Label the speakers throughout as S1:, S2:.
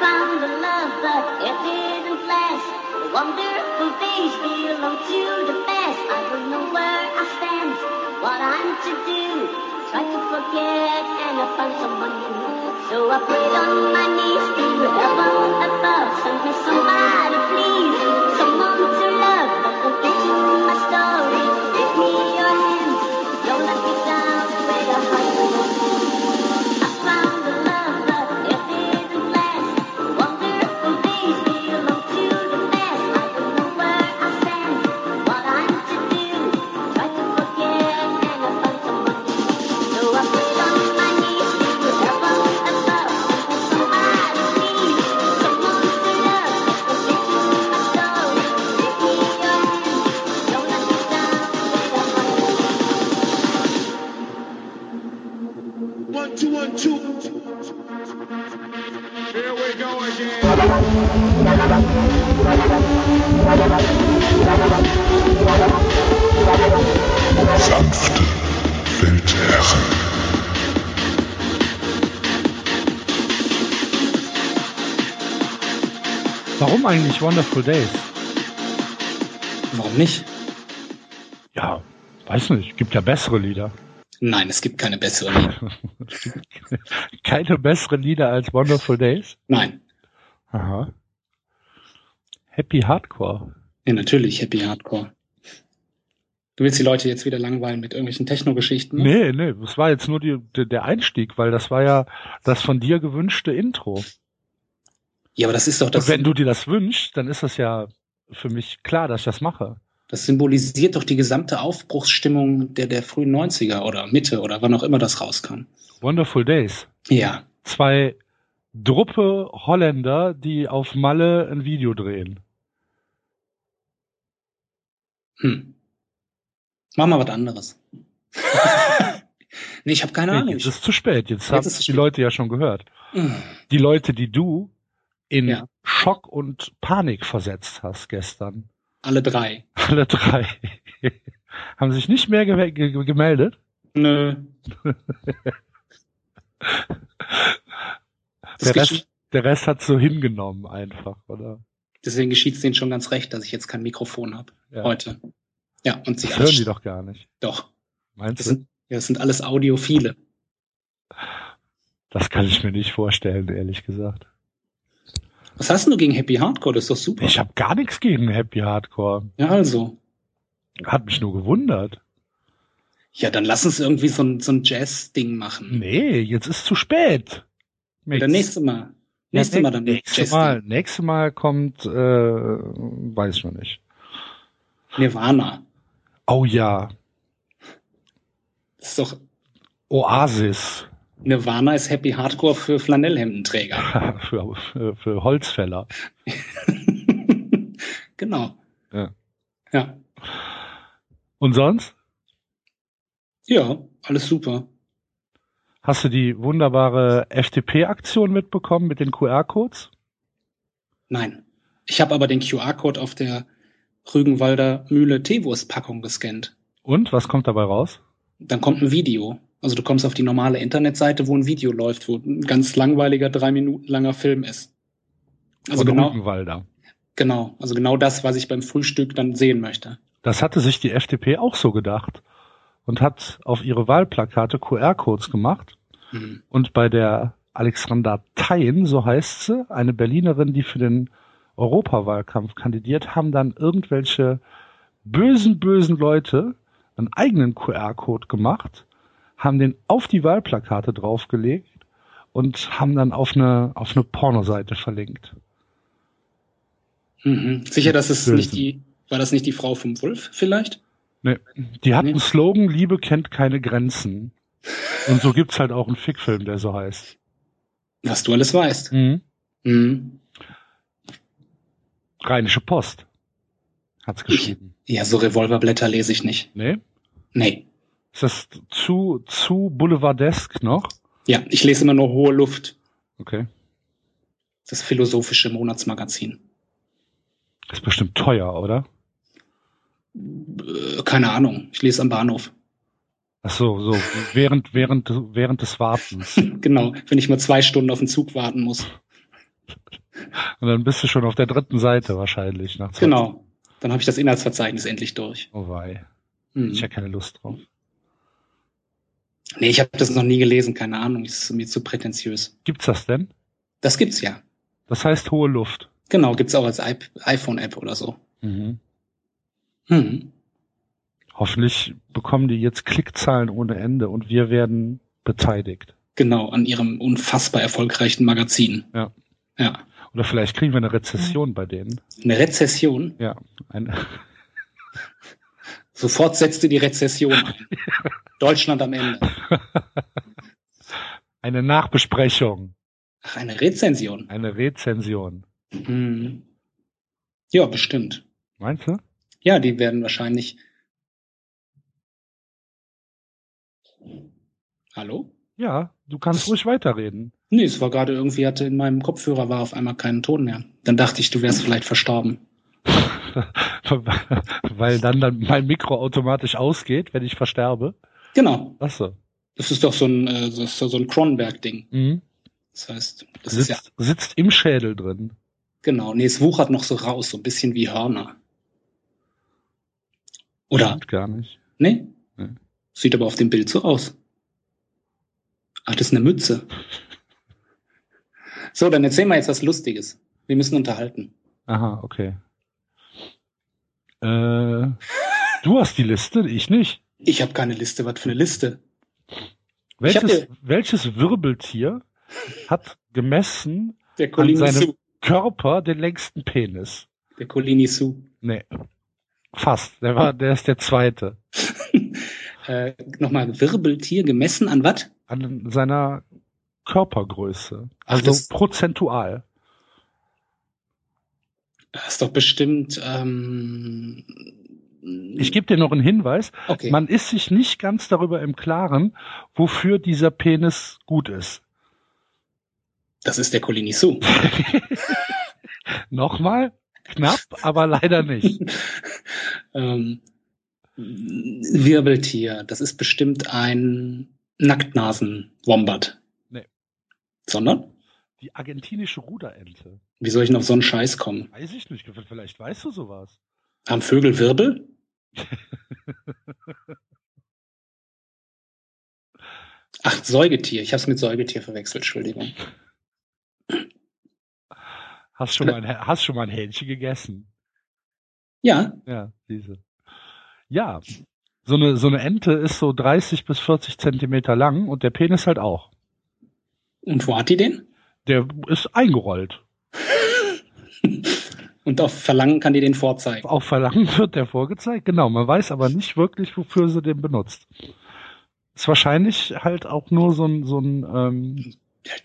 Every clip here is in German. S1: found a love, but it didn't last. The wonderful days belong to the past. I don't know where I stand, what I'm to do. Try to forget and I find someone new. So I prayed on my knees to heaven above. Send me somebody, please, someone to love. Let them picture to my story. Give me your hand, don't let me down. Wait, I'll I found a love, but it didn't last. Wonderful days belong to the past. I don't know where I stand, what I'm to do. Try to forget and I find someone new. So I pushed on my knees to heaven above. Let somebody please, someone to love. Let them picture my story. Give me your hand, don't let me down. Wait, I'll find someone new.
S2: One, two, one, two. Here we go again.
S3: Sanfte Weltherren.
S4: Warum eigentlich Wonderful Days?
S5: Warum nicht?
S4: Ja, weiß nicht. Gibt ja bessere Lieder.
S5: Nein, es gibt keine besseren Lieder.
S4: Keine besseren Lieder als Wonderful Days.
S5: Nein.
S4: Aha. Happy Hardcore.
S5: Ja, natürlich, Happy Hardcore. Du willst die Leute jetzt wieder langweilen mit irgendwelchen Techno-Geschichten?
S4: Nee, nee, das war jetzt nur die, der- der Einstieg, weil das war ja das von dir gewünschte Intro.
S5: Ja, aber das ist doch das.
S4: Und wenn du dir das wünschst, dann ist das ja für mich klar, dass ich das mache.
S5: Das symbolisiert doch die gesamte Aufbruchsstimmung der, der frühen 90er oder Mitte oder wann auch immer das rauskam.
S4: Wonderful Days.
S5: Ja,
S4: Zwei Druppe Holländer, die auf Malle ein Video drehen.
S5: hm. Mach mal was anderes. nee, ich habe keine
S4: Nee,
S5: Ahnung.
S4: jetzt
S5: Ich,
S4: ist zu spät. Jetzt
S5: Jetzt
S4: haben
S5: ist es
S4: die
S5: spät.
S4: Leute ja schon gehört.
S5: Hm.
S4: Die Leute, die du in
S5: Ja.
S4: Schock und Panik versetzt hast gestern.
S5: alle drei.
S4: Alle drei haben sich nicht mehr ge ge gemeldet.
S5: Nö. Das
S4: Der
S5: geschieht-
S4: Rest, der Rest hat so hingenommen einfach, oder?
S5: Deswegen geschieht es denen schon ganz recht, dass ich jetzt kein Mikrofon habe
S4: Ja.
S5: heute. Ja, und sie
S4: Das
S5: alle
S4: hören die
S5: doch.
S4: doch gar nicht.
S5: doch. Das
S4: Meinst du?
S5: sind, ja, das sind alles Audiophile.
S4: Das kann ich mir nicht vorstellen, ehrlich gesagt.
S5: Was hast denn du gegen Happy Hardcore? Das ist doch super.
S4: Ich habe gar nichts gegen Happy Hardcore.
S5: ja, also.
S4: Hat mich nur gewundert.
S5: Ja, dann lass uns irgendwie so ein, so ein Jazz-Ding machen.
S4: Nee, jetzt ist zu spät.
S5: Oder nächstes Mal. Nächstes Mal dann
S4: nächstes
S5: Jazz-Ding.
S4: Mal, nächstes Mal kommt, äh, weiß ich noch nicht.
S5: Nirvana.
S4: Oh ja,
S5: Das ist doch,
S4: Oasis
S5: Nirvana ist Happy Hardcore für Flanellhemdenträger.
S4: für, für, für Holzfäller.
S5: genau.
S4: Ja.
S5: Ja.
S4: Und sonst
S5: Ja, alles super.
S4: hast du die wunderbare FDP-Aktion mitbekommen mit den QR-Codes?
S5: Nein. Ich habe aber den QR-Code auf der Rügenwalder Mühle Teewurstpackung gescannt.
S4: Und was kommt dabei raus?
S5: Dann kommt ein Video. Also du kommst auf die normale Internetseite, wo ein Video läuft, wo ein ganz langweiliger, drei Minuten langer Film ist. Also
S4: Von
S5: genau,
S4: Rügenwalder.
S5: genau, also genau das, was ich beim Frühstück dann sehen möchte.
S4: Das hatte sich die FDP auch so gedacht und hat auf ihre Wahlplakate QR-Codes gemacht.
S5: Hm.
S4: Und bei der Alexandra Thein, so heißt sie, eine Berlinerin, die für den Europawahlkampf kandidiert, haben dann irgendwelche bösen, bösen Leute einen eigenen QR-Code gemacht, haben den auf die Wahlplakate draufgelegt und haben dann auf eine, auf eine Pornoseite verlinkt.
S5: Mhm. Sicher, dass es
S4: Bösen.
S5: nicht die, war das nicht die Frau vom Wolf vielleicht?
S4: Die hat
S5: Nee.
S4: einen Slogan, Liebe kennt keine Grenzen. Und so gibt's halt auch einen Fickfilm, der so heißt.
S5: Was du alles weißt. Mhm.
S4: Rheinische Post hat's geschrieben.
S5: Ja, so Revolverblätter lese ich nicht.
S4: Nee?
S5: Nee.
S4: Ist das zu, zu boulevardesk noch?
S5: Ja, ich lese immer nur Hohe Luft,
S4: Okay.
S5: das philosophische Monatsmagazin.
S4: Ist bestimmt teuer, oder?
S5: Äh, keine Ahnung, ich lese am Bahnhof.
S4: Ach so, so, während, während, während des Wartens.
S5: Genau, wenn ich mal zwei Stunden auf den Zug warten muss.
S4: Und dann bist du schon auf der dritten Seite wahrscheinlich. Nach zwei-
S5: Genau. Dann habe ich das Inhaltsverzeichnis endlich durch.
S4: Oh wei.
S5: Hm.
S4: Ich habe keine Lust drauf.
S5: Nee, ich habe das noch nie gelesen, keine Ahnung. Ist mir zu prätentiös.
S4: Gibt's das denn?
S5: Das gibt's ja.
S4: Das heißt hohe Luft.
S5: Genau, gibt's auch als I- iPhone-App oder so.
S4: Mhm.
S5: Hm.
S4: Hoffentlich bekommen die jetzt Klickzahlen ohne Ende und wir werden beteiligt.
S5: Genau, an ihrem unfassbar erfolgreichen Magazin.
S4: Ja.
S5: Ja.
S4: Oder vielleicht kriegen wir eine Rezession bei denen.
S5: Eine Rezession.
S4: Ja. Ein,
S5: Sofort setzte die Rezession ein. Deutschland am Ende.
S4: eine Nachbesprechung.
S5: Ach, eine Rezension.
S4: Eine Rezension.
S5: Hm. Ja, bestimmt.
S4: Meinst du?
S5: Ja, die werden wahrscheinlich. Hallo?
S4: Ja, du kannst ruhig weiterreden.
S5: Nee, es war gerade irgendwie, hatte in meinem Kopfhörer war auf einmal keinen Ton mehr. Dann dachte ich, du wärst vielleicht verstorben.
S4: Weil dann, dann mein Mikro automatisch ausgeht, wenn ich versterbe.
S5: Genau.
S4: Ach so.
S5: Das ist doch so ein, äh, das ist doch so ein Cronenberg-Ding.
S4: Mhm.
S5: Das heißt, das ist
S4: Sitzt,
S5: ja,
S4: sitzt im Schädel drin.
S5: genau. Nee, es wuchert noch so raus, so ein bisschen wie Hörner. Oder?
S4: Stimmt gar nicht.
S5: Nee?
S4: Nee.
S5: Sieht aber auf dem Bild so aus. Ach, das ist eine Mütze. So, dann erzähl mal jetzt was Lustiges. Wir müssen unterhalten.
S4: Aha, okay. Äh, du hast die Liste, ich nicht.
S5: Ich habe keine Liste. Was für eine Liste? Ich hab
S4: Welches, welches Wirbeltier hat gemessen
S5: Der
S4: an
S5: Colini
S4: seinem
S5: Su.
S4: Körper den längsten Penis?
S5: Der Colini Su.
S4: Nee. Fast. Der war, der ist der zweite.
S5: Äh, nochmal, Wirbeltier gemessen an was?
S4: An seiner Körpergröße.
S5: Ach,
S4: Also
S5: das-
S4: prozentual.
S5: Das ist doch bestimmt. Ähm,
S4: Ich gebe dir noch einen Hinweis.
S5: okay.
S4: Man ist sich nicht ganz darüber im Klaren, wofür dieser Penis gut ist.
S5: das ist der Colini Su.
S4: Nochmal, knapp, aber leider nicht.
S5: ähm, Wirbeltier, das ist bestimmt ein Nacktnasen-Wombat.
S4: Nee.
S5: Sondern?
S4: Die argentinische Ruderente.
S5: Wie soll ich denn auf so einen Scheiß kommen?
S4: Weiß ich nicht, vielleicht weißt du sowas.
S5: Haben Vögel Wirbel? Ach, Säugetier. Ich habe es mit Säugetier verwechselt, Entschuldigung.
S4: Hast schon mal ein, hast schon mal ein Hähnchen gegessen.
S5: Ja,
S4: Ja, diese. Ja, so eine, so eine Ente ist so 30 bis 40 Zentimeter lang und der Penis halt auch.
S5: und wo hat die den?
S4: Der ist eingerollt.
S5: Und auf Verlangen kann die den vorzeigen.
S4: Auf Verlangen wird der vorgezeigt. Genau, man weiß aber nicht wirklich, wofür sie den benutzt. Ist wahrscheinlich halt auch nur so ein, so ein, ähm,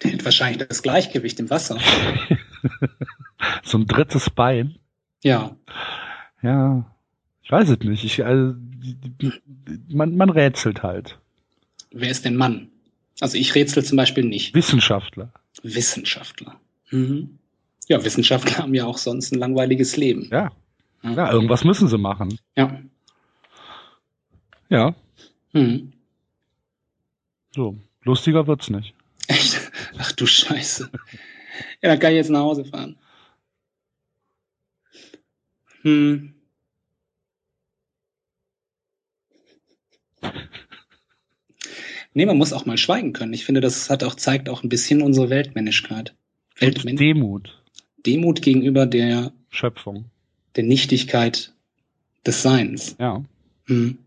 S5: Der hält wahrscheinlich das Gleichgewicht im Wasser.
S4: so ein drittes Bein.
S5: Ja,
S4: Ja, ich weiß es nicht. Ich, also, die- die- die- man, man rätselt halt.
S5: wer ist denn Mann? Also ich rätsel zum Beispiel nicht.
S4: Wissenschaftler.
S5: Wissenschaftler. Mhm. Ja, Wissenschaftler haben ja auch sonst ein langweiliges Leben.
S4: Ja. ja, irgendwas müssen sie machen.
S5: Ja.
S4: Ja,
S5: Mhm.
S4: so. Lustiger wird's nicht.
S5: Echt? Ach du Scheiße. Ja, dann kann ich jetzt nach Hause fahren. Hm. Nee, man muss auch mal schweigen können. Ich finde, das hat auch, zeigt auch ein bisschen unsere Weltmännlichkeit. Weltmänn
S4: Demut.
S5: Demut gegenüber der,
S4: Schöpfung.
S5: der Nichtigkeit des Seins.
S4: Ja.
S5: Hm.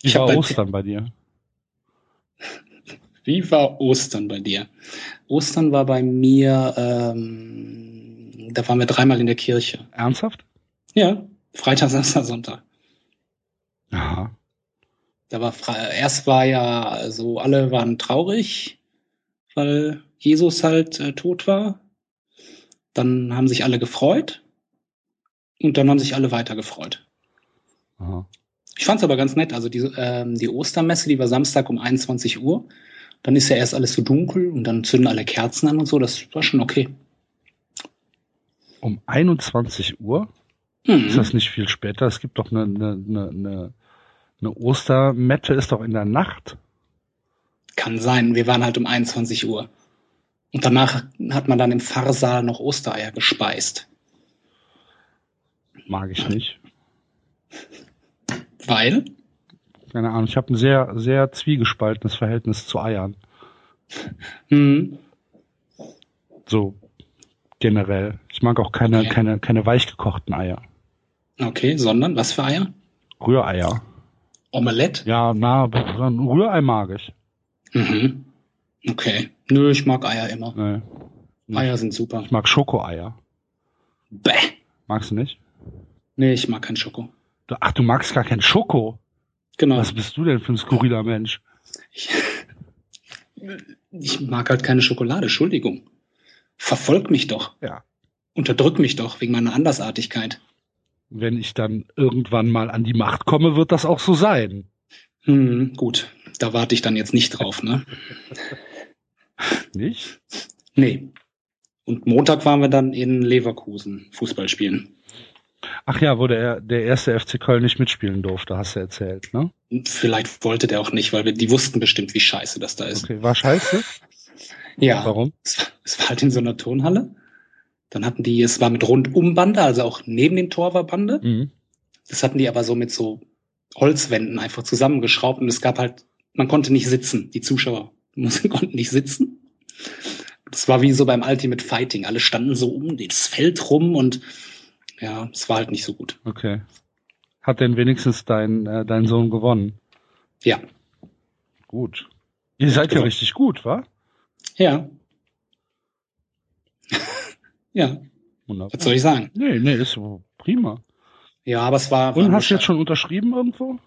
S4: Ich
S5: Ich hab
S4: war
S5: bei-
S4: Ostern bei dir.
S5: Wie war Ostern bei dir? Ostern war bei mir, ähm, da waren wir dreimal in der Kirche.
S4: Ernsthaft?
S5: Ja, Freitag, Samstag, Sonntag.
S4: Aha.
S5: Da war Fre erst war ja so, alle waren traurig, weil Jesus halt äh, tot war. Dann haben sich alle gefreut und dann haben sich alle weiter gefreut.
S4: Aha.
S5: Ich fand's aber ganz nett. Also die, ähm, die Ostermesse, die war Samstag um 21 Uhr. Dann ist ja erst alles so dunkel und dann zünden alle Kerzen an und so. Das war schon okay.
S4: Um 21 Uhr?
S5: Hm.
S4: Ist das nicht viel später? Es gibt doch eine, eine, eine, eine, eine Ostermette ist doch in der Nacht.
S5: Kann sein. Wir waren halt um 21 Uhr. Und danach hat man dann im Pfarrsaal noch Ostereier gespeist.
S4: Mag ich nicht.
S5: Weil?
S4: Keine Ahnung. Ich habe ein sehr, sehr zwiegespaltenes Verhältnis zu Eiern.
S5: Hm,
S4: So generell. Ich mag auch keine,
S5: Okay.
S4: keine, keine weichgekochten Eier.
S5: okay, sondern was für Eier?
S4: Rühreier.
S5: Omelette?
S4: Ja, na, ein Rührei mag ich.
S5: Mhm. Okay. Nö, ich mag Eier immer.
S4: Nee. Nicht.
S5: Eier sind super.
S4: Ich mag Schokoeier.
S5: Bäh.
S4: Magst du nicht?
S5: Nee, ich mag kein Schoko.
S4: Du, ach, du magst gar kein Schoko.
S5: Genau.
S4: Was bist du denn für ein skurriler Mensch?
S5: Ich mag halt keine Schokolade, Entschuldigung. Verfolg mich doch.
S4: Ja.
S5: Unterdrück mich doch wegen meiner Andersartigkeit.
S4: Wenn ich dann irgendwann mal an die Macht komme, wird das auch so sein.
S5: Hm, gut. Da warte ich dann jetzt nicht drauf, ne?
S4: Nicht?
S5: Nee. Und Montag waren wir dann in Leverkusen Fußball spielen.
S4: Ach ja, wo der, der erste FC Köln nicht mitspielen durfte, hast du erzählt, ne?
S5: Vielleicht wollte der auch nicht, weil wir, die wussten bestimmt, wie scheiße das da ist.
S4: Okay, war scheiße.
S5: Ja.
S4: Warum?
S5: Es war, es war halt in so einer Turnhalle. Dann hatten die, es war mit Rundumbande, also auch neben dem Tor war Bande.
S4: Mhm.
S5: Das hatten die aber so mit so Holzwänden einfach zusammengeschraubt und es gab halt, man konnte nicht sitzen, die Zuschauer mussten- konnten nicht sitzen. Das war wie so beim Ultimate Fighting. Alle standen so um das Feld rum und ja, es war halt nicht so gut.
S4: Okay. Hat denn wenigstens dein, äh, dein Sohn gewonnen?
S5: Ja,
S4: Gut. Ihr seid ja
S5: gewonnen.
S4: richtig gut, wa?
S5: ja. ja,
S4: Wunderbar.
S5: was soll ich sagen?
S4: Nee, nee, ist so prima.
S5: Ja, aber es war.
S4: Und
S5: war
S4: hast du jetzt
S5: bescheuert.
S4: schon unterschrieben irgendwo?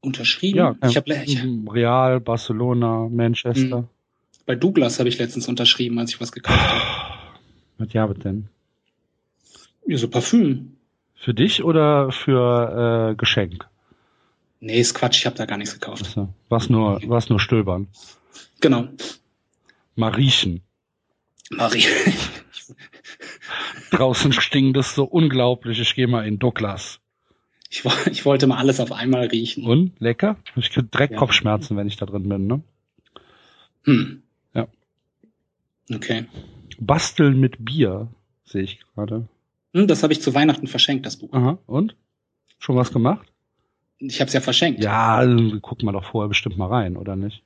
S5: unterschrieben?
S4: Ja,
S5: ich habe ich,
S4: ähm, Real, Barcelona, Manchester.
S5: Mhm. Bei Douglas habe ich letztens unterschrieben, als ich was gekauft habe.
S4: Was ja was denn?
S5: Ja, so Parfüm.
S4: Für dich oder für äh, Geschenk?
S5: Nee, ist Quatsch, ich habe da gar nichts gekauft.
S4: Also, was nur,
S5: Mhm.
S4: was nur stöbern.
S5: Genau.
S4: Mal riechen.
S5: Marie.
S4: Draußen stinkt es so unglaublich. Ich gehe mal in Douglas.
S5: Ich, wo- ich wollte mal alles auf einmal riechen.
S4: Und? Lecker? Ich krieg direkt
S5: Ja.
S4: Kopfschmerzen, wenn ich da drin bin, ne?
S5: Hm.
S4: Ja.
S5: Okay.
S4: Basteln mit Bier, sehe ich gerade.
S5: Hm, das habe ich zu Weihnachten verschenkt, das Buch.
S4: Aha, und? Schon was gemacht?
S5: Ich habe es ja verschenkt.
S4: Ja, also, gucken wir doch vorher bestimmt mal rein, oder nicht?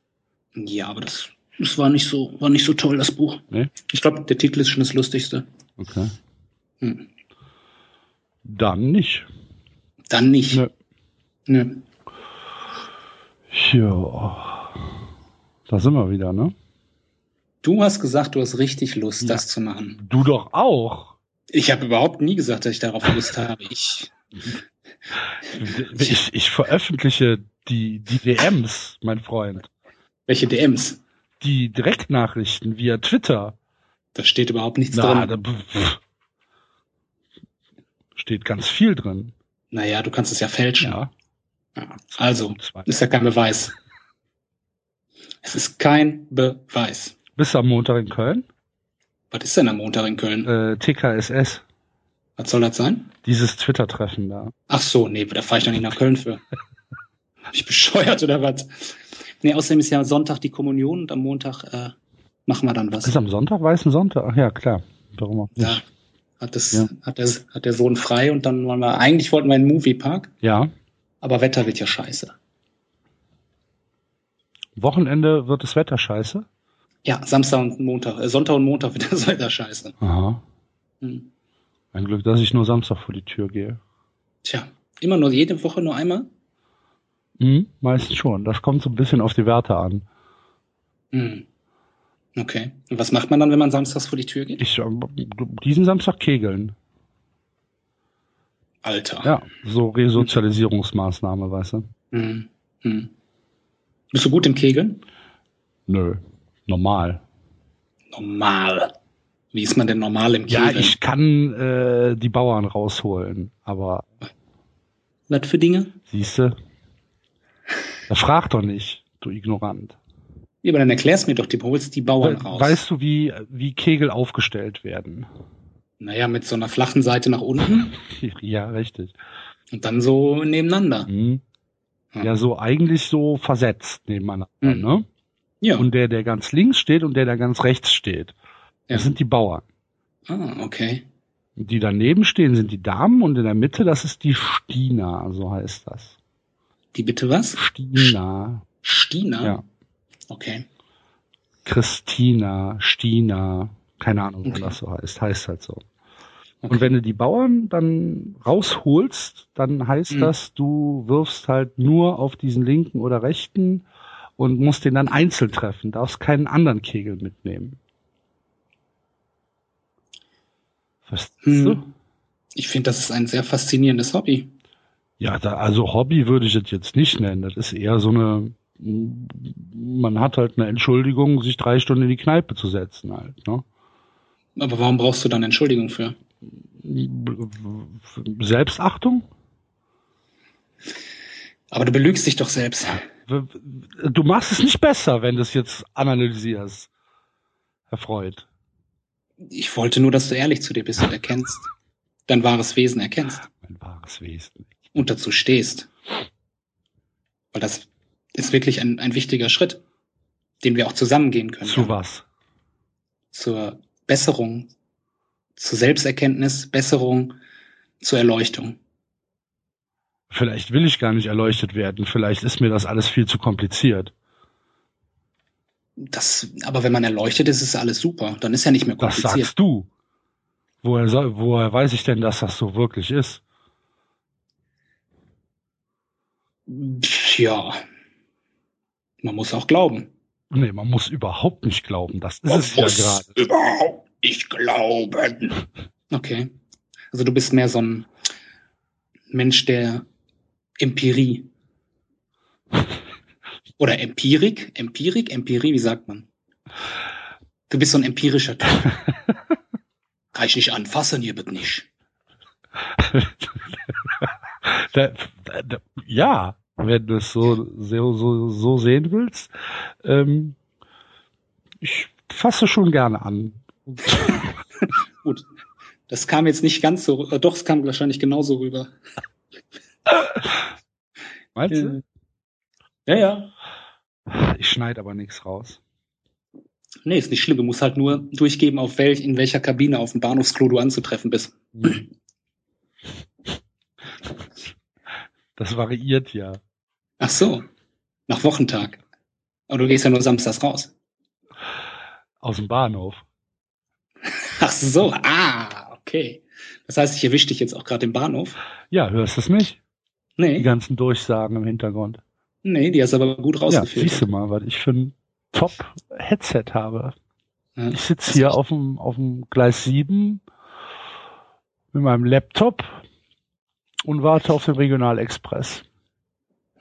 S5: Ja, aber das, das war nicht so, war nicht so toll, das Buch.
S4: Nee?
S5: Ich glaube, der Titel ist schon das Lustigste.
S4: Okay.
S5: Hm.
S4: Dann nicht. Ne.
S5: Dann nicht.
S4: Nö.
S5: Nö.
S4: Ja. Da sind wir wieder, ne?
S5: Du hast gesagt, du hast richtig Lust,
S4: Ja.
S5: das zu machen.
S4: Du doch auch.
S5: Ich habe überhaupt nie gesagt, dass ich darauf Lust habe. Ich,
S4: Ich, ich veröffentliche die, die DMs, mein Freund.
S5: welche DMs?
S4: Die Direktnachrichten via Twitter.
S5: Da steht überhaupt nichts
S4: Na,
S5: drin.
S4: da, pff. steht ganz viel drin.
S5: Naja, du kannst es ja fälschen.
S4: Ja.
S5: Ja. Also,
S4: Zwei.
S5: ist ja kein Beweis. Es ist kein Beweis.
S4: Bis am Montag in Köln.
S5: Was ist denn am Montag in Köln?
S4: Äh, TKSS.
S5: Was soll das sein?
S4: Dieses Twitter-Treffen da.
S5: Ach so, nee, da fahre ich doch nicht nach Köln für. Bin ich bescheuert oder was? Nee, außerdem ist ja Sonntag die Kommunion und am Montag äh, machen wir dann was.
S4: Ist am Sonntag, weißen Sonntag. Ach ja, klar. Warum auch
S5: Da
S4: nicht.
S5: hat, das,
S4: Ja.
S5: hat, der, hat der Sohn frei und dann wollen wir, eigentlich wollten wir in den Moviepark,
S4: Ja.
S5: aber Wetter wird ja scheiße.
S4: Wochenende wird das Wetter scheiße.
S5: Ja, Samstag und Montag, äh, Sonntag und Montag wird das Wetter scheiße.
S4: Aha.
S5: Hm.
S4: Ein Glück, dass ich nur Samstag vor die Tür gehe.
S5: Tja, immer nur jede Woche nur einmal?
S4: Hm, meistens schon. Das kommt so ein bisschen auf die Werte an.
S5: Hm. Okay. Und was macht man dann, wenn man samstags vor die Tür geht?
S4: Ich ähm, diesen Samstag kegeln.
S5: Alter.
S4: Ja, so Resozialisierungsmaßnahme, weißt du?
S5: Hm. Hm. Bist du gut im Kegeln?
S4: Nö, normal.
S5: Normal. Wie ist man denn normal im
S4: Ja,
S5: Kegeln?
S4: ich kann äh, die Bauern rausholen, aber
S5: Was für Dinge?
S4: siehste, da frag doch nicht, du Ignorant.
S5: Ja, aber dann erklär's mir doch, du holst die Bauern
S4: We-
S5: raus.
S4: Weißt du, wie, wie Kegel aufgestellt werden?
S5: Naja, mit so einer flachen Seite nach unten
S4: ja, richtig.
S5: und dann so nebeneinander.
S4: Mhm.
S5: Hm.
S4: Ja, so eigentlich so versetzt nebeneinander,
S5: Mhm.
S4: ne?
S5: Ja.
S4: Und der, der ganz links steht und der, der ganz rechts steht,
S5: Ja.
S4: das sind die Bauern.
S5: Ah, okay.
S4: Und Die daneben stehen sind die Damen und in der Mitte, das ist die Stina, so heißt das.
S5: Die bitte was?
S4: Stina,
S5: Stina?
S4: Ja.
S5: Okay.
S4: Christina, Stina, keine Ahnung, wie
S5: Okay.
S4: das so heißt, heißt halt so.
S5: okay.
S4: Und wenn du die Bauern dann rausholst, dann heißt
S5: Mhm.
S4: das, du wirfst halt nur auf diesen linken oder rechten und musst den dann einzeln treffen, darfst keinen anderen Kegel mitnehmen. Verstehst du?
S5: hm. Ich finde, das ist ein sehr faszinierendes Hobby.
S4: Ja, da, also Hobby würde ich das jetzt nicht nennen. Das ist eher so eine, man hat halt eine Entschuldigung, sich drei Stunden in die Kneipe zu setzen halt. Ne?
S5: Aber warum brauchst du dann Entschuldigung für?
S4: Selbstachtung?
S5: Aber du belügst dich doch selbst.
S4: W- w- Du machst es nicht besser, wenn du es jetzt analysierst, Herr Freud.
S5: Ich wollte nur, dass du ehrlich zu dir bist und erkennst. Dein wahres Wesen erkennst.
S4: Mein wahres Wesen.
S5: Und dazu stehst. Weil das ist wirklich ein, ein wichtiger Schritt, den wir auch zusammen gehen können.
S4: Zu was?
S5: Zur Besserung, zur Selbsterkenntnis, Besserung, zur Erleuchtung.
S4: Vielleicht will ich gar nicht erleuchtet werden. Vielleicht ist mir das alles viel zu kompliziert.
S5: Das, aber wenn man erleuchtet ist, ist alles super. Dann ist ja nicht mehr
S4: Das
S5: kompliziert.
S4: sagst du. Woher, soll, woher weiß ich denn, dass das so wirklich ist?
S5: Pff, Ja. Man muss auch glauben.
S4: Nee, man muss überhaupt nicht glauben. Das ist es ja gerade.
S5: überhaupt nicht glauben. Okay. Also du bist mehr so ein Mensch der Empirie. Oder Empirik? Empirik? Empirie, wie sagt man? Du bist so ein empirischer Typ. Kann ich nicht anfassen, hier wird nicht.
S4: Da, da, da, ja, wenn du es so, so, so, so sehen willst. Ähm, ich fasse schon gerne an.
S5: Gut. Das kam jetzt nicht ganz so, äh, doch, es kam wahrscheinlich genauso rüber.
S4: Meinst du?
S5: Ja, ja.
S4: Ich schneide aber nichts raus.
S5: Nee, ist nicht schlimm. Du musst halt nur durchgeben, auf welch, in welcher Kabine auf dem Bahnhofsklo du anzutreffen bist.
S4: Das variiert ja.
S5: Ach so, nach Wochentag. Aber du gehst ja nur samstags raus.
S4: Aus dem Bahnhof.
S5: Ach so, ah, okay. Das heißt, ich erwische dich jetzt auch gerade im Bahnhof.
S4: Ja, hörst du es nicht? Die
S5: Nee,
S4: ganzen Durchsagen im Hintergrund.
S5: nee, die hast du aber gut
S4: Ja,
S5: rausgeführt.
S4: siehst du mal, was ich für ein Top-Headset habe.
S5: Ja,
S4: Ich sitze hier auf dem, auf dem Gleis 7 mit meinem Laptop und warte auf den Regionalexpress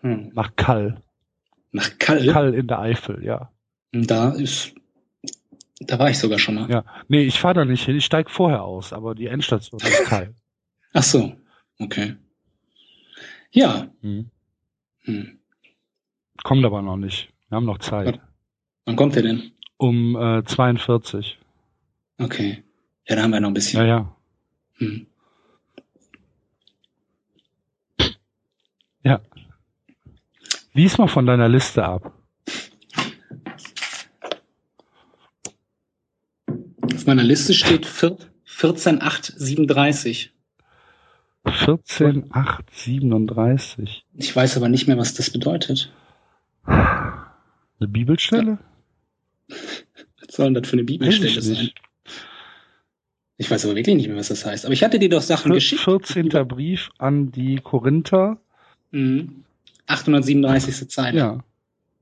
S5: Hm.
S4: nach Kall.
S5: Nach Kall, Hm,
S4: Kall in der Eifel, ja.
S5: da ist, da war ich sogar schon mal.
S4: Ja. Nee, ich fahre da nicht hin, ich steige vorher aus, aber die Endstation ist Kall.
S5: Ach so, okay. Ja,
S4: Hm.
S5: hm.
S4: Kommt aber noch nicht. Wir haben noch Zeit.
S5: wann kommt der denn?
S4: Um äh, 42.
S5: Okay, ja, da haben wir noch ein bisschen.
S4: Ja, ja.
S5: Hm.
S4: Lies mal von deiner Liste ab.
S5: Auf meiner Liste steht 14837.
S4: 14, 8, 37.
S5: Ich weiß aber nicht mehr, was das bedeutet.
S4: Eine Bibelstelle?
S5: Was soll denn das für eine Bibelstelle sein? Ich weiß aber wirklich nicht mehr, was das heißt. Aber ich hatte dir doch Sachen
S4: Vier-
S5: geschickt.
S4: 14. Brief an die Korinther.
S5: Mhm. 837. Zeile.
S4: Ja.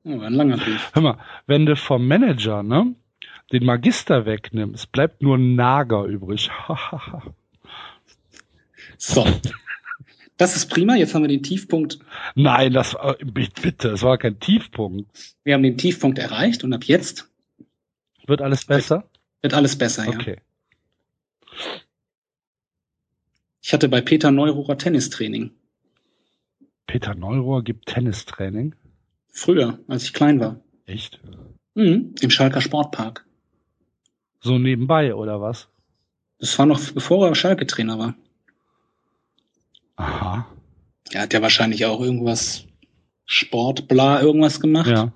S5: Oh, war ein langer Brief.
S4: Hör mal, wenn du vom Manager, ne, den Magister wegnimmst, bleibt nur ein Nager übrig.
S5: So. Das ist prima. Jetzt haben wir den Tiefpunkt.
S4: Nein, das war, bitte, das war kein Tiefpunkt.
S5: Wir haben den Tiefpunkt erreicht und ab jetzt
S4: Wird alles besser?
S5: wird alles besser. Ja.
S4: Okay.
S5: Ich hatte bei Peter Neururer Tennistraining.
S4: Peter Neurohr gibt Tennistraining.
S5: Früher, als ich klein war.
S4: Echt?
S5: Mhm. Im Schalker Sportpark.
S4: So nebenbei, oder was?
S5: Das war noch bevor er Schalke-Trainer war.
S4: Aha.
S5: Er hat ja wahrscheinlich auch irgendwas Sport, bla, irgendwas gemacht.
S4: Ja.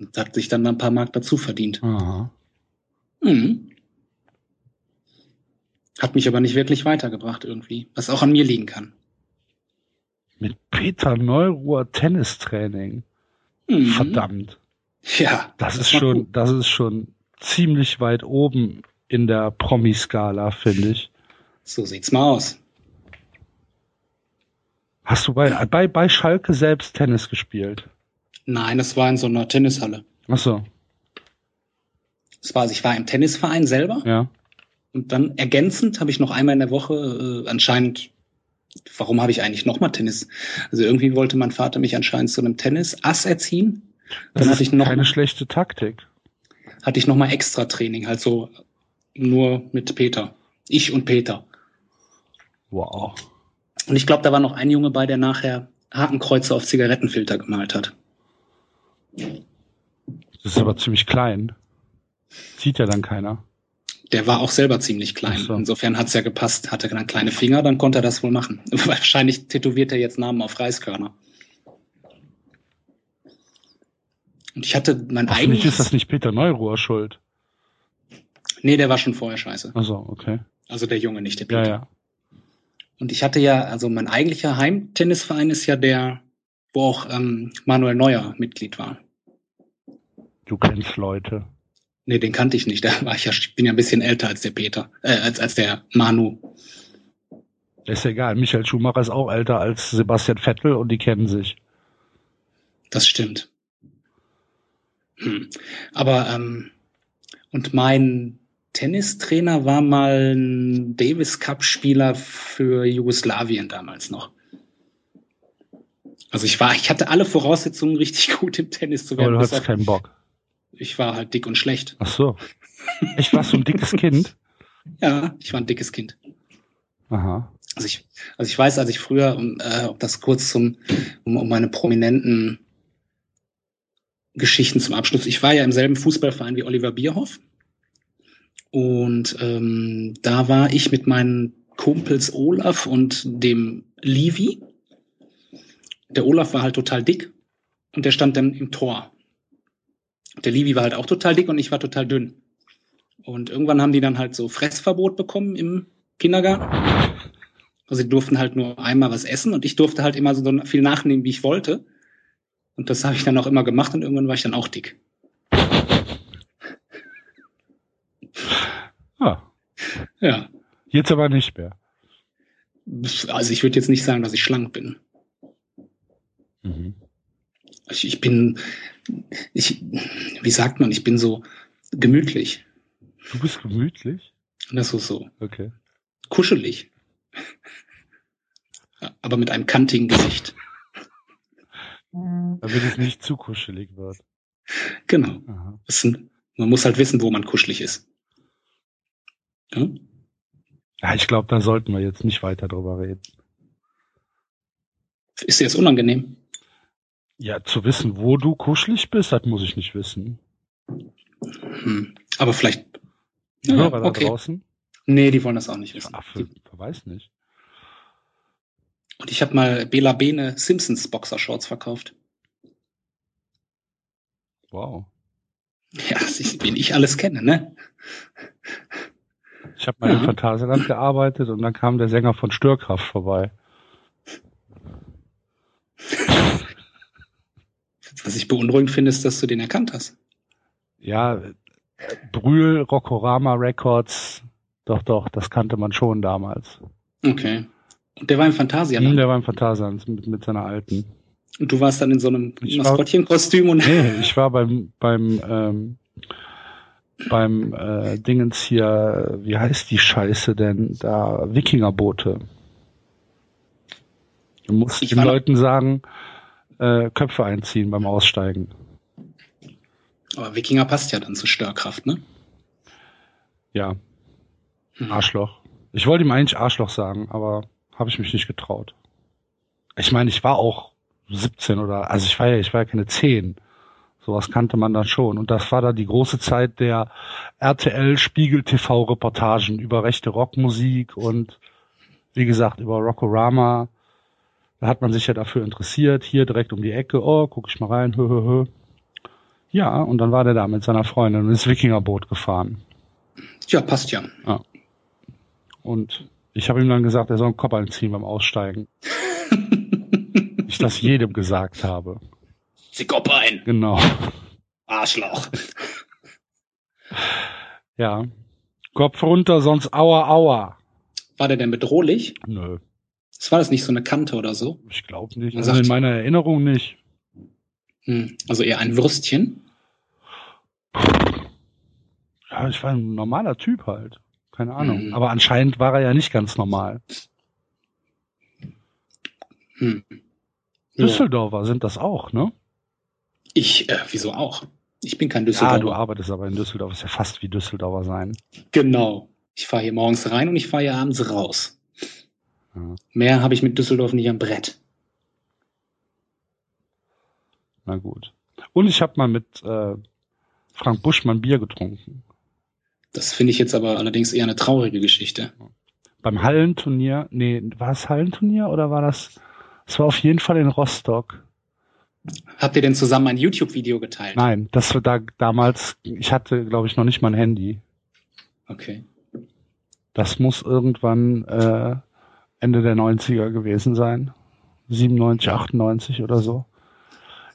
S5: Und hat sich dann ein paar Mark dazu verdient.
S4: Aha.
S5: Mhm. Hat mich aber nicht wirklich weitergebracht irgendwie, was auch an mir liegen kann.
S4: Mit Peter Neuruhr Tennistraining.
S5: Mhm.
S4: Verdammt.
S5: Ja,
S4: Das ist
S5: war
S4: schon,
S5: gut.
S4: das ist schon ziemlich weit oben in der Promiskala, finde ich.
S5: So sieht's mal aus.
S4: Hast du bei, bei, bei Schalke selbst Tennis gespielt?
S5: Nein, es war in so einer Tennishalle.
S4: Ach so,
S5: Das war, also ich war im Tennisverein selber
S4: ja.
S5: und dann ergänzend habe ich noch einmal in der Woche äh, anscheinend, warum habe ich eigentlich nochmal Tennis? Also irgendwie wollte mein Vater mich anscheinend zu einem Tennis-Ass erziehen.
S4: Das
S5: Dann
S4: ist
S5: hatte ich noch
S4: keine schlechte Taktik.
S5: hatte ich nochmal extra Training, halt so nur mit Peter. Ich und Peter.
S4: Wow.
S5: Und ich glaube, da war noch ein Junge bei, der nachher Hakenkreuze auf Zigarettenfilter gemalt hat.
S4: Das ist aber ziemlich klein. Sieht ja dann keiner.
S5: Der war auch selber ziemlich klein.
S4: Ach so.
S5: Insofern hat's ja gepasst. Hatte dann kleine Finger, dann konnte er das wohl machen. Wahrscheinlich tätowiert er jetzt Namen auf Reiskörner. Und ich hatte mein
S4: Hoffentlich
S5: eigenes.
S4: ist das nicht Peter Neuruhr schuld.
S5: nee, der war schon vorher scheiße.
S4: Ach so, okay.
S5: Also der Junge, nicht der Peter.
S4: Ja, ja.
S5: Und ich hatte ja, also mein eigentlicher Heimtennisverein ist ja der, wo auch ähm, Manuel Neuer Mitglied war.
S4: Du kennst Leute.
S5: Nee, den kannte ich nicht. Da war ich ja, ich bin ja ein bisschen älter als der Peter, äh, als, als der Manu.
S4: Ist egal. Michael Schumacher ist auch älter als Sebastian Vettel und die kennen sich.
S5: Das stimmt. Hm. Aber, ähm, und mein Tennistrainer war mal ein Davis Cup-Spieler für Jugoslawien damals noch. Also ich war, ich hatte alle Voraussetzungen, richtig gut im Tennis zu
S4: Aber
S5: werden.
S4: du
S5: Bis
S4: hast
S5: auf,
S4: keinen Bock.
S5: ich war halt dick und schlecht.
S4: Ach so. Ich war so ein dickes Kind.
S5: Ja, ich war ein dickes Kind.
S4: Aha.
S5: Also ich, also ich weiß, als ich früher, um äh, um das kurz zum, um, um meine prominenten Geschichten zum Abschluss. Ich war ja im selben Fußballverein wie Oliver Bierhoff. Und ähm, da war ich mit meinen Kumpels Olaf und dem Levi. Der Olaf war halt total dick und der stand dann im Tor. Der Levi war halt auch total dick und ich war total dünn. Und irgendwann haben die dann halt so Fressverbot bekommen im Kindergarten. Also sie durften halt nur einmal was essen und ich durfte halt immer so so viel nachnehmen, wie ich wollte. Und das habe ich dann auch immer gemacht und irgendwann war ich dann auch dick.
S4: Ah,
S5: Ja.
S4: jetzt aber nicht mehr.
S5: Also ich würde jetzt nicht sagen, dass ich schlank bin.
S4: Mhm.
S5: Ich, ich bin, ich, wie sagt man, ich bin so gemütlich.
S4: Du bist gemütlich?
S5: Und das ist so
S4: Okay.
S5: kuschelig. Ja, Aber mit einem kantigen Gesicht.
S4: Damit es nicht zu kuschelig wird.
S5: Genau.
S4: Aha.
S5: Das sind, man muss halt wissen, wo man kuschelig ist. Ja?
S4: Ja, ich glaube, da sollten wir jetzt nicht weiter drüber reden.
S5: Ist dir jetzt unangenehm?
S4: Ja, zu wissen, wo du kuschelig bist, das muss ich nicht wissen.
S5: Hm. Aber vielleicht.
S4: Die
S5: Ja,
S4: Hörer da
S5: Mhm, okay.
S4: draußen?
S5: Nee, die wollen das auch nicht wissen.
S4: Ach,
S5: Die-
S4: für, weiß nicht.
S5: Und ich habe mal Bela Bene Simpsons Boxershorts verkauft.
S4: Wow.
S5: Ja, ich- wen ich alles kenne, ne?
S4: Ich habe mal im
S5: Ja.
S4: Phantasialand gearbeitet und dann kam der Sänger von Störkraft vorbei.
S5: Was ich beunruhigend finde, ist, dass du den erkannt hast.
S4: Ja, äh, Brühl, Rockorama Records. Doch, doch, das kannte man schon damals.
S5: Okay. Und der war im
S4: Hm,
S5: Phantasialand.
S4: der war im Phantasialand mit, mit seiner alten.
S5: Und du warst dann in so einem
S4: Ich war-
S5: Maskottchenkostüm und
S4: Nee, ich war beim beim ähm, beim äh, Dingens hier, wie heißt die Scheiße denn da? Wikingerboote. Du musst
S5: Ich
S4: den
S5: war noch-
S4: Leuten sagen, äh, Köpfe einziehen beim Aussteigen.
S5: aber Wikinger passt ja dann zu Störkraft, ne?
S4: Ja,
S5: Hm.
S4: Arschloch. Ich wollte ihm eigentlich Arschloch sagen, aber habe ich mich nicht getraut. Ich meine, ich war auch 17 oder, also ich war ja, ich war ja keine 10. Sowas kannte man dann schon. Und das war da die große Zeit der RTL Spiegel TV Reportagen über rechte Rockmusik und wie gesagt über Rockorama. Da hat man sich ja dafür interessiert. Hier direkt um die Ecke. Oh, guck ich mal rein. Hö, hö, hö. Ja, und dann war der da mit seiner Freundin und ist Wikingerboot gefahren.
S5: Ja, passt ja.
S4: Und ich habe ihm dann gesagt, er soll einen Kopf einziehen beim Aussteigen. ich das jedem gesagt habe.
S5: Sie Kopf ein,
S4: Genau.
S5: Arschloch.
S4: Ja. Kopf runter, sonst aua, aua.
S5: War der denn bedrohlich?
S4: Nö,
S5: Das war das nicht so eine Kante oder so?
S4: ich glaube nicht.
S5: Man
S4: Also
S5: sagt-
S4: in meiner Erinnerung nicht.
S5: Hm. Also eher ein Würstchen.
S4: Ja, ich war ein normaler Typ halt. Keine Ahnung.
S5: Mhm.
S4: Aber anscheinend war er ja nicht ganz normal.
S5: Hm. Ja.
S4: Düsseldorfer sind das auch, ne?
S5: Ich, äh, wieso auch? Ich bin kein
S4: Ja,
S5: Düsseldorfer.
S4: du arbeitest aber in Düsseldorf. Ist ja fast wie Düsseldorfer sein.
S5: Genau. Ich fahre hier morgens rein und ich fahre hier abends raus.
S4: Ja.
S5: Mehr habe ich mit Düsseldorf nicht am Brett.
S4: Na gut. Und ich habe mal mit äh, Frank Buschmann Bier getrunken.
S5: Das finde ich jetzt aber allerdings eher eine traurige Geschichte.
S4: Beim Hallenturnier. Nee, war das Hallenturnier oder war das... Es war auf jeden Fall in Rostock.
S5: Habt ihr denn zusammen ein YouTube-Video geteilt?
S4: Nein, das war da damals... Ich hatte, glaube ich, noch nicht mal ein Handy.
S5: Okay.
S4: Das muss irgendwann äh, Ende der 90er gewesen sein. 97, 98 oder so.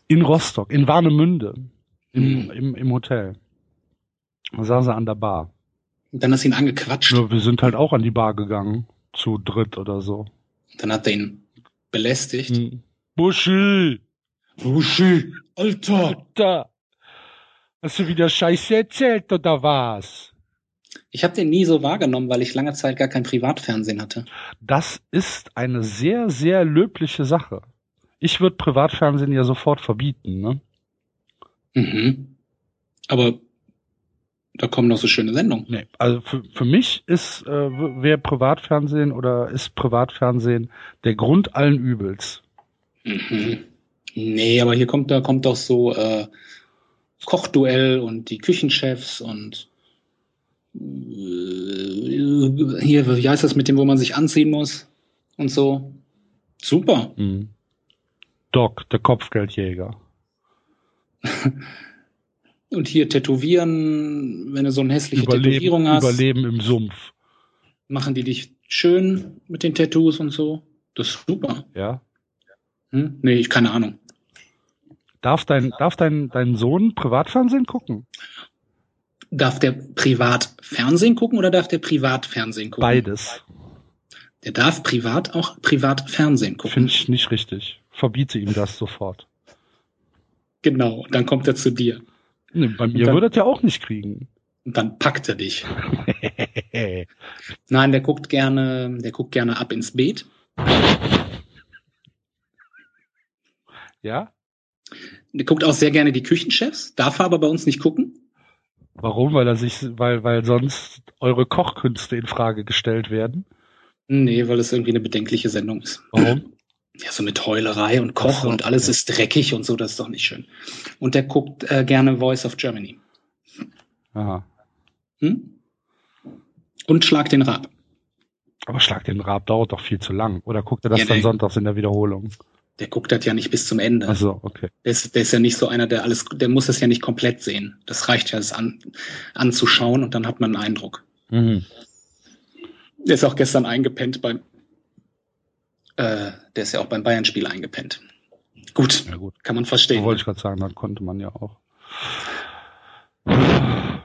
S4: In Rostock, in Warnemünde, im,
S5: Mhm.
S4: im, im Hotel. Da saß er an der Bar.
S5: Und dann hast du ihn angequatscht.
S4: Nur wir sind halt auch an die Bar gegangen. Zu dritt oder so.
S5: Dann hat er ihn belästigt.
S4: Mhm. Buschi,
S5: Buschi, Alter!
S4: Alter. Hast du wieder Scheiße erzählt oder was?
S5: Ich habe den nie so wahrgenommen, weil ich lange Zeit gar kein Privatfernsehen hatte.
S4: Das ist eine sehr, sehr löbliche Sache. Ich würde Privatfernsehen ja sofort verbieten, ne?
S5: Mhm. Aber da kommen noch so schöne Sendungen.
S4: Nee, also für, für mich ist äh, w- wäre Privatfernsehen oder ist Privatfernsehen der Grund allen Übels.
S5: Mhm. Nee, aber hier kommt da kommt doch so äh, Kochduell und die Küchenchefs und äh, hier, wie heißt das mit dem, wo man sich anziehen muss und so. Super.
S4: Mhm. Doc, der Kopfgeldjäger.
S5: Und hier tätowieren, wenn du so eine hässliche Tätowierung hast,
S4: Überleben im Sumpf.
S5: machen die dich schön mit den Tattoos und so. Das ist super.
S4: Ja.
S5: Hm? Nee, ich keine Ahnung.
S4: Darf dein, darf dein, dein Sohn Privatfernsehen gucken?
S5: Darf der privat Fernsehen gucken oder darf der privat Fernsehen gucken?
S4: Beides.
S5: Der darf privat auch privat Fernsehen gucken.
S4: Finde ich nicht richtig. Verbiete ihm das sofort.
S5: Genau, und dann kommt er zu dir.
S4: Nee, Ne, bei mir
S5: dann-
S4: würde das ja auch nicht kriegen.
S5: Und dann packt er dich.
S4: Hey.
S5: Nein, der guckt gerne, der guckt gerne ab ins Beet.
S4: Ja?
S5: Der guckt auch sehr gerne die Küchenchefs, darf er aber bei uns nicht gucken.
S4: Warum? Weil er sich, weil, weil sonst eure Kochkünste in Frage gestellt werden.
S5: Nee, weil es irgendwie eine bedenkliche Sendung ist.
S4: Warum?
S5: Ja, so mit Heulerei und Koch
S4: Ach so,
S5: und alles
S4: okay.
S5: ist dreckig und so, das ist doch nicht schön. Und der guckt äh, gerne Voice of Germany.
S4: Aha.
S5: Hm? Und Schlag den Rab.
S4: Aber Schlag den Rab dauert doch viel zu lang. Oder guckt er das
S5: Ja,
S4: dann
S5: nee.
S4: sonntags in der Wiederholung?
S5: Der guckt das ja nicht bis zum Ende.
S4: Also okay.
S5: Der ist, der ist ja nicht so einer, der alles, der muss das ja nicht komplett sehen. Das reicht ja, es an, anzuschauen und dann hat man einen Eindruck.
S4: Mhm.
S5: Der ist auch gestern eingepennt beim, äh, der ist ja auch beim Bayern-Spiel eingepennt. Gut,
S4: Ja gut.
S5: kann man
S4: Da
S5: verstehen.
S4: wollte ich gerade sagen, dann konnte man ja auch.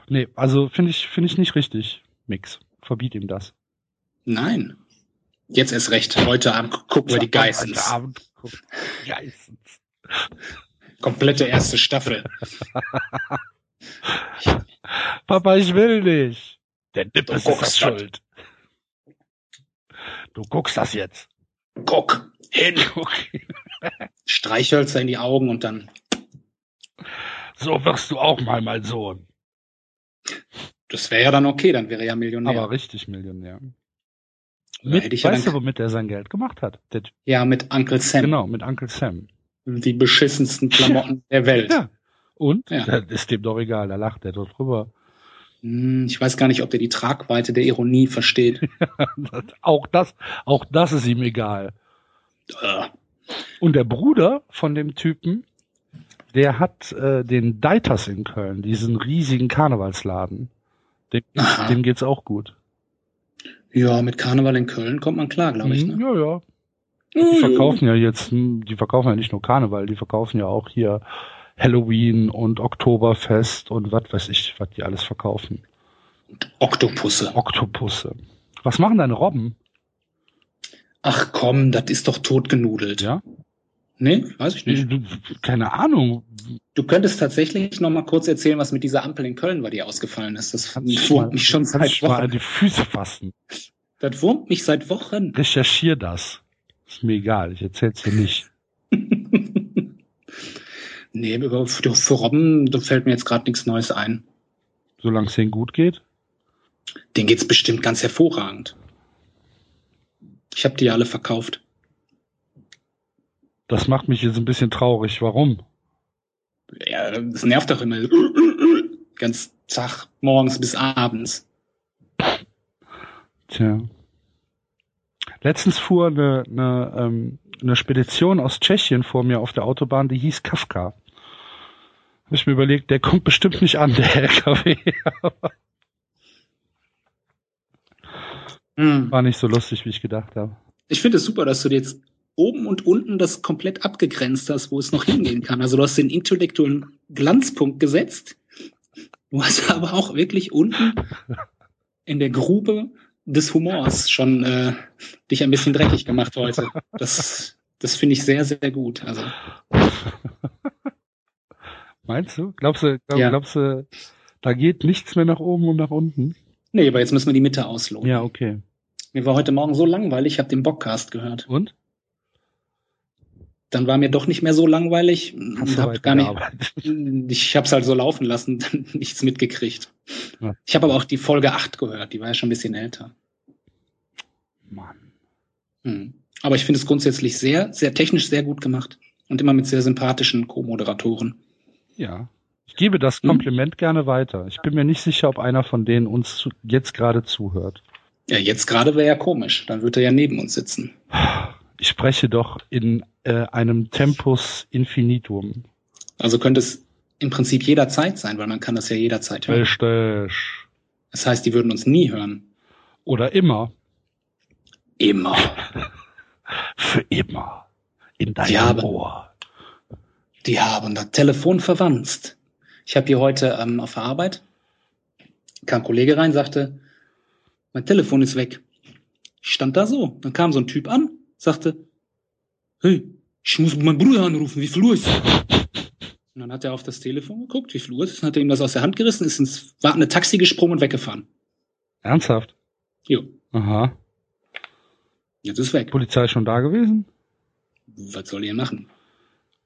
S4: Nee, also finde ich, finde ich nicht richtig. Mix. Verbiet ihm das.
S5: Nein. Jetzt erst recht. Heute Abend gucken wir die
S4: Heute
S5: Geissens.
S4: Abend gucken. Geissens.
S5: Komplette erste Staffel.
S4: Papa, ich will nicht. Der
S5: Du
S4: Nippes
S5: guckst das.
S4: Du guckst das jetzt.
S5: Guck, hin.
S4: Okay.
S5: Streichhölzer in die Augen und dann,
S4: So wirst du auch mal mein Sohn.
S5: das wäre ja dann okay, dann wäre er ja Millionär.
S4: Aber richtig Millionär.
S5: Oder
S4: Mit,
S5: hätte ich ja,
S4: weißt du,
S5: dann,
S4: womit er sein Geld gemacht hat? Der Typ.
S5: ja, mit Uncle Sam.
S4: Genau, mit Uncle Sam.
S5: Die beschissensten Klamotten der Welt.
S4: Ja. Und?
S5: Ja.
S4: Das ist dem doch egal, da lacht er dort drüber.
S5: Hm, Ich weiß gar nicht, ob der die Tragweite der Ironie versteht.
S4: auch das, auch das ist ihm egal.
S5: Äh,
S4: Und der Bruder von dem Typen Der hat äh, den Deiters in Köln, diesen riesigen Karnevalsladen. Dem,
S5: Aha.
S4: dem geht's auch gut.
S5: Ja, mit Karneval in Köln kommt man klar, glaube ich.
S4: Mhm,
S5: Ne?
S4: Ja, ja.
S5: Ui,
S4: Die
S5: ui.
S4: verkaufen ja jetzt, hm, die verkaufen ja nicht nur Karneval, die verkaufen ja auch hier Halloween und Oktoberfest und was weiß ich, was die alles verkaufen.
S5: Oktopusse.
S4: Oktopusse. Was machen deine Robben?
S5: Ach komm, das ist doch totgenudelt.
S4: Ja?
S5: Nee, weiß ich nicht.
S4: Du, keine Ahnung.
S5: Du könntest tatsächlich noch mal kurz erzählen, was mit dieser Ampel in Köln war, die ausgefallen ist. Das
S4: Kannst dich
S5: wurmt
S4: mal-
S5: mich schon
S4: kannst
S5: seit
S4: dich Halt mal an
S5: Wochen.
S4: die Füße fassen.
S5: Das wurmt mich seit Wochen.
S4: Hm? Recherchier das. Ist mir egal, ich erzähl's dir nicht.
S5: Nee, über, für, für Robben da fällt mir jetzt gerade nichts Neues ein.
S4: Solange es denen gut geht.
S5: Den geht's bestimmt ganz hervorragend. Ich habe die ja alle verkauft.
S4: Das macht mich jetzt ein bisschen traurig. Warum?
S5: Ja, das nervt doch immer. Ganz Tag, morgens bis abends.
S4: Tja. Letztens fuhr eine, eine, ähm, eine Spedition aus Tschechien vor mir auf der Autobahn, die hieß Kafka. Hab ich mir überlegt, der kommt bestimmt nicht an, der LKW.
S5: Hm.
S4: War nicht so lustig, wie ich gedacht habe.
S5: Ich finde es super, dass du dir jetzt oben und unten das komplett abgegrenzt hast, wo es noch hingehen kann. Also du hast den intellektuellen Glanzpunkt gesetzt. Du hast aber auch wirklich unten in der Grube des Humors schon äh, dich ein bisschen dreckig gemacht heute. Das, das finde ich sehr, sehr gut. Also
S4: Meinst du? Glaubst du, glaub,
S5: Ja.
S4: glaubst du, da geht nichts mehr nach oben und nach unten?
S5: nee, aber jetzt müssen wir die Mitte ausloten.
S4: Ja, okay.
S5: Mir war heute Morgen so langweilig, ich habe den Bockcast gehört.
S4: Und?
S5: Dann war mir doch nicht mehr so langweilig und habe gar nicht,
S4: weitergearbeitet?
S5: Ich habe es halt so laufen lassen, dann nichts mitgekriegt.
S4: Ja.
S5: Ich habe aber auch die Folge 8 gehört, die war ja schon ein bisschen älter.
S4: Mann.
S5: Hm. Aber ich finde es grundsätzlich sehr, sehr technisch sehr gut gemacht und immer mit sehr sympathischen Co-Moderatoren.
S4: Ja. Ich gebe das
S5: Hm?
S4: Kompliment gerne weiter. Ich bin mir nicht sicher, ob einer von denen uns zu, jetzt gerade zuhört.
S5: Ja, jetzt gerade wäre ja komisch, dann würde er ja neben uns sitzen.
S4: Ich spreche doch in äh, einem Tempus infinitum.
S5: Also könnte es im Prinzip jederzeit sein, weil man kann das ja jederzeit hören.
S4: Richtig.
S5: Das heißt, die würden uns nie hören.
S4: Oder immer.
S5: Immer.
S4: Für immer. In deinem
S5: Ja, aber-
S4: Ohr.
S5: Die haben das Telefon verwanzt. Ich habe hier heute ähm, auf der Arbeit, kam ein Kollege rein, sagte, mein Telefon ist weg. Ich stand da so. Dann kam so ein Typ an, sagte, hey, ich muss meinen Bruder anrufen, wie viel Uhr ist Und dann hat er auf das Telefon geguckt, wie viel Uhr ist es, und hat ihm das aus der Hand gerissen, ist ins wartende Taxi gesprungen und weggefahren.
S4: Ernsthaft?
S5: Jo,
S4: Aha.
S5: jetzt ist weg.
S4: Polizei schon da gewesen?
S5: Was soll ihr machen?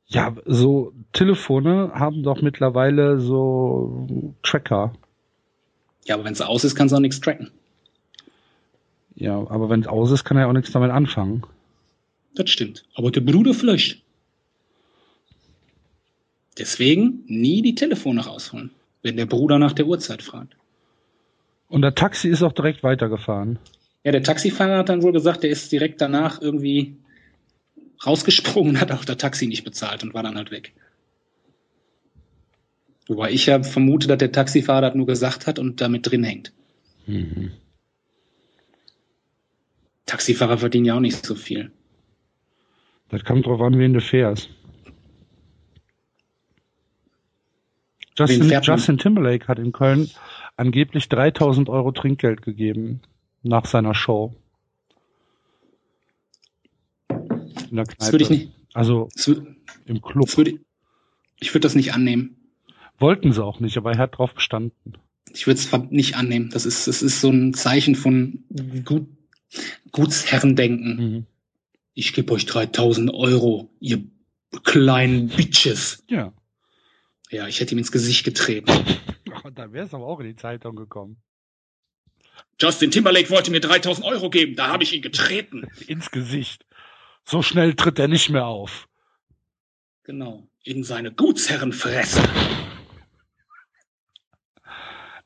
S4: Ja, so Telefone haben doch mittlerweile so Tracker.
S5: Ja, aber wenn es aus ist, kannst du auch nichts tracken.
S4: Ja, aber wenn es aus ist, kann er ja auch nichts damit anfangen.
S5: Das stimmt. Aber der Bruder vielleicht. Deswegen nie die Telefone rausholen, wenn der Bruder nach der Uhrzeit fragt.
S4: Und der Taxi ist auch direkt weitergefahren.
S5: Ja, der Taxifahrer hat dann wohl gesagt, der ist direkt danach irgendwie rausgesprungen, hat auch das Taxi nicht bezahlt und war dann halt weg. Wobei ich ja vermute, dass der Taxifahrer das nur gesagt hat und damit drin hängt. Taxifahrer verdienen ja auch nicht so viel.
S4: Das kommt drauf an, wen du fährst. Justin,
S5: fährt man?
S4: Justin Timberlake hat in Köln angeblich 3000 Euro Trinkgeld gegeben nach seiner Show. In der Kneipe.
S5: Das würde ich nicht.
S4: Also
S5: Das wür-
S4: im Club.
S5: das würde, ich würde das nicht annehmen.
S4: Wollten sie auch nicht, aber er hat drauf bestanden.
S5: ich würde es nicht annehmen. Das ist, das ist so ein Zeichen von gut,
S4: Mhm.
S5: Gutsherrendenken. Ich gebe euch 3000 Euro, ihr kleinen Bitches.
S4: Ja.
S5: Ja, ich hätte ihm ins Gesicht getreten.
S4: Und dann wäre es aber auch in die Zeitung gekommen.
S5: Justin Timberlake wollte mir 3000 Euro geben, da habe ich ihn getreten.
S4: Ins Gesicht. So schnell tritt er nicht mehr auf.
S5: Genau. In seine Gutsherrenfresse.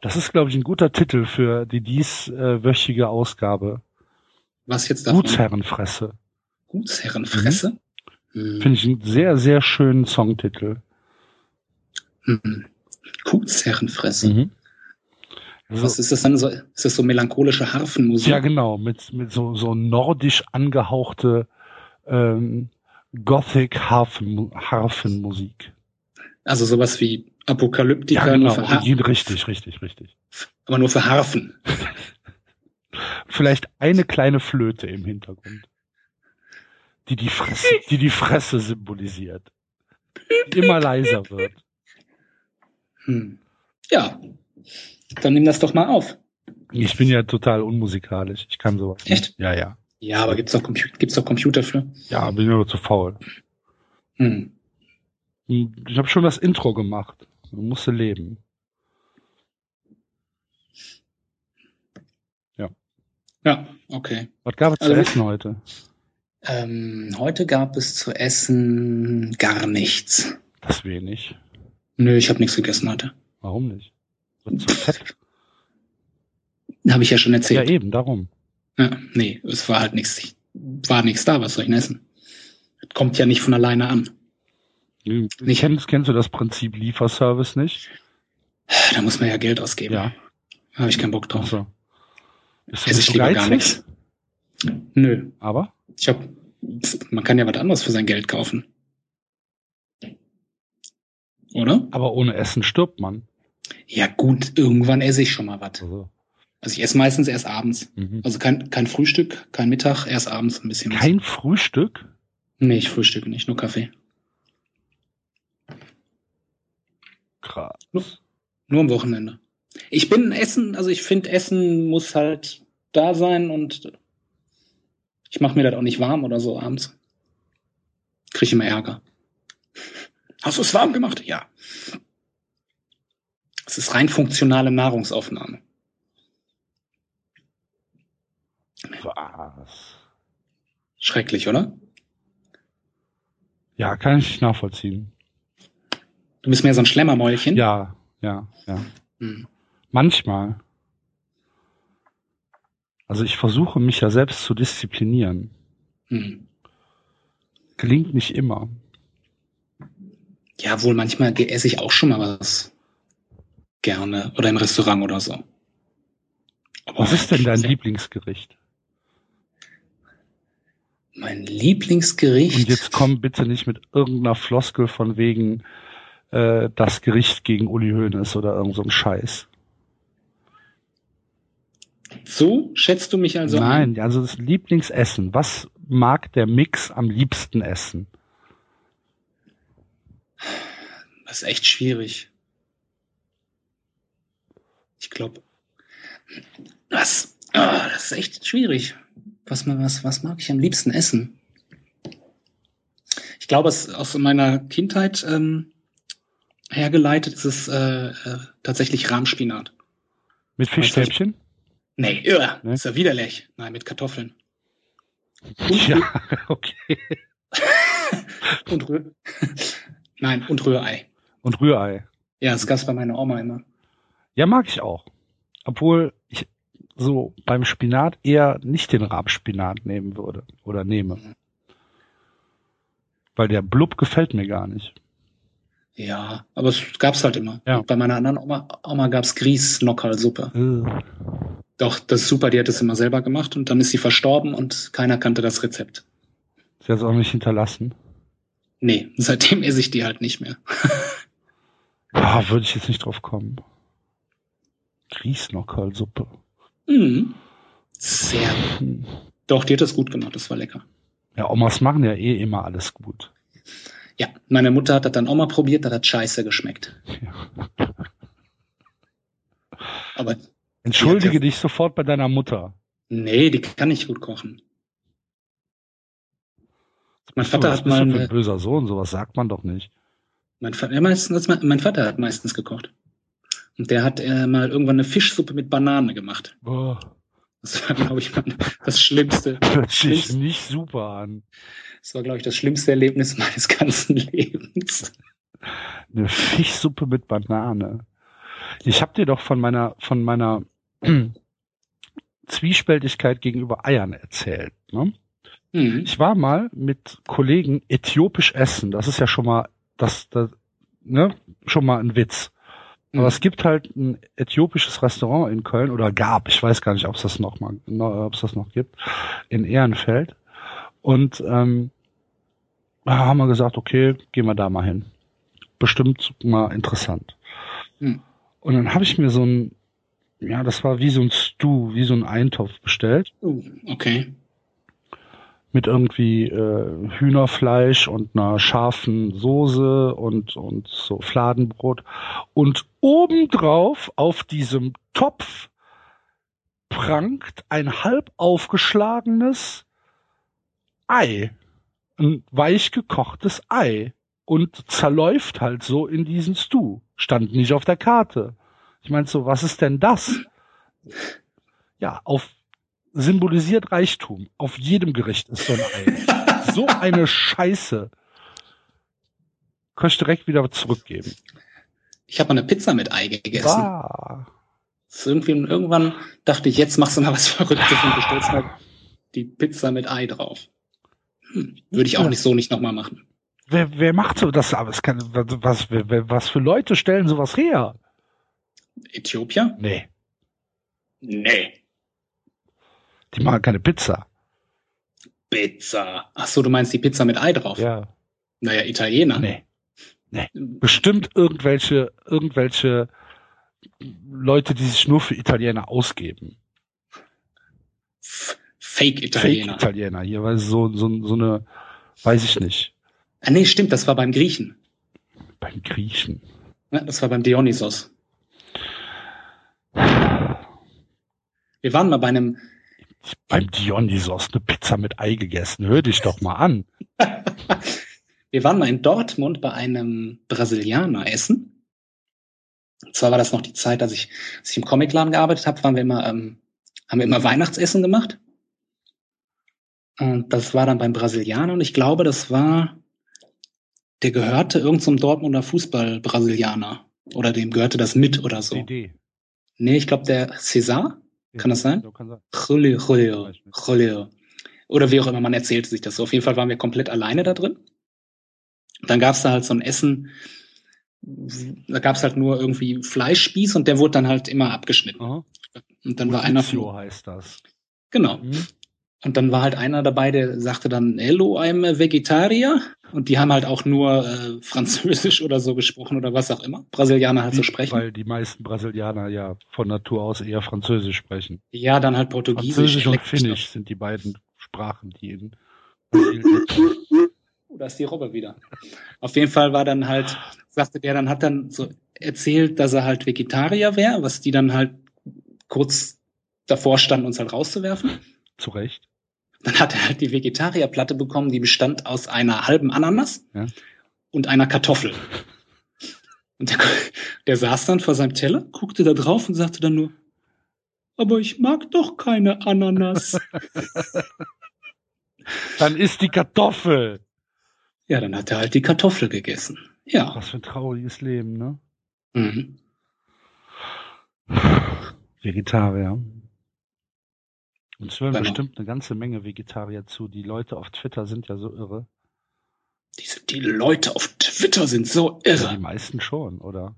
S4: Das ist, glaube ich, ein guter Titel für die dieswöchige Ausgabe.
S5: Was jetzt davon?
S4: Gutsherrenfresse.
S5: Gutsherrenfresse? Hm.
S4: Mhm. Finde ich einen sehr, sehr schönen Songtitel.
S5: Hm. Kuhzerrenfresse.
S4: Mhm. Also,
S5: Was ist das dann so? Ist das so melancholische Harfenmusik?
S4: ja, genau, mit, mit so, so nordisch angehauchte ähm, Gothic-Harfenmusik.
S5: Also sowas wie Apokalyptika,
S4: Ja, genau,
S5: nur für Har-
S4: Origin, richtig, richtig, richtig.
S5: aber nur für Harfen.
S4: Vielleicht eine kleine Flöte im Hintergrund, die die Fresse, die die Fresse symbolisiert. Die Immer leiser wird.
S5: Hm. Ja, dann nimm das doch mal auf.
S4: Ich bin ja total unmusikalisch. Ich kann sowas. nicht.
S5: Echt?
S4: Ja, ja.
S5: Ja, aber gibt's doch, Compu gibt's doch Computer für?
S4: Ja, bin nur zu faul.
S5: Hm.
S4: Ich habe schon das Intro gemacht. Man musste leben.
S5: Ja, okay.
S4: Was gab es zu
S5: Also-
S4: essen heute?
S5: Ähm, heute gab es zu essen gar nichts.
S4: Das wenig.
S5: Nö, ich habe nichts gegessen heute.
S4: Warum nicht? Wird zu fett.
S5: Habe ich ja schon
S4: Ja,
S5: erzählt.
S4: eben, darum.
S5: Ja, nee, es war halt nichts. Ich- War nichts da, was soll ich denn essen? Kommt ja nicht von alleine an.
S4: Nicht. Kennst, kennst du das Prinzip Lieferservice nicht?
S5: Da muss man ja Geld ausgeben.
S4: Ja.
S5: Habe ich keinen Bock drauf.
S4: Also. Ist
S5: Esse ich lieber gar nichts. Nö.
S4: Aber?
S5: Ich hab, pf, man kann ja was anderes für sein Geld kaufen. Oder?
S4: Aber ohne Essen stirbt man.
S5: Ja gut, irgendwann esse ich schon mal was.
S4: Also,
S5: Also ich esse meistens erst abends.
S4: mhm.
S5: Also kein, kein Frühstück, kein Mittag, erst abends ein bisschen. was.
S4: Kein Frühstück?
S5: Nee, ich frühstücke nicht, nur Kaffee.
S4: Krass.
S5: Nur am Wochenende. Ich bin Essen, also ich finde, Essen muss halt da sein und ich mache mir das auch nicht warm oder so abends. Kriege ich immer Ärger. Hast du es warm gemacht? Ja. Es ist rein funktionale Nahrungsaufnahme.
S4: Was?
S5: Schrecklich, oder?
S4: Ja, kann ich nachvollziehen.
S5: Du bist mehr so ein Schlemmermäulchen.
S4: Ja, ja, ja.
S5: Hm.
S4: Manchmal. Also ich versuche mich ja selbst zu disziplinieren.
S5: Hm.
S4: Gelingt nicht immer.
S5: Ja, wohl manchmal ge- esse ich auch schon mal was gerne oder im Restaurant oder so. Aber
S4: Was ist denn dein
S5: Lieblingsgericht?
S4: Lieblingsgericht?
S5: Mein Lieblingsgericht?
S4: Und jetzt komm bitte nicht mit irgendeiner Floskel von wegen äh, das Gericht gegen Uli Hoeneß oder irgend so ein Scheiß.
S5: So schätzt du mich also
S4: Nein, also das Lieblingsessen. Was mag der Mix am liebsten essen?
S5: Ein? Das ist echt schwierig. Ich glaube. Was? Ah, das ist echt schwierig. Was, ma- was, was mag ich am liebsten essen? Ich glaube, es ist aus meiner Kindheit ähm, hergeleitet ist es äh, äh, tatsächlich Rahmspinat.
S4: Mit Fischstäbchen?
S5: Nee, irr,
S4: Ne?
S5: ist ja widerlich. Nein, mit Kartoffeln.
S4: Ja, okay.
S5: Und Rühr Nein, und Rührei.
S4: Und Rührei.
S5: Ja, das gab's bei meiner Oma immer.
S4: Ja, mag ich auch. Obwohl ich so beim Spinat eher nicht den Rabspinat nehmen würde oder nehme. Weil der Blub gefällt mir gar nicht.
S5: Ja, aber es gab's halt immer.
S4: Ja.
S5: Und bei meiner anderen Oma, Oma gab's Grießnockerl-Suppe.
S4: Äh,
S5: Doch, das ist super, die hat es immer selber gemacht und dann ist sie verstorben und keiner kannte das Rezept.
S4: Sie hat es auch nicht hinterlassen.
S5: Nee, seitdem esse ich die halt nicht mehr.
S4: Ah, würde ich jetzt nicht drauf kommen. Grießnockerlsuppe.
S5: Mhm. Sehr.
S4: Hm.
S5: Doch, die hat das gut gemacht, das war lecker.
S4: Ja, Omas machen ja eh immer alles gut.
S5: Ja, meine Mutter hat das dann auch mal probiert, das hat scheiße geschmeckt.
S4: Ja.
S5: Aber
S4: Entschuldige
S5: Ja,
S4: dich sofort bei deiner Mutter.
S5: nee, die kann nicht gut kochen. Mein
S4: Bist du-
S5: Vater
S4: was
S5: hat
S4: bist
S5: mal,
S4: du für ein
S5: eine,
S4: böser Sohn, sowas sagt man doch nicht.
S5: mein, Vater, ja, meistens, mein Vater hat meistens gekocht. Und der hat äh, mal irgendwann eine Fischsuppe mit Banane gemacht.
S4: Oh,
S5: Das war, glaube ich, mein, das Schlimmste.
S4: hört sich
S5: Schlimmste-
S4: nicht super an.
S5: Das war, glaube ich, das schlimmste Erlebnis meines ganzen Lebens.
S4: Eine Fischsuppe mit Banane. Ich hab dir doch von meiner, von meiner Zwiespältigkeit gegenüber Eiern erzählt. Ne?
S5: Hm.
S4: Ich war mal mit Kollegen äthiopisch essen. Das ist ja schon mal, das, das ne, schon mal ein Witz. Aber
S5: Mhm.
S4: es gibt halt ein äthiopisches Restaurant in Köln oder gab, ich weiß gar nicht, ob es das noch mal, ob es das noch gibt, in Ehrenfeld. Und ähm, da haben wir gesagt, okay, gehen wir da mal hin. Bestimmt mal interessant.
S5: Hm.
S4: Und dann habe ich mir so ein, ja, das war wie so ein Stew, wie so ein Eintopf bestellt
S5: Oh, okay.
S4: mit irgendwie äh, Hühnerfleisch und einer scharfen Soße und, und so Fladenbrot. Und obendrauf auf diesem Topf prangt ein halb aufgeschlagenes Ei. Ein weich gekochtes Ei. Und zerläuft halt so in diesen Stew. Stand nicht auf der Karte. Ich meinte so, was ist denn das? Ja, auf symbolisiert Reichtum. Auf jedem Gericht ist so ein Ei. so eine Scheiße. Kann ich direkt wieder zurückgeben.
S5: Ich habe mal eine Pizza mit Ei gegessen.
S4: Ah.
S5: Das ist irgendwie, irgendwann dachte ich, jetzt machst du mal was Verrücktes und bestellst mal die Pizza mit Ei drauf. Hm, würde ich auch nicht so nicht nochmal machen.
S4: Wer, wer macht so das? Aber es kann, was, was, wer- wer- was für Leute stellen sowas her?
S5: Äthiopia?
S4: Nee,
S5: Nee.
S4: die machen keine Pizza.
S5: Pizza. Ach so, du meinst die Pizza mit Ei drauf?
S4: Ja.
S5: Naja, Italiener.
S4: Nee. Bestimmt irgendwelche, irgendwelche Leute, die sich nur für Italiener ausgeben.
S5: F- Fake Italiener.
S4: Fake-Italiener hier, weil so, so, so eine, weiß ich nicht,
S5: ah, nee, stimmt, das war beim Griechen.
S4: beim Griechen.
S5: Ja, das war beim Dionysos. Wir waren mal bei einem,
S4: beim Dionysos eine Pizza mit Ei gegessen. Hör dich doch mal an.
S5: Wir waren mal in Dortmund bei einem Brasilianer essen. Und zwar war das noch die Zeit, als ich, als ich im Comicladen gearbeitet habe, waren wir immer, ähm, haben wir immer Weihnachtsessen gemacht. Und das war dann beim Brasilianer und ich glaube, das war, der gehörte irgend zum Dortmunder Fußball-Brasilianer. Oder dem gehörte das mit oder so.
S4: Idee.
S5: Nee, ich glaube, der César, Kann das sein?
S4: Ja, kann sein.
S5: Julio, Julio,
S4: Beispiel.
S5: Julio. Oder wie auch immer, man erzählte sich das so. Auf jeden Fall waren wir komplett alleine da drin. Und dann gab es da halt so ein Essen, da gab es halt nur irgendwie Fleischspieß und der wurde dann halt immer abgeschnitten.
S4: Aha.
S5: Und dann war einer von,
S4: Maurizio heißt das.
S5: genau.
S4: Hm?
S5: Und dann war halt einer dabei, der sagte dann, hello, I'm a Vegetarier. Und die haben halt auch nur äh, Französisch oder so gesprochen oder was auch immer. Brasilianer halt so sprechen.
S4: Hm? Weil die meisten Brasilianer ja von Natur aus eher Französisch sprechen.
S5: Ja, dann halt Portugiesisch.
S4: Französisch und
S5: Elektrisch.
S4: Finnisch sind die beiden Sprachen, die in Brasilien
S5: Oh, da ist die Robbe wieder. Auf jeden Fall war dann halt, sagte der, dann hat dann so erzählt, dass er halt Vegetarier wäre, was die dann halt kurz davor standen, uns halt rauszuwerfen.
S4: zurecht.
S5: Dann hat er halt die Vegetarierplatte bekommen, die bestand aus einer halben Ananas
S4: Ja.
S5: und einer Kartoffel. Und der, der saß dann vor seinem Teller, guckte da drauf und sagte dann nur, aber ich mag doch keine Ananas.
S4: Dann ist die Kartoffel.
S5: ja, dann hat er halt die Kartoffel gegessen. Ja.
S4: Was für ein trauriges Leben, ne?
S5: Mhm.
S4: Vegetarier. Und es hören
S5: Genau.
S4: bestimmt eine ganze Menge Vegetarier zu. Die Leute auf Twitter sind ja so irre.
S5: Diese, die Leute auf Twitter sind so
S4: Die
S5: irre.
S4: meisten schon, oder?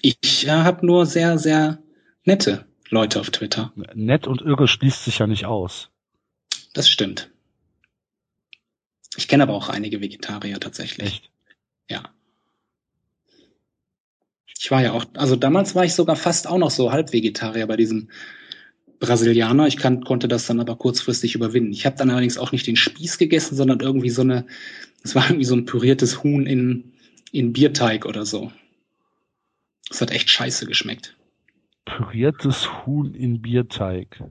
S5: Ich äh, habe nur sehr, sehr nette Leute auf Twitter.
S4: Nett und irre schließt sich ja nicht aus.
S5: Das stimmt. Ich kenne aber auch einige Vegetarier tatsächlich.
S4: Echt?
S5: Ja. Ich war ja auch, also damals war ich sogar fast auch noch so Halbvegetarier bei diesem Brasilianer. Ich kann, konnte das dann aber kurzfristig überwinden. Ich habe dann allerdings auch nicht den Spieß gegessen, sondern irgendwie so eine, es war irgendwie so ein püriertes Huhn in, in Bierteig oder so. Das hat echt scheiße geschmeckt.
S4: Püriertes Huhn in Bierteig.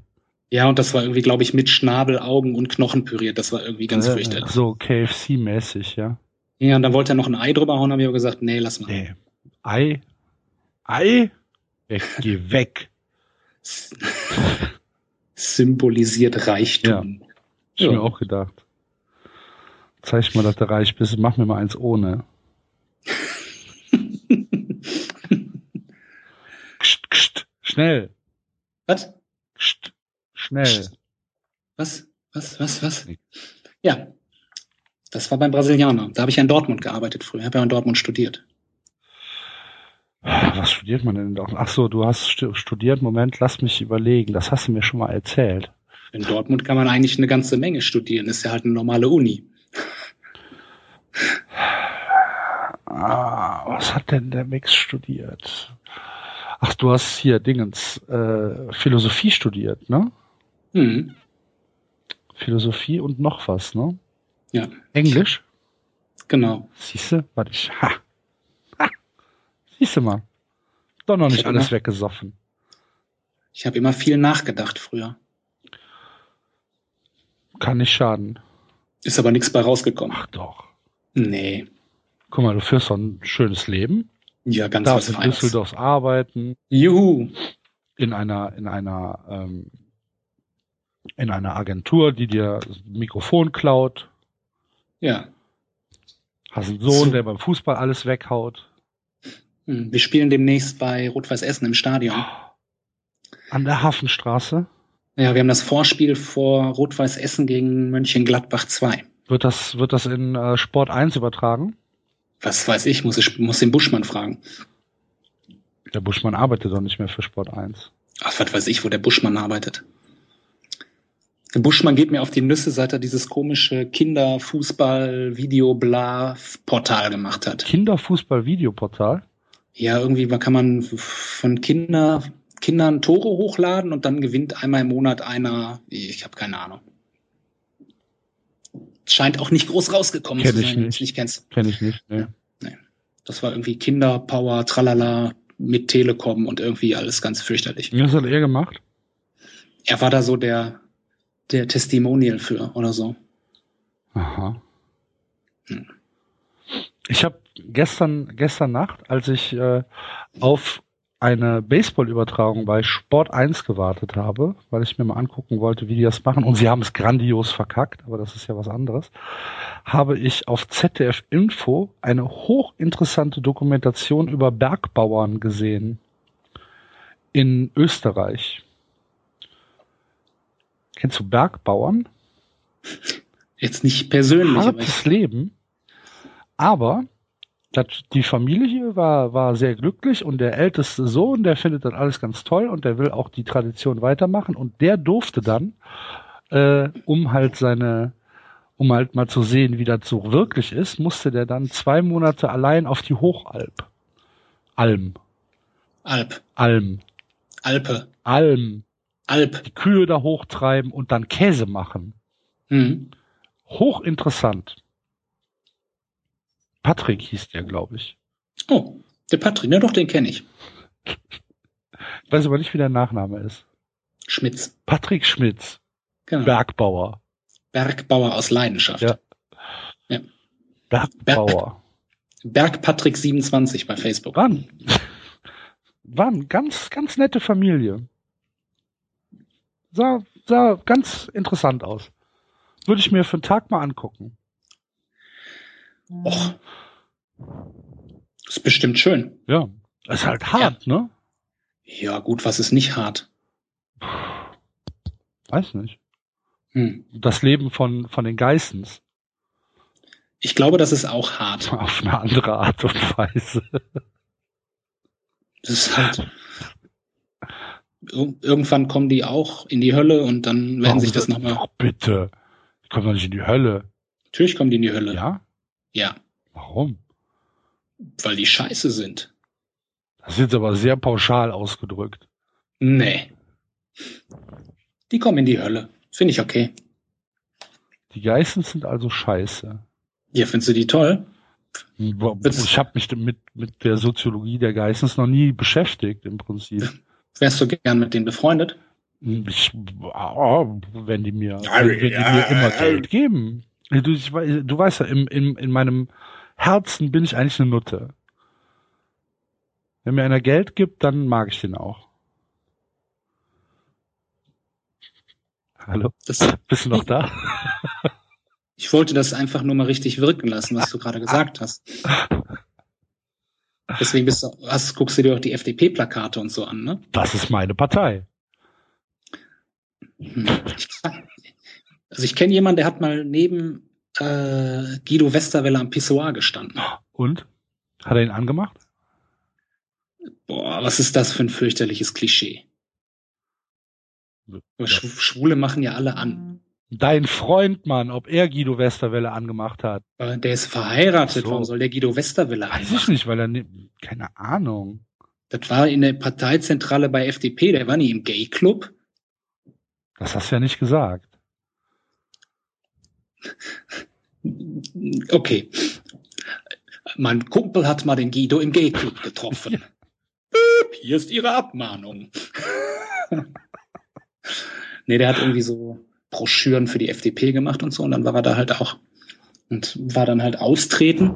S5: Ja, und das war irgendwie, glaube ich, mit Schnabel, Augen und Knochen püriert. Das war irgendwie ganz
S4: Äh,
S5: fürchterlich.
S4: So KFC-mäßig, ja?
S5: Ja, und dann wollte er noch ein Ei drüber hauen, habe ich aber gesagt, nee, lass mal.
S4: Nee. Ei? Ei? Weg, geh weg.
S5: Symbolisiert Reichtum.
S4: Hab ich
S5: Ja.
S4: mir auch gedacht. Zeig mal, dass du reich bist. Mach mir mal eins ohne. kst, kst, schnell.
S5: Was?
S4: Kst, schnell.
S5: Was? Was? Was? Was?
S4: Nee.
S5: Ja. Das war beim Brasilianer. Da habe ich ja in Dortmund gearbeitet früher. Ich habe ja in Dortmund studiert.
S4: Äh, Was studiert man denn in Dortmund? Ach so, du hast stu- studiert. Moment, lass mich überlegen. Das hast du mir schon mal erzählt.
S5: In Dortmund kann man eigentlich eine ganze Menge studieren. Ist ja halt eine normale Uni.
S4: Ah, was hat denn der Mix studiert? Ach, du hast hier Dingens äh, Philosophie studiert, ne?
S5: Hm.
S4: Philosophie und noch was, ne?
S5: Ja,
S4: Englisch?
S5: genau.
S4: Siehste, warte ich. Ha. ha. Siehste mal. Doch noch
S5: Ich
S4: nicht
S5: hab
S4: alles
S5: immer-
S4: weggesoffen.
S5: Ich habe immer viel nachgedacht früher.
S4: Kann nicht schaden.
S5: Ist aber nichts bei rausgekommen.
S4: Ach doch.
S5: Nee.
S4: Guck mal, du führst so ein schönes Leben.
S5: Ja, ganz
S4: Darfst
S5: was
S4: in
S5: Feines.
S4: Düsseldorf arbeiten.
S5: Juhu.
S4: in einer in einer ähm, in einer Agentur, die dir das Mikrofon klaut,
S5: Ja.
S4: hast einen Sohn,
S5: So.
S4: der beim Fußball alles weghaut.
S5: Hm. Wir spielen demnächst bei Rot-Weiß Essen im Stadion.
S4: An der Hafenstraße
S5: Ja, wir haben das Vorspiel vor Rot-Weiß Essen gegen Mönchengladbach 2.
S4: wird das wird das in äh, Sport 1 übertragen.
S5: Was weiß ich, muss ich muss den Buschmann fragen.
S4: Der Buschmann arbeitet doch nicht mehr für Sport 1.
S5: Ach, was weiß ich, wo der Buschmann arbeitet. Der Buschmann geht mir auf die Nüsse, seit er dieses komische Kinderfußball-Video-Bla-Portal gemacht hat.
S4: Kinderfußball-Videoportal.
S5: Ja, irgendwie kann man von Kinder, Kindern Tore hochladen und dann gewinnt einmal im Monat einer, ich habe keine Ahnung. Scheint auch nicht groß rausgekommen
S4: Kenn
S5: zu
S4: ich
S5: sein, wenn du es
S4: nicht.
S5: nicht kennst.
S4: Kenne ich nicht. Ne?
S5: Das war irgendwie Kinderpower, tralala, mit Telekom und irgendwie alles ganz fürchterlich.
S4: Was hat er gemacht?
S5: Er war da so der, der Testimonial für oder so.
S4: Aha.
S5: Hm.
S4: Ich habe gestern gestern Nacht, als ich äh, auf eine Baseballübertragung bei Sport 1 gewartet habe, weil ich mir mal angucken wollte, wie die das machen und sie haben es grandios verkackt, aber das ist ja was anderes, habe ich auf ZDF Info eine hochinteressante Dokumentation über Bergbauern gesehen in Österreich. Kennst du Bergbauern?
S5: Jetzt nicht persönlich, aber ich,
S4: hartes Leben. Aber das, die Familie hier war, war sehr glücklich und der älteste Sohn, der findet das alles ganz toll und der will auch die Tradition weitermachen und der durfte dann, äh, um halt seine, um halt mal zu sehen, wie das so wirklich ist, musste der dann zwei Monate allein auf die Hochalp. Alm,
S5: Alp,
S4: Alm,
S5: Alpe,
S4: Alm,
S5: Alp.
S4: die Kühe da hochtreiben und dann Käse machen.
S5: Hm.
S4: Hochinteressant. Patrick hieß der, glaube ich.
S5: Oh, der Patrick, na doch, den kenne ich.
S4: Ich weiß aber nicht, wie der Nachname ist.
S5: Schmitz,
S4: Patrick Schmitz,
S5: genau.
S4: Bergbauer.
S5: Bergbauer aus Leidenschaft.
S4: Ja.
S5: Ja.
S4: Bergbauer.
S5: Bergpatrick27 bei Facebook.
S4: Wann? Wann? Ganz, ganz nette Familie. Sah, sah ganz interessant aus. Würde ich mir für einen Tag mal angucken.
S5: Och. Ist bestimmt schön.
S4: Ja. Ist halt hart, ne?
S5: Ja, gut, was ist nicht hart?
S4: Weiß nicht.
S5: Hm.
S4: Das Leben von, von den Geissens.
S5: Ich glaube, das ist auch hart.
S4: Auf eine andere Art und Weise.
S5: Das ist halt. Ir- Irgendwann kommen die auch in die Hölle und dann werden
S4: Warum
S5: sich das
S4: so-
S5: nochmal.
S4: Ach, bitte. Ich komme doch nicht in die Hölle.
S5: Natürlich kommen die in die Hölle.
S4: Ja?
S5: ja.
S4: Warum?
S5: Weil die scheiße sind.
S4: Das ist jetzt aber sehr pauschal ausgedrückt.
S5: Nee. Die kommen in die Hölle. Finde ich okay.
S4: Die Geissens sind also scheiße.
S5: Ja, findest du die toll?
S4: Ich habe mich mit, mit der Soziologie der Geissens noch nie beschäftigt, im Prinzip.
S5: Wärst du gern mit denen befreundet?
S4: Ich, ah, wenn die mir, wenn, wenn die mir immer Geld geben. Du, ich, wei- du weißt ja, im, im, in meinem Herzen bin ich eigentlich eine Nutte. Wenn mir einer Geld gibt, dann mag ich den auch. Hallo,
S5: Das,
S4: bist du noch da?
S5: ich wollte das einfach nur mal richtig wirken lassen, was du gerade gesagt hast. Deswegen bist du, hast, guckst du dir auch die FDP-Plakate und so an, ne?
S4: Das ist meine Partei.
S5: Hm. Ich- Also ich kenne jemanden, der hat mal neben äh, Guido Westerwelle am Pissoir gestanden.
S4: Und? Hat er ihn angemacht?
S5: Boah, was ist das für ein fürchterliches Klischee?
S4: Ja.
S5: Aber Schw Schwule machen ja alle an.
S4: Dein Freund, Mann, ob er Guido Westerwelle angemacht hat.
S5: Äh, Der ist
S4: Ach
S5: verheiratet,
S4: so.
S5: warum soll der Guido Westerwelle
S4: Weiß ich
S5: anmachen?
S4: nicht, weil er ne, keine Ahnung.
S5: Das war in der Parteizentrale bei FDP, der war nie im Gay-Club.
S4: Das hast du ja nicht gesagt.
S5: Okay. Mein Kumpel hat mal den Guido im Gay-Club getroffen. Böp, hier ist Ihre Abmahnung. nee, der hat irgendwie so Broschüren für die FDP gemacht und so und dann war er da halt auch und war dann halt austreten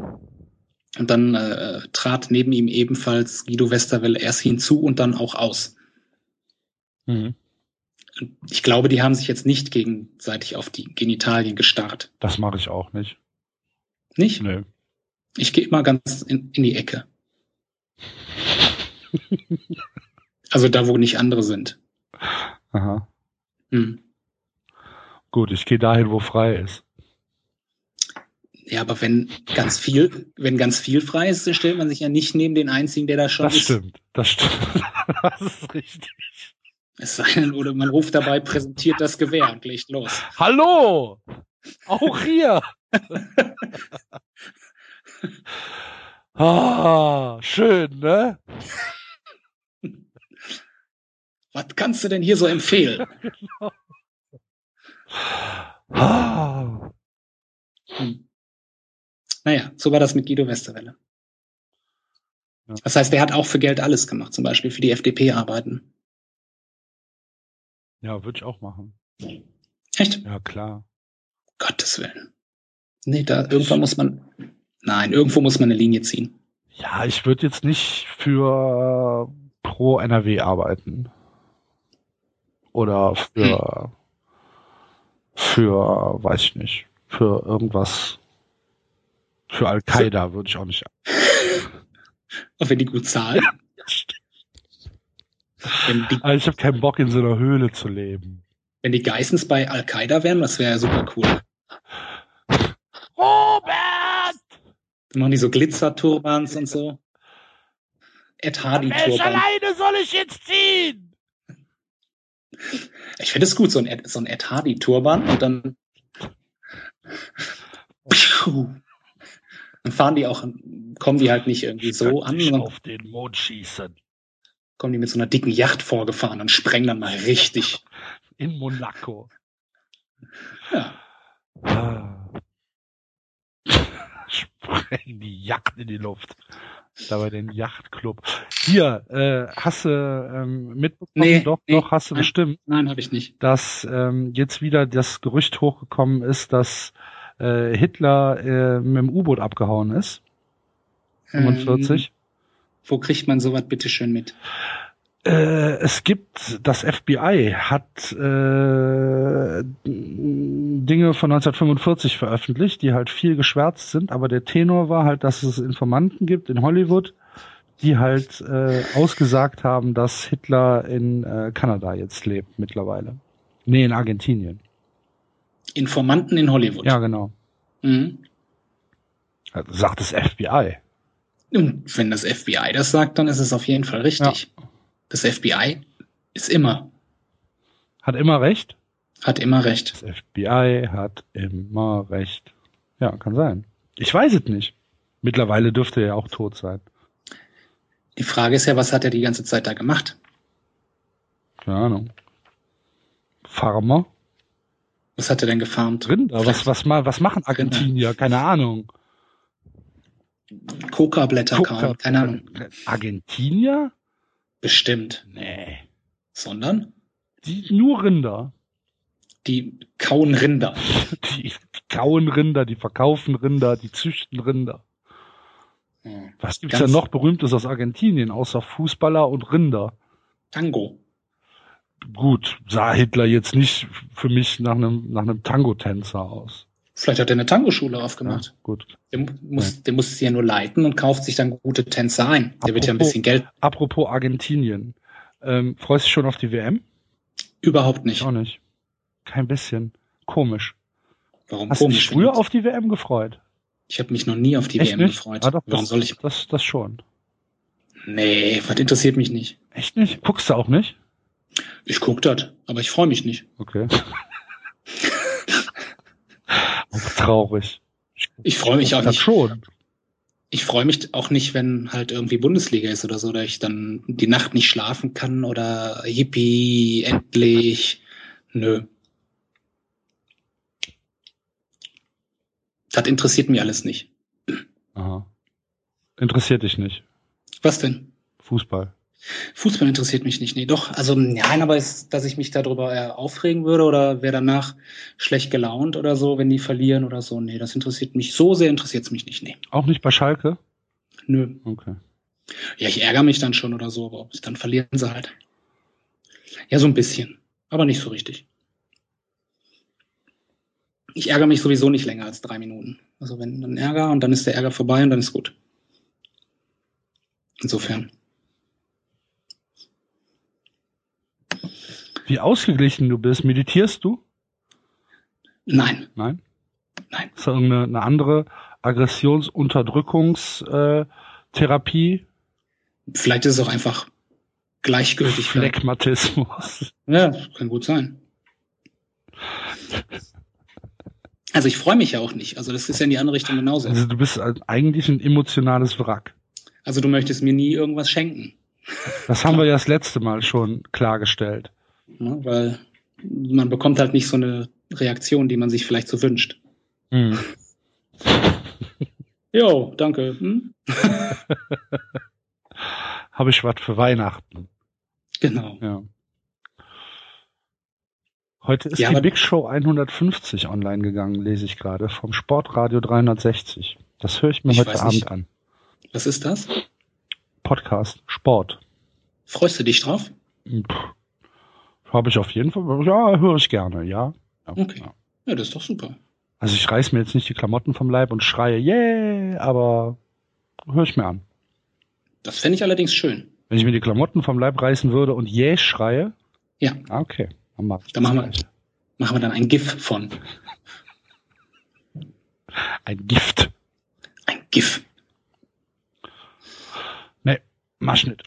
S5: und dann äh, trat neben ihm ebenfalls Guido Westerwelle erst hinzu und dann auch aus.
S4: Mhm.
S5: Ich glaube, die haben sich jetzt nicht gegenseitig auf die Genitalien gestarrt.
S4: Das mache ich auch nicht.
S5: Nicht?
S4: Nö.
S5: Ich gehe immer ganz in, in die Ecke. also da, wo nicht andere sind.
S4: Aha.
S5: Hm.
S4: Gut, ich gehe dahin, wo frei ist.
S5: Ja, aber wenn ganz viel, wenn ganz viel frei ist, dann stellt man sich ja nicht neben den einzigen, der da schon
S4: Das
S5: ist.
S4: stimmt. Das stimmt. Das ist richtig.
S5: Es sei denn, oder man ruft dabei, präsentiert das Gewehr und legt los.
S4: Hallo! Auch hier! ah, schön, ne?
S5: Was kannst du denn hier so empfehlen?
S4: Ah.
S5: Hm. Naja, so war das mit Guido Westerwelle.
S4: Ja.
S5: Das heißt, der hat auch für Geld alles gemacht, zum Beispiel für die FDP arbeiten.
S4: Ja, würde ich auch machen.
S5: Echt?
S4: Ja, klar.
S5: Gottes Willen. Nee, da irgendwann muss man. Nein, irgendwo muss man eine Linie ziehen.
S4: Ja, ich würde jetzt nicht für äh, Pro NRW arbeiten. Oder für, für, weiß ich nicht, für irgendwas. Für Al-Qaida würde ich auch nicht.
S5: Auch wenn die gut zahlen. wenn, die,
S4: Also ich habe keinen Bock, in so einer Höhle zu leben.
S5: wenn die Geissens bei Al-Qaida wären, das wäre ja super cool.
S4: Robert!
S5: Dann machen die so Glitzerturbans und so. Ed Hardy-Turban.
S4: soll ich jetzt ziehen?
S5: Ich finde es gut, so ein Ed, so ein Ed Hardy-Turban und dann. Piu. Dann fahren die auch, kommen die halt nicht irgendwie so an, sondern
S4: auf den Mond schießen.
S5: kommen die mit so einer dicken Yacht vorgefahren und sprengen dann mal richtig.
S4: In Monaco.
S5: Ja.
S4: Ah. Sprengen die Yacht in die Luft. Dabei den Yachtclub. Hier, äh, hast du ähm, mitbekommen?
S5: Nee,
S4: doch,
S5: nee,
S4: doch, hast du
S5: nein.
S4: bestimmt,
S5: Nein, habe ich nicht.
S4: dass ähm, jetzt wieder das Gerücht hochgekommen ist, dass äh, Hitler äh, mit dem U-Boot abgehauen ist. 45.
S5: Ähm, wo kriegt man sowas bitte schön mit?
S4: Äh, es gibt, das FBI hat äh, Dinge von 1945 veröffentlicht, die halt viel geschwärzt sind, aber der Tenor war halt, dass es Informanten gibt in Hollywood, die halt äh, ausgesagt haben, dass Hitler in äh, Kanada jetzt lebt mittlerweile. Nee, in Argentinien.
S5: Informanten in Hollywood.
S4: Ja, genau. Also,
S5: Mhm.
S4: Sagt das FBI.
S5: Und wenn das FBI das sagt, dann ist es auf jeden Fall richtig. Das FBI ist immer,
S4: Hat immer recht.
S5: hat immer recht.
S4: Das FBI hat immer recht. Ja, kann sein. Ich weiß es nicht. Mittlerweile dürfte er ja auch tot sein.
S5: Die Frage ist ja, was hat er die ganze Zeit da gemacht?
S4: Keine Ahnung. Farmer?
S5: Was hat er denn gefarmt?
S4: Rinder? Was, was, ma- was machen Argentinier? Keine Ahnung.
S5: Coca-Blätter kauen, keine Ahnung.
S4: Argentinier?
S5: Bestimmt.
S4: Nee.
S5: Sondern
S4: Die, nur Rinder.
S5: die kauen Rinder.
S4: Die, die kauen Rinder, die verkaufen Rinder, die züchten Rinder.
S5: Ja.
S4: Was gibt's denn
S5: Ganz-
S4: noch Berühmtes aus Argentinien, außer Fußballer und Rinder?
S5: Tango.
S4: Gut, sah Hitler jetzt nicht für mich nach einem, nach einem Tango-Tänzer aus.
S5: Vielleicht hat er eine Tango-Schule
S4: Ja,
S5: aufgemacht.
S4: gut.
S5: Der, muss, der muss sie ja nur leiten und kauft sich dann gute Tänzer ein. Der wird ja ein
S4: Apropos-
S5: bisschen Geld.
S4: Apropos Argentinien. Ähm, freust du dich schon auf die WM?
S5: Überhaupt nicht.
S4: Ich auch nicht. Kein bisschen. Komisch.
S5: Warum
S4: Hast du dich
S5: komisch?
S4: früher auf die WM gefreut?
S5: ich habe mich noch nie auf die
S4: Echt
S5: WM
S4: nicht?
S5: gefreut.
S4: Ah, doch,
S5: Warum
S4: das,
S5: soll ich?
S4: Das, das schon.
S5: Nee, was interessiert mich nicht.
S4: Echt nicht? Guckst du auch nicht?
S5: Ich guck das, aber ich freue mich nicht.
S4: Okay. auch traurig.
S5: Ich freue mich auch
S4: Das
S5: nicht.
S4: schon.
S5: Ich freue mich auch nicht, wenn halt irgendwie Bundesliga ist oder so, oder ich dann die Nacht nicht schlafen kann oder Yippie, endlich. Nö. Das interessiert mich alles nicht.
S4: Aha. Interessiert dich nicht.
S5: Was denn?
S4: Fußball.
S5: Fußball interessiert mich nicht. Nee, doch. Also nein, aber ist, dass ich mich darüber äh, aufregen würde oder wäre danach schlecht gelaunt oder so, wenn die verlieren oder so. Nee, das interessiert mich. So sehr interessiert es mich nicht. Nee.
S4: Auch nicht bei Schalke?
S5: Nö.
S4: Okay.
S5: Ja, ich ärgere mich dann schon oder so, aber ob es- dann verlieren sie halt. Ja, so ein bisschen, aber nicht so richtig. Ich ärgere mich sowieso nicht länger als drei Minuten. Also wenn dann Ärger und dann ist der Ärger vorbei und dann ist gut. Insofern.
S4: Wie ausgeglichen du bist. Meditierst du?
S5: Nein,
S4: Nein?
S5: Nein.
S4: Ist da irgendeine eine andere Aggressionsunterdrückungstherapie? Therapie?
S5: vielleicht ist es auch einfach gleichgültig.
S4: Phlegmatismus.
S5: Ja, kann gut sein. Also ich freue mich ja auch nicht. Also das ist ja in die andere Richtung genauso.
S4: Also du bist ein- eigentlich ein emotionales Wrack.
S5: Also du möchtest mir nie irgendwas schenken.
S4: Das haben wir ja das letzte Mal schon klargestellt.
S5: Ne? Weil man bekommt halt nicht so eine Reaktion, die man sich vielleicht so wünscht.
S4: Hm.
S5: Jo, danke. Hm?
S4: Habe ich was für Weihnachten?
S5: Genau.
S4: Ja. Heute ist
S5: Ja,
S4: die
S5: aber-
S4: Big Show 150 online gegangen, lese ich gerade, vom Sportradio 360. Das höre ich mir
S5: Ich
S4: heute
S5: weiß
S4: Abend
S5: nicht.
S4: an.
S5: Was ist das?
S4: Podcast, Sport.
S5: Freust du dich drauf?
S4: Habe ich auf jeden Fall. Ja, höre ich gerne, ja. ja,
S5: Okay.
S4: ja.
S5: Ja, das ist doch super.
S4: Also ich reiß mir jetzt nicht die Klamotten vom Leib und schreie, yeah, aber höre ich mir an.
S5: Das fände ich allerdings schön.
S4: Wenn ich mir die Klamotten vom Leib reißen würde und yeah schreie,
S5: Ja,
S4: ah, okay, dann mach ich
S5: Dann machen wir-
S4: das gleich.
S5: machen wir dann ein GIF von.
S4: ein Gift.
S5: Ein GIF.
S4: Nee, mach's nicht.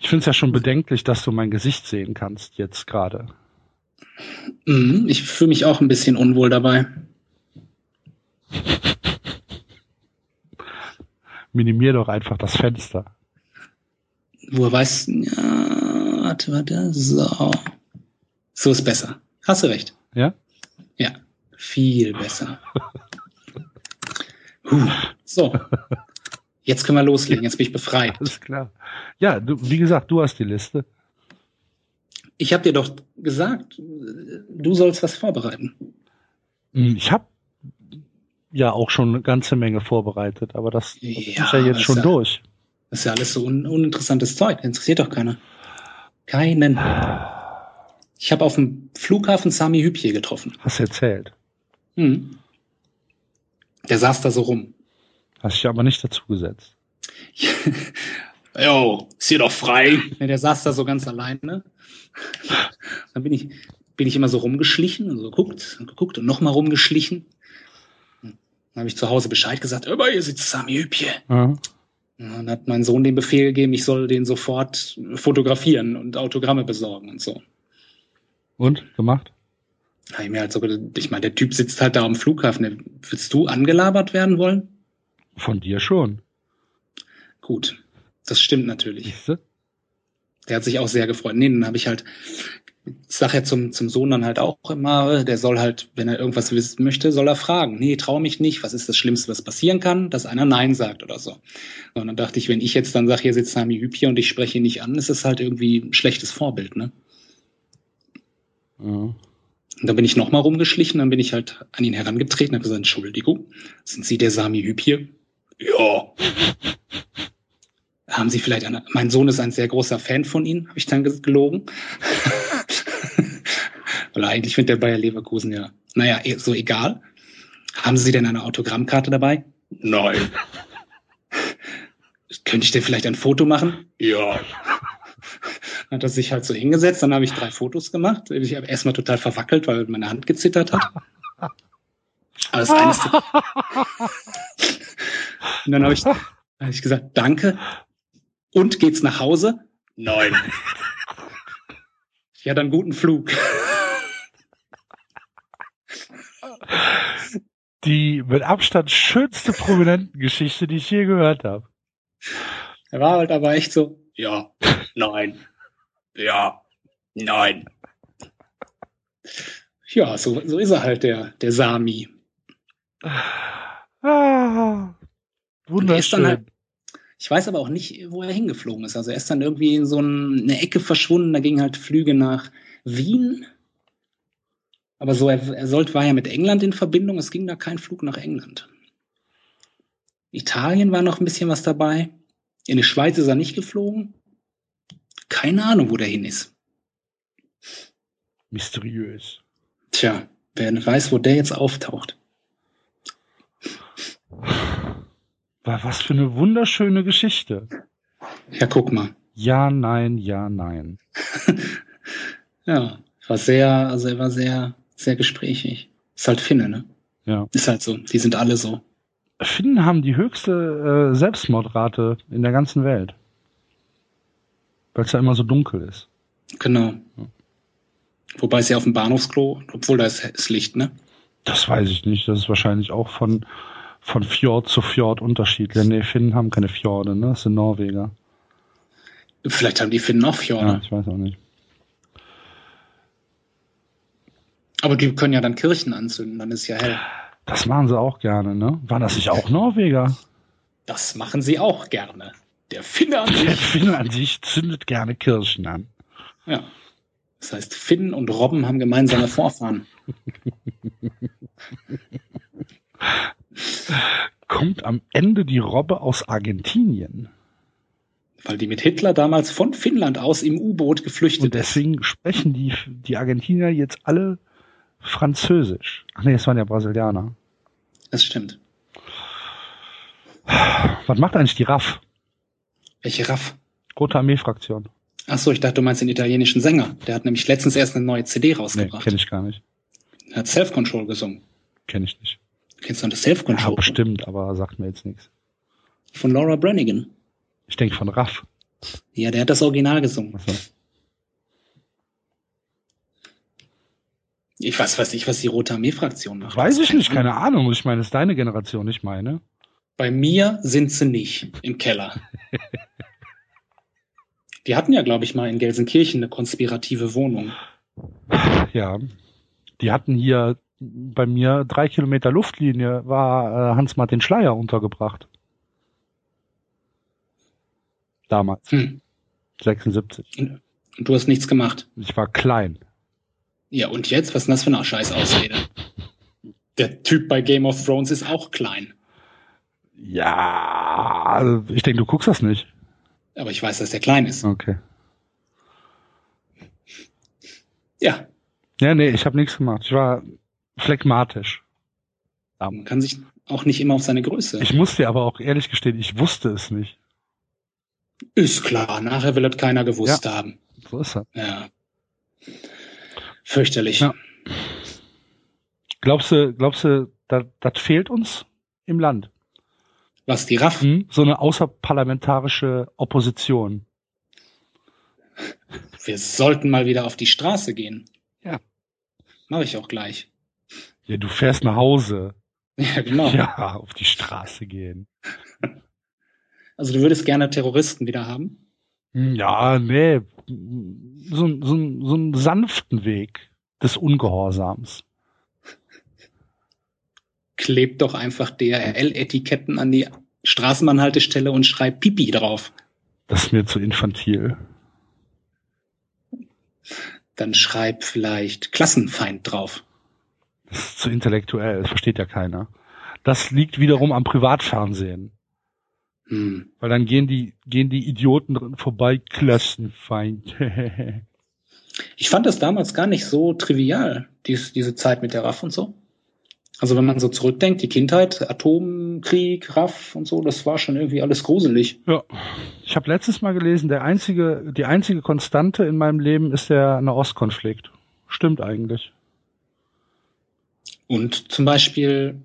S4: Ich finde es ja schon bedenklich, dass du mein Gesicht sehen kannst jetzt gerade.
S5: Mhm, ich fühle mich auch ein bisschen unwohl dabei.
S4: Minimier doch einfach das Fenster.
S5: Woher weißt du? Ja, warte, warte. So. So ist besser. Hast du recht.
S4: Ja?
S5: Ja, viel besser. Huh. So, jetzt können wir loslegen. Jetzt bin ich befreit.
S4: Alles klar. Ja, du, wie gesagt, du hast die Liste.
S5: Ich habe dir doch gesagt, du sollst was vorbereiten.
S4: Hm, Ich habe ja auch schon eine ganze Menge vorbereitet, aber das, das
S5: Ja,
S4: ist ja jetzt
S5: ist
S4: schon
S5: ja-
S4: durch.
S5: Das ist ja alles so un uninteressantes Zeug. Interessiert doch keiner. Keinen. Ich habe auf dem Flughafen Sami Hübje getroffen.
S4: Hast erzählt.
S5: Hm. Der saß da so rum.
S4: Hast dich aber nicht dazu gesetzt.
S5: Jo, ist hier doch frei. Nee, der saß da so ganz alleine. Dann bin ich, bin ich immer so rumgeschlichen und so geguckt und geguckt und nochmal rumgeschlichen. Dann habe ich zu Hause Bescheid gesagt, immer hier sitzt Sami Hübje.
S4: Ja.
S5: Und dann hat mein Sohn den Befehl gegeben, ich soll den sofort fotografieren und Autogramme besorgen und so.
S4: Und? Gemacht?
S5: Da hab ich mir halt so gedacht, ich meine, der Typ sitzt halt da am Flughafen. Der- Willst du angelabert werden wollen?
S4: Von dir schon.
S5: Gut, das stimmt natürlich.
S4: Siehste?
S5: Der hat sich auch sehr gefreut. Nee, dann habe ich halt, ich sag ja zum, zum Sohn dann halt auch immer, der soll halt, wenn er irgendwas wissen möchte, soll er fragen. Nee, trau mich nicht, was ist das Schlimmste, was passieren kann? Dass einer Nein sagt oder so. Und dann dachte ich, wenn ich jetzt dann sage, hier sitzt Sami Hüb hier und ich spreche ihn nicht an, ist das halt irgendwie ein schlechtes Vorbild, ne?
S4: Ja.
S5: Und dann bin ich nochmal rumgeschlichen, dann bin ich halt an ihn herangetreten, habe gesagt, Entschuldigung, sind Sie der Sami Hüb hier? Ja. Haben Sie vielleicht eine, mein Sohn ist ein sehr großer Fan von Ihnen, habe ich dann ge- gelogen. Weil eigentlich findet der Bayer Leverkusen ja, naja, eh- so egal. Haben Sie denn eine Autogrammkarte dabei? Nein. Könnte ich denn vielleicht ein Foto machen? Ja. Dann hat er sich halt so hingesetzt, dann habe ich drei Fotos gemacht. Ich habe erstmal total verwackelt, weil meine Hand gezittert hat. Aber das eines der- Und dann habe ich, hab ich gesagt, danke. Und geht's nach Hause? Nein. Ja, dann guten Flug.
S4: Die mit Abstand schönste Prominentengeschichte, die ich je gehört habe.
S5: Er war halt aber echt so, ja, nein. Ja, nein. Ja, so, so ist er halt, der, der Sami.
S4: Ah, wunderschön.
S5: dann halt- Ich weiß aber auch nicht, wo er hingeflogen ist. Also er ist dann irgendwie in so ein- eine Ecke verschwunden, da gingen halt Flüge nach Wien. Aber so, er, er sollte, war ja mit England in Verbindung, es ging da kein Flug nach England. Italien war noch ein bisschen was dabei. In die Schweiz ist er nicht geflogen. Keine Ahnung, wo der hin ist.
S4: Mysteriös.
S5: Tja, wer weiß, wo der jetzt auftaucht.
S4: Wa- Was für eine wunderschöne Geschichte.
S5: Ja, guck mal.
S4: Ja, nein, ja, nein.
S5: Ja, war sehr, also er war sehr, sehr gesprächig. Ist halt Finne, ne?
S4: Ja.
S5: Ist halt so. Die sind alle so.
S4: Finnen haben die höchste äh, Selbstmordrate in der ganzen Welt. Weil es ja immer so dunkel ist.
S5: Genau. Wobei es ja auf dem Bahnhofsklo, obwohl da ist, ist Licht, ne?
S4: Das weiß ich nicht. Das ist wahrscheinlich auch von, von Fjord zu Fjord unterschiedlich. Nee, Finnen haben keine Fjorde, ne? Das sind Norweger.
S5: Vielleicht haben die Finnen auch Fjorde.
S4: Ja, ich weiß auch nicht.
S5: Aber die können ja dann Kirchen anzünden, dann ist ja hell.
S4: Das machen sie auch gerne, ne? Waren das nicht auch Norweger?
S5: Das machen sie auch gerne. Der Finne an
S4: Der
S5: sich.
S4: Finn an sich zündet gerne Kirschen an.
S5: Ja. Das heißt, Finnen und Robben haben gemeinsame Vorfahren.
S4: Kommt am Ende die Robbe aus Argentinien.
S5: Weil die mit Hitler damals von Finnland aus im U-Boot geflüchtet
S4: Und
S5: ist.
S4: deswegen sprechen die, die Argentinier jetzt alle Französisch. Ach nee, das waren ja Brasilianer.
S5: Das stimmt.
S4: Was macht eigentlich die RAF?
S5: Welche Raff?
S4: Rote Armee-Fraktion.
S5: Ach so, ich dachte, du meinst den italienischen Sänger. Der hat nämlich letztens erst eine neue CD
S4: Nee,
S5: rausgebracht.
S4: kenne ich gar nicht.
S5: Er hat Self-Control gesungen.
S4: Kenne ich nicht.
S5: Kennst du das
S4: Ja,
S5: Self-Control?
S4: bestimmt, aber sagt mir jetzt nichts.
S5: Von Laura Brannigan.
S4: Ich denke von RAF.
S5: Ja, der hat das Original gesungen.
S4: Also,
S5: Ich weiß, weiß nicht, was die Rote Armee-Fraktion macht.
S4: weiß ich nicht, keine Ahnung. Ich meine, es ist deine Generation, ich meine.
S5: Bei mir sind sie nicht im Keller. die hatten ja, glaube ich, mal in Gelsenkirchen eine konspirative Wohnung.
S4: Ja. Die hatten hier bei mir drei Kilometer Luftlinie, war äh, Hans-Martin Schleier untergebracht. Damals,
S5: Hm.
S4: 76.
S5: Und du hast nichts gemacht.
S4: Ich war klein.
S5: Ja, und jetzt? Was ist denn das für eine Scheißausrede? Der Typ bei Game of Thrones ist auch klein.
S4: Ja, also ich denke, du guckst das nicht.
S5: Aber ich weiß, dass der klein ist.
S4: Okay.
S5: Ja,
S4: Ja, nee, ich habe nichts gemacht. Ich war phlegmatisch.
S5: man kann sich auch nicht immer auf seine Größe.
S4: Ich muss dir aber auch ehrlich gestehen, ich wusste es nicht.
S5: Ist klar, nachher will das keiner gewusst haben.
S4: So ist das.
S5: Ja. Fürchterlich.
S4: Ja. Glaubst du, glaubst du, das fehlt uns im Land?
S5: Was die Raffen?
S4: Hm? So eine außerparlamentarische Opposition.
S5: Wir sollten mal wieder auf die Straße gehen.
S4: Ja.
S5: Mache ich auch gleich.
S4: Ja, du fährst nach Hause.
S5: Ja, genau.
S4: Ja, auf die Straße gehen.
S5: Also du würdest gerne Terroristen wieder haben?
S4: Hm, Ja, nee. So, ein- so, ein- so einen sanften Weg des Ungehorsams.
S5: Klebt doch einfach DRL-Etiketten an die Straßenbahnhaltestelle und schreibt Pipi drauf.
S4: Das ist mir zu infantil.
S5: Dann schreib vielleicht Klassenfeind drauf.
S4: Das ist zu intellektuell, das versteht ja keiner. Das liegt wiederum am Privatfernsehen.
S5: Hm.
S4: Weil dann gehen die, gehen die Idioten drin vorbei, Klassenfeind.
S5: Ich fand das damals gar nicht so trivial, dies, diese Zeit mit der RAF und so. Also wenn man so zurückdenkt, die Kindheit, Atomkrieg, RAF und so, das war schon irgendwie alles gruselig.
S4: ja. Ich habe letztes Mal gelesen, der einzige, die einzige Konstante in meinem Leben ist der Nahostkonflikt. Stimmt eigentlich.
S5: Und zum Beispiel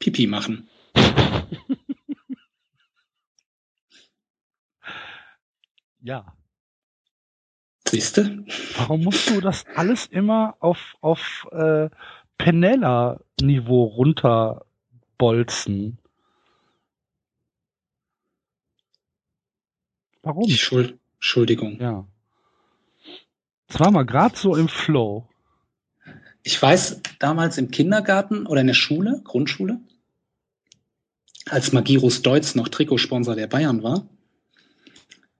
S5: Pipi machen.
S4: Ja.
S5: Siehste?
S4: Warum musst du das alles immer auf, auf äh, Penella-Niveau runterbolzen? Warum?
S5: Oh, Die Schuld Entschuldigung.
S4: Ja. Das war mal gerade so im Flow.
S5: Ich weiß, damals im Kindergarten oder in der Schule, Grundschule, als Magirus Deutz noch Trikotsponsor der Bayern war,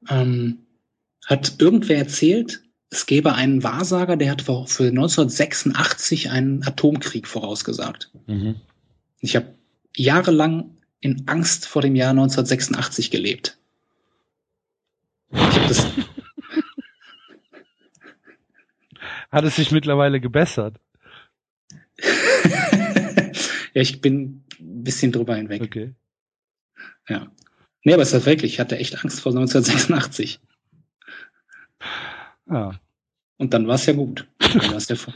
S5: ähm, hat irgendwer erzählt, es gäbe einen Wahrsager, der hat vor- für 1986 einen Atomkrieg vorausgesagt. Ich habe jahrelang in Angst vor dem Jahr 1986 gelebt. Ich habe das
S4: Hat es sich mittlerweile gebessert?
S5: ja, ich bin ein bisschen drüber hinweg.
S4: Okay.
S5: Ja. Nee, aber es ist halt wirklich, ich hatte echt Angst vor 1986.
S4: Ja.
S5: Und dann war es ja gut. Dann, war's ja, vor-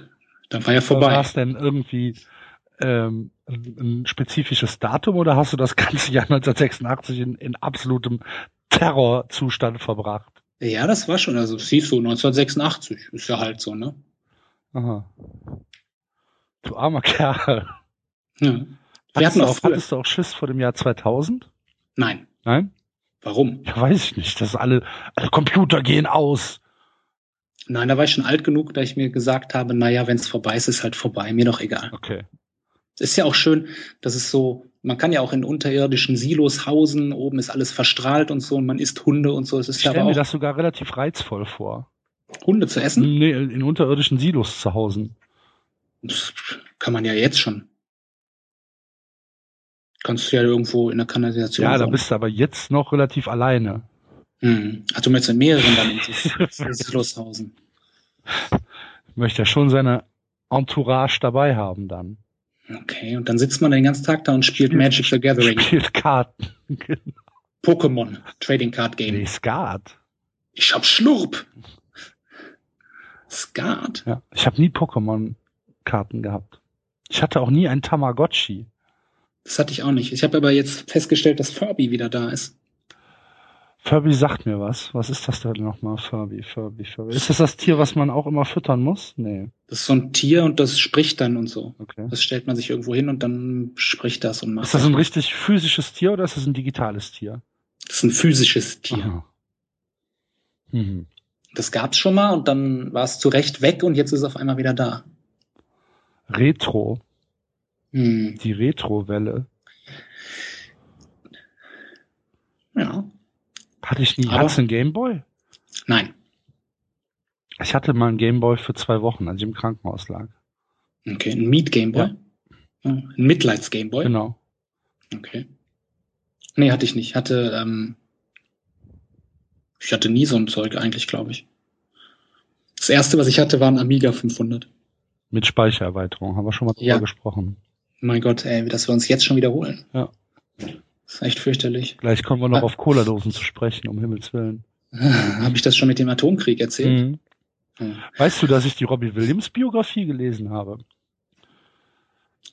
S5: dann war ja
S4: War
S5: vorbei.
S4: es denn irgendwie ähm, ein ein spezifisches Datum oder hast du das ganze Jahr 1986 in, in absolutem Terrorzustand verbracht?
S5: Ja, das war schon, also siehst du, 1986 ist ja halt so, ne?
S4: Aha. Du armer Kerl.
S5: Ja. Wir
S4: Hattest,
S5: hatten
S4: du
S5: auch
S4: auch,
S5: früher.
S4: hattest du auch Schiss vor dem Jahr 2000?
S5: Nein.
S4: Nein?
S5: Warum?
S4: Ja, weiß ich nicht. Dass alle, alle Computer gehen aus.
S5: Nein, da war ich schon alt genug, da ich mir gesagt habe, naja, wenn es vorbei ist, ist halt vorbei, mir doch egal.
S4: Okay.
S5: Ist ja auch schön, dass es so, man kann ja auch in unterirdischen Silos hausen, oben ist alles verstrahlt und so und man isst Hunde und so. Es ist
S4: Ich
S5: ja
S4: stelle
S5: aber
S4: mir Hm.
S5: auch
S4: das sogar relativ reizvoll vor.
S5: Hunde zu essen.
S4: Nee, in unterirdischen Silos zu hausen.
S5: Das kann man ja jetzt schon. Kannst du ja irgendwo in der Kanalisation.
S4: Ja, da
S5: wohnen.
S4: bist du aber jetzt noch relativ alleine.
S5: Hm. Ach, du möchtest in mehreren dann in Siloshausen.
S4: Möchte ja schon seine Entourage dabei haben dann.
S5: Okay, und dann sitzt man den ganzen Tag da und spielt Magic the Gathering,
S4: Spielt Karten.
S5: Pokémon, Trading Card
S4: nee,
S5: Game.
S4: Skat.
S5: Ich hab Schlurp. Skat.
S4: Ja. Ich habe nie Pokémon-Karten gehabt. Ich hatte auch nie ein Tamagotchi.
S5: Das hatte ich auch nicht. Ich habe aber jetzt festgestellt, dass Furby wieder da ist.
S4: Furby sagt mir was. Was ist das denn nochmal? Furby, Furby, Furby. Ist das das Tier, was man auch immer füttern muss? Nee.
S5: Das ist so ein Tier und das spricht dann und so.
S4: Okay.
S5: Das stellt man sich irgendwo hin und dann spricht das und macht
S4: Ist das ein richtig physisches Tier oder ist das ein digitales Tier?
S5: Das ist ein physisches Tier.
S4: Aha. Mhm.
S5: Das gab's schon mal und dann war es zu Recht weg und jetzt ist es auf einmal wieder da.
S4: Retro.
S5: Hm.
S4: Die Retro-Welle.
S5: Ja.
S4: Hatte ich nie.
S5: Aber-
S4: Hat's einen Gameboy?
S5: Nein.
S4: Ich hatte mal einen Gameboy für zwei Wochen, als ich im Krankenhaus lag.
S5: Okay. Ein Meat Gameboy. Ja. Ein Mitleids Gameboy.
S4: Genau.
S5: Okay. Nee, hatte ich nicht. Hatte, ähm, ich hatte nie so ein Zeug eigentlich, glaube ich. Das erste, was ich hatte, war ein Amiga 500.
S4: Mit Speichererweiterung, haben wir schon mal drüber
S5: Ja.
S4: gesprochen.
S5: Mein Gott, ey, dass wir uns jetzt schon wiederholen.
S4: Ja.
S5: Das ist echt fürchterlich.
S4: Gleich kommen wir noch
S5: Ah.
S4: auf Cola-Dosen zu sprechen, um Himmels Willen.
S5: Habe ich das schon mit dem Atomkrieg erzählt?
S4: Mhm.
S5: Hm.
S4: Weißt du, dass ich die Robbie Williams-Biografie gelesen habe?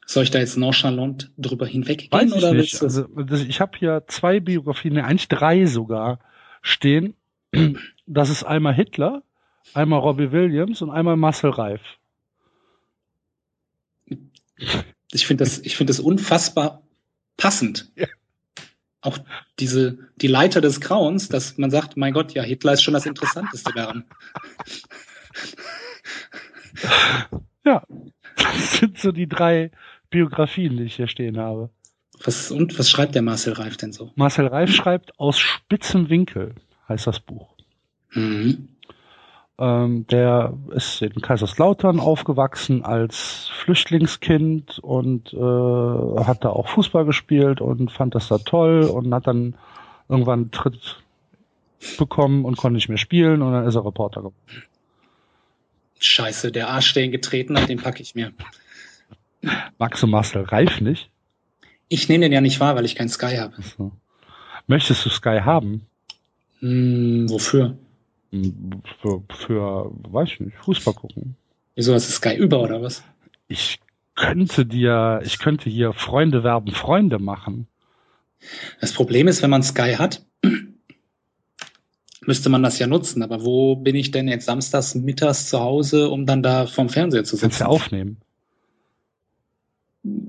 S5: Soll ich da jetzt nonchalant drüber hinweggehen
S4: Weiß ich
S5: oder
S4: nicht.
S5: willst du?
S4: Also, das, ich habe hier zwei Biografien, nee, eigentlich drei sogar, stehen. Das ist einmal Hitler, einmal Robbie Williams und einmal Marcel Reif.
S5: Ich finde das, ich finde das unfassbar passend.
S4: Ja.
S5: Auch diese, die Leiter des Grauens, dass man sagt, mein Gott, ja, Hitler ist schon das Interessanteste daran.
S4: Das sind so die drei Biografien, die ich hier stehen habe.
S5: Was, und was schreibt der Marcel Reif denn so?
S4: Marcel Reif schreibt aus spitzem Winkel, heißt das Buch.
S5: Mhm.
S4: Ähm, der ist in Kaiserslautern aufgewachsen als Flüchtlingskind und äh, hat da auch Fußball gespielt und fand das da toll und hat dann irgendwann einen Tritt bekommen und konnte nicht mehr spielen und dann ist er Reporter geworden.
S5: Scheiße, der Arsch, der ihn getreten hat, den packe ich mir.
S4: Max und Marcel Reif nicht.
S5: Ich nehme den ja nicht wahr, weil ich kein Sky habe.
S4: Achso. Möchtest du Sky haben?
S5: Hm, wofür?
S4: Hm, Für, für, weiß ich nicht, Fußball gucken.
S5: Wieso hast du Sky über oder was?
S4: Ich könnte dir, ich könnte hier Freunde werben, Freunde machen.
S5: Das Problem ist, wenn man Sky hat, müsste man das ja nutzen. Aber wo bin ich denn jetzt samstags mittags zu Hause, um dann da vom Fernseher zu
S4: Kannst
S5: sitzen?
S4: ja aufnehmen.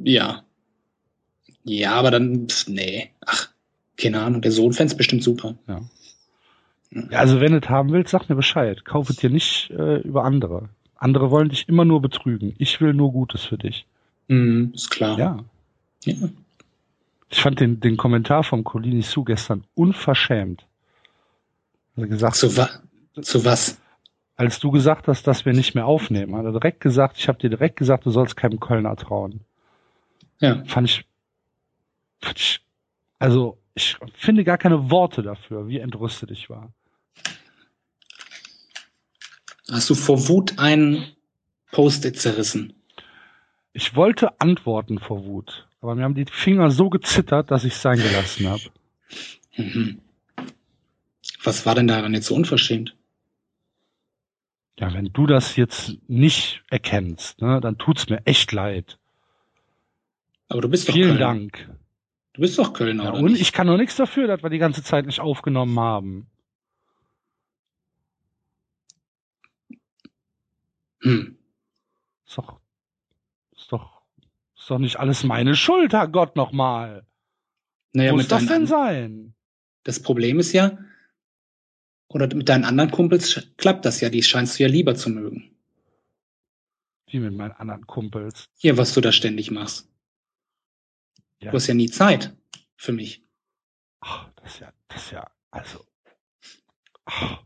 S5: Ja. Ja, aber dann, pf, nee. Ach, keine Ahnung, der Sohn fänd's bestimmt super.
S4: Ja, also wenn du es haben willst, sag mir Bescheid. Kauf es dir nicht äh, über andere. Andere wollen dich immer nur betrügen. Ich will nur Gutes für dich.
S5: Mhm, ist klar.
S4: Ja.
S5: ja.
S4: Ich fand den, den Kommentar vom Colini Su gestern unverschämt. Also gesagt,
S5: Zu, wa zu was?
S4: als du gesagt hast, dass wir nicht mehr aufnehmen, hat er direkt gesagt, ich habe dir direkt gesagt, du sollst keinem Kölner trauen.
S5: Ja.
S4: Fand ich, fand ich also ich finde gar keine Worte dafür, wie entrüstet ich war.
S5: Hast du vor Wut ein Post-it zerrissen?
S4: Ich wollte antworten vor Wut, aber mir haben die Finger so gezittert, dass ich es sein gelassen habe.
S5: Mhm. Was war denn daran jetzt so unverschämt?
S4: Ja, wenn du das jetzt nicht erkennst, ne, dann tut's mir echt leid.
S5: Aber du bist doch
S4: Vielen
S5: Kölner.
S4: Dank.
S5: Du bist doch Kölner,
S4: Ja,
S5: oder?
S4: und
S5: nicht?
S4: ich kann doch nichts dafür, dass wir die ganze Zeit nicht aufgenommen haben.
S5: Hm.
S4: Ist doch, ist doch, ist doch nicht alles meine Schuld, Herrgott nochmal.
S5: Naja,
S4: Muss
S5: mit
S4: das
S5: deinen
S4: denn
S5: an-
S4: sein?
S5: Das Problem ist ja, oder mit deinen anderen Kumpels sch- klappt das ja, die scheinst du ja lieber zu mögen.
S4: Wie mit meinen anderen Kumpels.
S5: Hier, was du da ständig machst.
S4: Ja.
S5: Du hast ja nie Zeit für mich.
S4: Ach, das ist ja, das ist ja, also. Ach,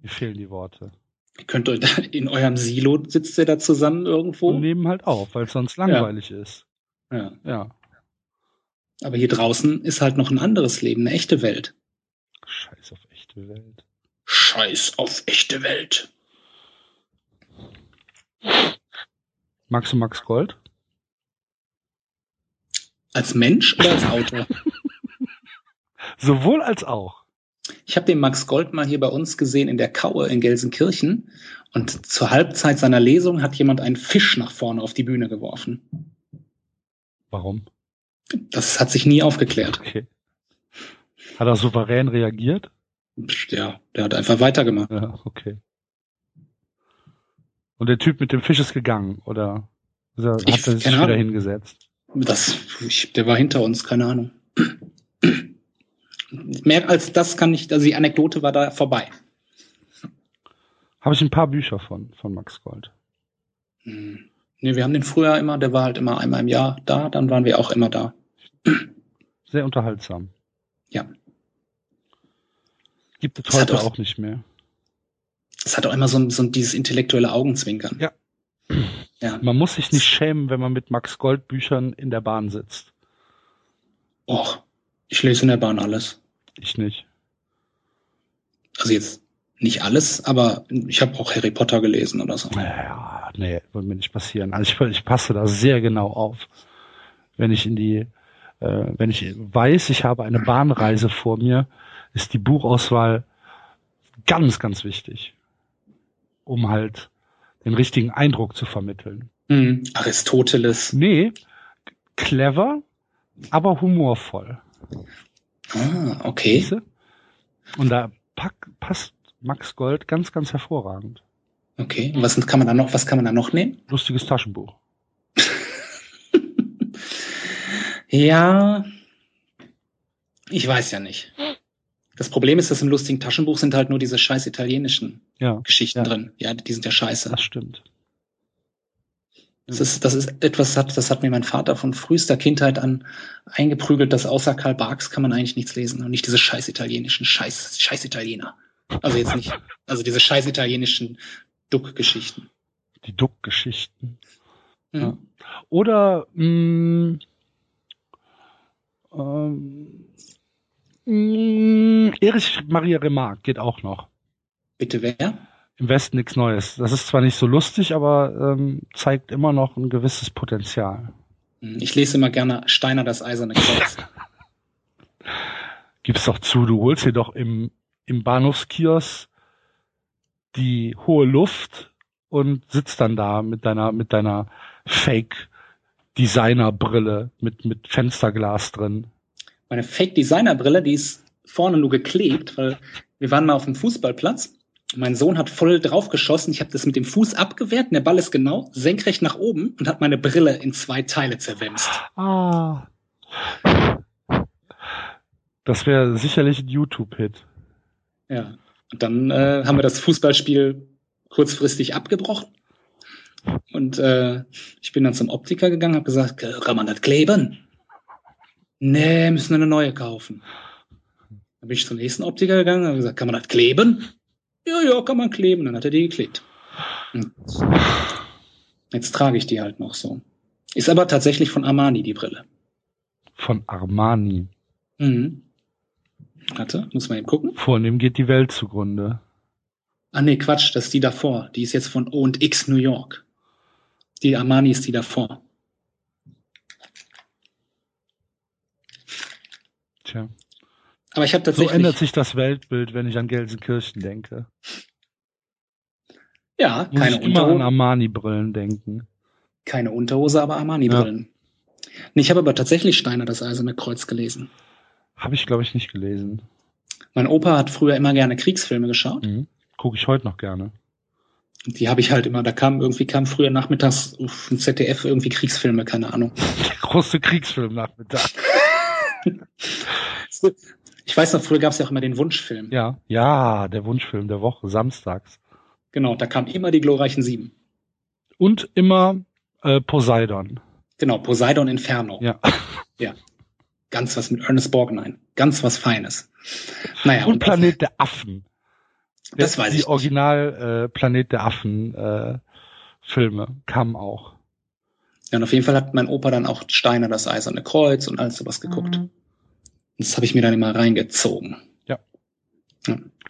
S4: mir fehlen die Worte.
S5: Ihr könnt euch da- in eurem Silo sitzt ihr da zusammen irgendwo.
S4: Und nehmen halt auf, weil es sonst langweilig ist.
S5: Ja.
S4: Ja.
S5: Aber hier draußen ist halt noch ein anderes Leben, eine echte Welt.
S4: Scheiß auf echte Welt.
S5: Scheiß auf echte Welt.
S4: Magst du Max Gold?
S5: Als Mensch oder als Autor?
S4: Sowohl als auch.
S5: Ich habe den Max Gold mal hier bei uns gesehen in der Kaue in Gelsenkirchen und zur Halbzeit seiner Lesung hat jemand einen Fisch nach vorne auf die Bühne geworfen.
S4: Warum?
S5: Das hat sich nie aufgeklärt.
S4: Okay. Hat er souverän reagiert?
S5: Psst, Ja, der hat einfach weitergemacht.
S4: Ja, okay. Und der Typ mit dem Fisch ist gegangen, oder? Ist er,
S5: Ich-
S4: hat er sich
S5: keine
S4: wieder
S5: Ahnung.
S4: hingesetzt?
S5: Das, ich, der war hinter uns, keine Ahnung. Mehr als das kann ich, also die Anekdote war da vorbei.
S4: Habe ich ein paar Bücher von, von Max Gold.
S5: Hm. Nee, wir haben den früher immer, der war halt immer einmal im Jahr da, dann waren wir auch immer da.
S4: Sehr unterhaltsam.
S5: Ja.
S4: Gibt es
S5: Das hat
S4: heute
S5: auch-
S4: auch nicht mehr.
S5: Es hat auch immer so, ein, so ein, dieses intellektuelle Augenzwinkern.
S4: Ja.
S5: Ja.
S4: Man muss sich nicht schämen, wenn man mit Max Gold Büchern in der Bahn sitzt.
S5: Och, ich lese in der Bahn alles.
S4: Ich nicht.
S5: also jetzt nicht alles, aber ich habe auch Harry Potter gelesen oder so.
S4: Ja, nee, wird mir nicht passieren. Also ich, ich passe da sehr genau auf. Wenn ich in die, äh, wenn ich weiß, ich habe eine Bahnreise vor mir, ist die Buchauswahl ganz, ganz wichtig, um halt den richtigen Eindruck zu vermitteln.
S5: Hm. Aristoteles.
S4: Nee, clever, aber humorvoll.
S5: Ah, okay.
S4: Siehste? Und da pack, passt Max Gold ganz, ganz hervorragend.
S5: Okay. Und was kann man da noch, was kann man da noch nehmen?
S4: Lustiges Taschenbuch.
S5: Ja. Ich weiß ja nicht. Das Problem ist, dass im lustigen Taschenbuch sind halt nur diese scheiß italienischen
S4: Ja,
S5: Geschichten
S4: Ja.
S5: drin. Ja, die sind ja scheiße.
S4: das stimmt.
S5: Das ist, das ist etwas, hat- das hat mir mein Vater von frühester Kindheit an eingeprügelt, dass außer Karl Barks kann man eigentlich nichts lesen und nicht diese scheiß italienischen, scheiß, scheiß Italiener. Also jetzt nicht, also diese scheiß italienischen Duck-Geschichten.
S4: Die Duck-Geschichten.
S5: Hm.
S4: Ja. Oder mh, ähm, mh, Erich Maria Remarque geht auch noch.
S5: Bitte wer?
S4: Im Westen nichts Neues. Das ist zwar nicht so lustig, aber ähm, zeigt immer noch ein gewisses Potenzial.
S5: Hm, Ich lese immer gerne Steiner das Eiserne Kreuz.
S4: Gib's doch zu, du holst dir doch im, im Bahnhofskiosk die hohe Luft und sitzt dann da mit deiner, mit deiner Fake Designer Brille mit, mit Fensterglas drin.
S5: Meine Fake-Designer-Brille, die ist vorne nur geklebt, weil wir waren mal auf dem Fußballplatz. Mein Sohn hat voll draufgeschossen. Ich habe das mit dem Fuß abgewehrt. Und der Ball ist genau senkrecht nach oben und hat meine Brille in zwei Teile zerwemst.
S4: Ah. Das wäre sicherlich ein YouTube-Hit.
S5: Ja. Und dann äh, haben wir das Fußballspiel kurzfristig abgebrochen. Und äh, ich bin dann zum Optiker gegangen, habe gesagt, kann man das kleben? Nee, müssen wir eine neue kaufen. Dann bin ich zum nächsten Optiker gegangen und habe gesagt, kann man das kleben? Ja, ja, kann man kleben. Dann hat er die geklebt. Und Jetzt trage ich die halt noch so. Ist aber tatsächlich von Armani die Brille.
S4: Von Armani.
S5: Mhm. Warte, muss man eben gucken.
S4: Vornehm geht die Welt zugrunde.
S5: Ah nee, Quatsch, das ist die davor. Die ist jetzt von O&X New York. Die Armani ist die davor.
S4: Tja.
S5: Aber ich habe
S4: So
S5: tatsächlich...
S4: ändert sich das Weltbild, wenn ich an Gelsenkirchen denke.
S5: ja,
S4: Muss
S5: keine
S4: ich immer an
S5: Unterhose,
S4: Armani-Brillen denken.
S5: keine Unterhose, aber Armani-Brillen. Nee, ich habe aber tatsächlich Steiner das Eiserne Kreuz gelesen.
S4: Habe ich, glaube ich, nicht gelesen.
S5: Mein Opa hat früher immer gerne Kriegsfilme geschaut.
S4: Mhm. Gucke ich heute noch gerne.
S5: Und die habe ich halt immer, da kam irgendwie kam früher nachmittags auf dem ZDF irgendwie Kriegsfilme, keine Ahnung.
S4: Der große Kriegsfilm-Nachmittag.
S5: Ich weiß noch, früher gab es ja auch immer den Wunschfilm.
S4: Ja, ja, der Wunschfilm der Woche, samstags.
S5: Genau, da kamen immer die glorreichen Sieben.
S4: Und immer äh, Poseidon.
S5: Genau, Poseidon Inferno.
S4: Ja.
S5: Ganz was mit Ernest Borgnine. Ganz was Feines. Naja,
S4: Und Planet der Affen.
S5: Das weiß
S4: die
S5: ich nicht.
S4: Original äh, Planet der Affen äh, Filme kamen auch.
S5: Ja, und auf jeden Fall hat mein Opa dann auch Steiner das Eiserne Kreuz und alles sowas geguckt. Und das habe ich mir dann immer reingezogen.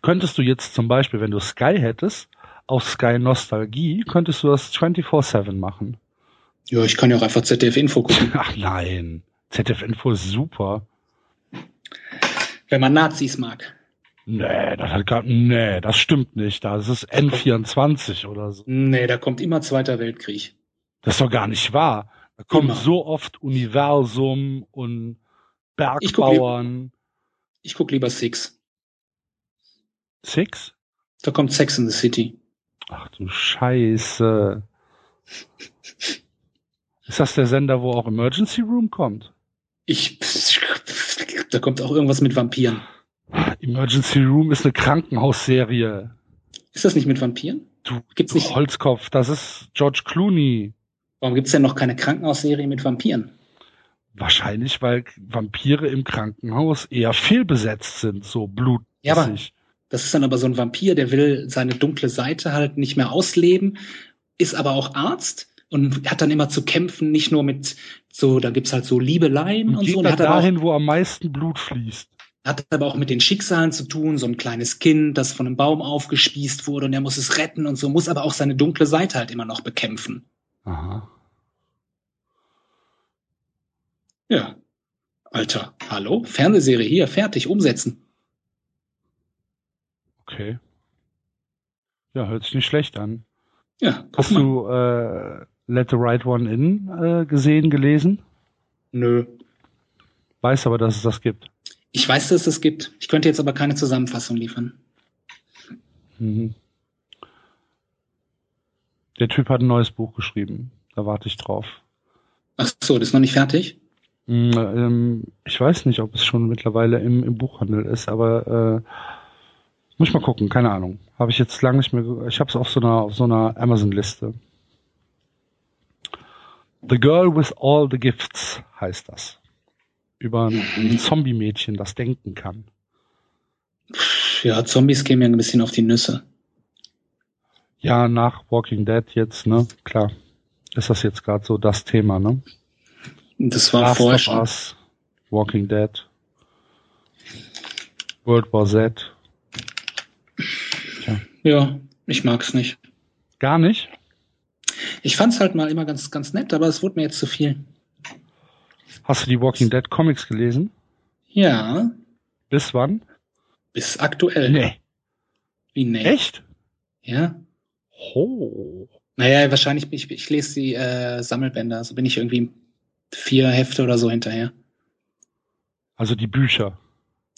S4: Könntest du jetzt zum Beispiel, wenn du Sky hättest, auf Sky Nostalgie, könntest du das 24-7 machen.
S5: Ja, ich kann ja auch einfach ZDF-Info gucken.
S4: Ach nein, ZDF Info ist super.
S5: Wenn man Nazis mag.
S4: Nee, das hat gar, nee, das stimmt nicht. Das ist N24 oder so.
S5: Nee, da kommt immer Zweiter Weltkrieg.
S4: Das ist doch gar nicht wahr. Da kommen
S5: Immer.
S4: so oft Universum und
S5: Ich guck lieber-
S4: Bergbauern.
S5: Ich guck lieber Six.
S4: Six?
S5: Da kommt Sex in the City.
S4: Ach du Scheiße. Ist das der Sender, wo auch Emergency Room kommt?
S5: Ich. Da kommt auch irgendwas mit Vampiren.
S4: Emergency Room ist eine Krankenhausserie.
S5: Ist das nicht mit Vampiren?
S4: Du,
S5: Gibt's
S4: du
S5: nicht.
S4: Holzkopf, das ist George Clooney.
S5: Warum gibt's denn noch keine Krankenhausserie mit Vampiren?
S4: Wahrscheinlich, weil Vampire im Krankenhaus eher fehlbesetzt sind, so blutmäßig.
S5: Ja, aber- Das ist dann aber so ein Vampir, der will seine dunkle Seite halt nicht mehr ausleben, ist aber auch Arzt und hat dann immer zu kämpfen, nicht nur mit so, da gibt's halt so Liebeleien
S4: und,
S5: und,
S4: geht
S5: so. Und
S4: dann
S5: hat, aber auch,
S4: dahin, wo am meisten Blut fließt.
S5: hat aber auch mit den Schicksalen zu tun, so ein kleines Kind, das von einem Baum aufgespießt wurde und er muss es retten und so, muss aber auch seine dunkle Seite halt immer noch bekämpfen.
S4: Aha.
S5: Ja. Alter, hallo? Fernsehserie hier, fertig, umsetzen.
S4: Okay. Ja, hört sich nicht schlecht an.
S5: Ja, guck
S4: Hast
S5: mal.
S4: du äh, Let the Right One In äh, gesehen, gelesen?
S5: Nö.
S4: Weiß aber, dass es das gibt.
S5: Ich weiß, dass es das gibt. Ich könnte jetzt aber keine Zusammenfassung liefern.
S4: Mhm. Der Typ hat ein neues Buch geschrieben. Da warte ich drauf.
S5: Ach so, das ist noch nicht fertig?
S4: Mm, ähm, Ich weiß nicht, ob es schon mittlerweile im, im Buchhandel ist, aber äh, muss ich mal gucken, keine Ahnung. Habe ich jetzt lange nicht mehr. ge- Ich habe es auf so einer, auf so einer Amazon-Liste. The Girl with All the Gifts heißt das. Über ein, ein Zombie-Mädchen, das denken kann.
S5: Ja, Zombies kämen ja ein bisschen auf die Nüsse.
S4: Ja, nach Walking Dead jetzt, ne? Klar. Ist das jetzt gerade so das Thema, ne?
S5: Das war vorher schon.
S4: Us, Walking Dead, World War Z.
S5: Ja, ich mag's nicht.
S4: Gar nicht.
S5: Ich fand's halt mal immer ganz, ganz nett, aber es wurde mir jetzt zu viel.
S4: Hast du die Walking Dead Comics gelesen?
S5: Ja,
S4: Bis wann?
S5: bis aktuell. Wie nee.
S4: Echt?
S5: Ja.
S4: Ho.
S5: Naja, wahrscheinlich, ich, ich lese die äh, Sammelbänder, also bin ich irgendwie vier Hefte oder so hinterher.
S4: Also die Bücher.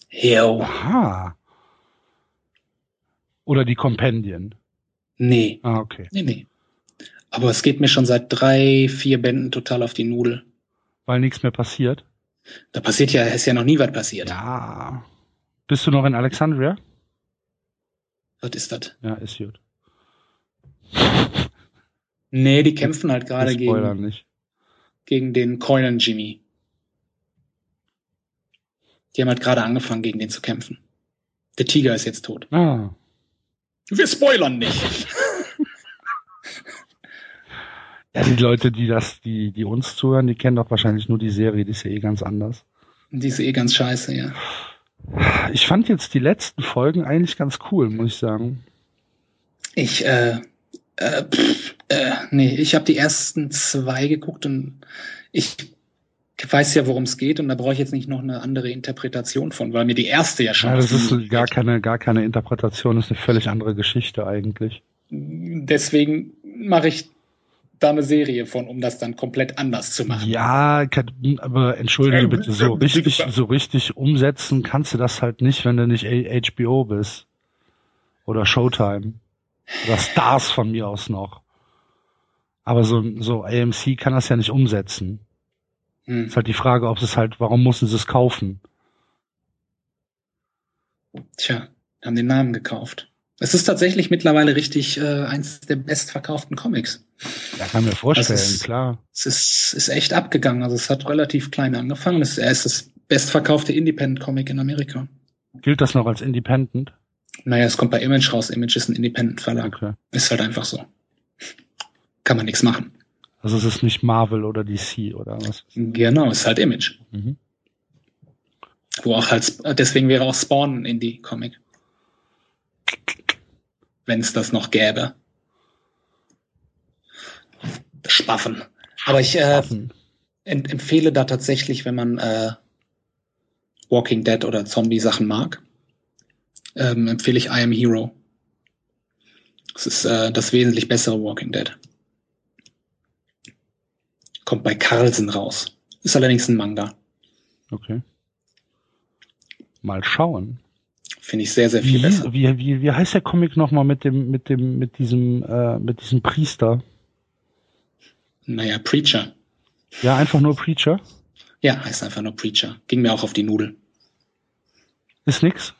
S5: Yo.
S4: Aha. Oder die Kompendien.
S5: Nee,
S4: Ah, okay.
S5: nee, nee. Aber es geht mir schon seit drei, vier Bänden total auf die Nudel.
S4: Weil nichts mehr passiert.
S5: Da passiert ja, ist ja noch nie was passiert.
S4: Ja. Bist du noch in Alexandria?
S5: Was ist das?
S4: Ja, ist gut.
S5: Nee, die kämpfen halt gerade
S4: Wir spoilern
S5: gegen,
S4: nicht.
S5: gegen den Coilen Jimmy. Die haben halt gerade angefangen, gegen den zu kämpfen. Der Tiger ist jetzt tot.
S4: Ah.
S5: Wir spoilern nicht.
S4: Ja, die Leute, die das, die, die uns zuhören, die kennen doch wahrscheinlich nur die Serie, die ist ja eh ganz anders.
S5: Die ist eh ganz scheiße, ja.
S4: Ich fand jetzt die letzten Folgen eigentlich ganz cool, muss ich sagen.
S5: Ich, äh, äh, pff, äh nee, ich habe die ersten zwei geguckt und ich weiß ja, worum es geht und da brauche ich jetzt nicht noch eine andere Interpretation von, weil mir die erste ja schon.
S4: Ja, das
S5: gefallen
S4: ist gar
S5: hat.
S4: keine, gar keine Interpretation, das ist eine völlig andere Geschichte eigentlich.
S5: Deswegen mache ich da eine Serie von, um das dann komplett anders zu machen.
S4: Ja, kann- aber entschuldige bitte, so richtig, so richtig umsetzen kannst du das halt nicht, wenn du nicht A- HBO bist. Oder Showtime. Oder Stars von mir aus noch. Aber so, so AMC kann das ja nicht umsetzen.
S5: Hm.
S4: Ist halt die Frage, ob sie es halt, warum mussten sie es kaufen?
S5: Tja, haben den Namen gekauft. Es ist tatsächlich mittlerweile richtig äh, eins der bestverkauften Comics.
S4: Ja, kann mir vorstellen,
S5: Das ist-
S4: klar.
S5: Es ist, ist echt abgegangen. Also es hat relativ klein angefangen. Es er ist das bestverkaufte Independent-Comic in Amerika.
S4: Gilt das noch als Independent?
S5: Naja, es kommt bei Image raus. Image ist ein Independent-Verlag.
S4: Okay.
S5: Ist halt einfach so. Kann man nichts machen.
S4: Also es ist nicht Marvel oder DC oder was?
S5: Genau, ist halt Image.
S4: Mhm.
S5: Wo auch halt, Sp- deswegen wäre auch Spawn ein Indie-Comic. Wenn es das noch gäbe. Spaffen. Aber ich äh, en- empfehle da tatsächlich, wenn man äh, Walking Dead oder Zombie-Sachen mag, ähm, empfehle ich I Am Hero. Das ist äh, das wesentlich bessere Walking Dead. Kommt bei Carlsen raus. Ist allerdings ein Manga.
S4: Okay. Mal schauen.
S5: Finde ich sehr, sehr viel
S4: Wie,
S5: besser.
S4: hieß- wie, wie, wie heißt der Comic nochmal mit dem, mit dem, mit diesem, äh, mit diesem Priester?
S5: Naja, Preacher.
S4: Ja, einfach nur Preacher.
S5: Ja, heißt einfach nur Preacher. Ging mir auch auf die Nudel.
S4: Ist nix.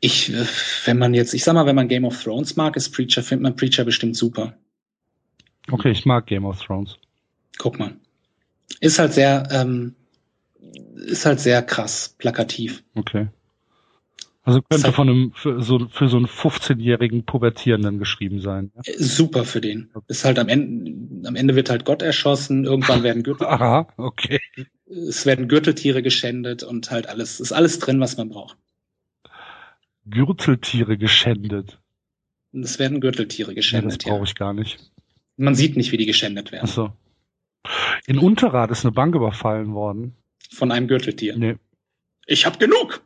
S5: Ich, äh, wenn man jetzt, ich sag mal, wenn man Game of Thrones mag, ist Preacher, findet man Preacher bestimmt super.
S4: Okay, ich mag Game of Thrones.
S5: Guck mal. Ist halt sehr, ähm, ist halt sehr krass, plakativ.
S4: Okay. Also könnte
S5: Sag-
S4: von einem, für so, für so einen 15-jährigen Pubertierenden geschrieben sein. ja?
S5: Äh, Super für den. Ist halt am Ende, am Ende wird halt Gott erschossen, irgendwann werden Gürtel,
S4: Aha, okay.
S5: es werden Gürteltiere geschändet und halt alles, ist alles drin, was man braucht.
S4: Gürteltiere geschändet.
S5: Und es werden Gürteltiere
S4: Nee, das
S5: geschändet, ja.
S4: brauche ich gar nicht.
S5: Man sieht nicht, wie die geschändet werden.
S4: Achso. In Unterrad ist eine Bank überfallen worden.
S5: Von einem Gürteltier.
S4: Nee.
S5: Ich hab genug.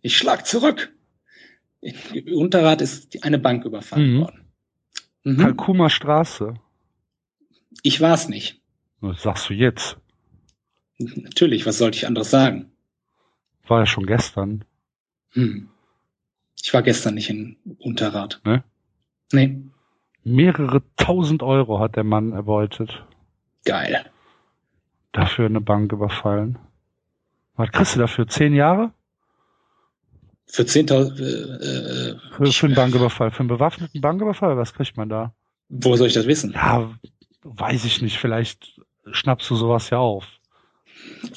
S5: Ich schlag zurück. In Unterrad ist die- eine Bank überfallen
S4: Mhm. Halt-
S5: worden. Mhm.
S4: Kalkumer Straße.
S5: Ich war's nicht.
S4: Was sagst du jetzt?
S5: Natürlich, was sollte ich anderes sagen?
S4: War ja schon gestern.
S5: Hm. Ich war gestern nicht in Unterrad.
S4: Ne?
S5: Nee,
S4: Mehrere tausend Euro hat der Mann erbeutet.
S5: geil.
S4: Dafür eine Bank überfallen. Was kriegst du dafür? Zehn Jahre?
S5: Für 10.000, äh, äh,
S4: Für, für einen Banküberfall. Für einen bewaffneten Banküberfall? Was kriegt man da?
S5: wo soll ich das wissen?
S4: Ja, weiß ich nicht. Vielleicht schnappst du sowas ja auf.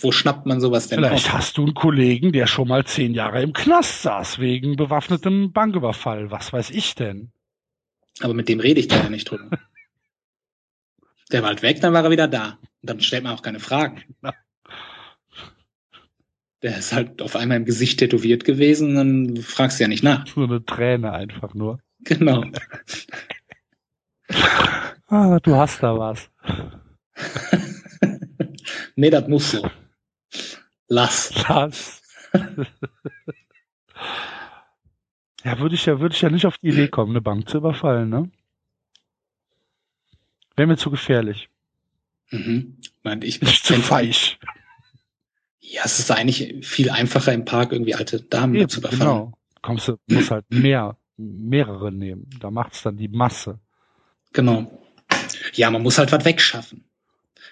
S5: Wo schnappt man sowas denn
S4: Vielleicht
S5: auf?
S4: hast du einen Kollegen, der schon mal zehn Jahre im Knast saß wegen bewaffnetem Banküberfall. Was weiß ich denn?
S5: Aber mit dem rede ich da ja nicht drüber. Der war halt weg, dann war er wieder da. Und dann stellt man auch keine Fragen.
S4: Genau.
S5: Der ist halt auf einmal im Gesicht tätowiert gewesen, dann fragst du ja nicht nach.
S4: So eine Träne einfach nur.
S5: Genau.
S4: Ah, du hast da was.
S5: Nee, das muss so. Lass.
S4: Das. ja, würde ich ja, würde ich ja nicht auf die Idee kommen, eine Bank zu überfallen, ne? Wäre mir zu gefährlich.
S5: Mhm. Ich meine, ich
S4: Ist zu
S5: kenn-
S4: feig.
S5: Ja, es ist eigentlich viel einfacher im Park irgendwie alte Damen
S4: Eben,
S5: um zu überfallen.
S4: genau. Kommst du, musst halt mehr, mehrere nehmen. Da macht's dann die Masse.
S5: Genau. Ja, man muss halt was wegschaffen.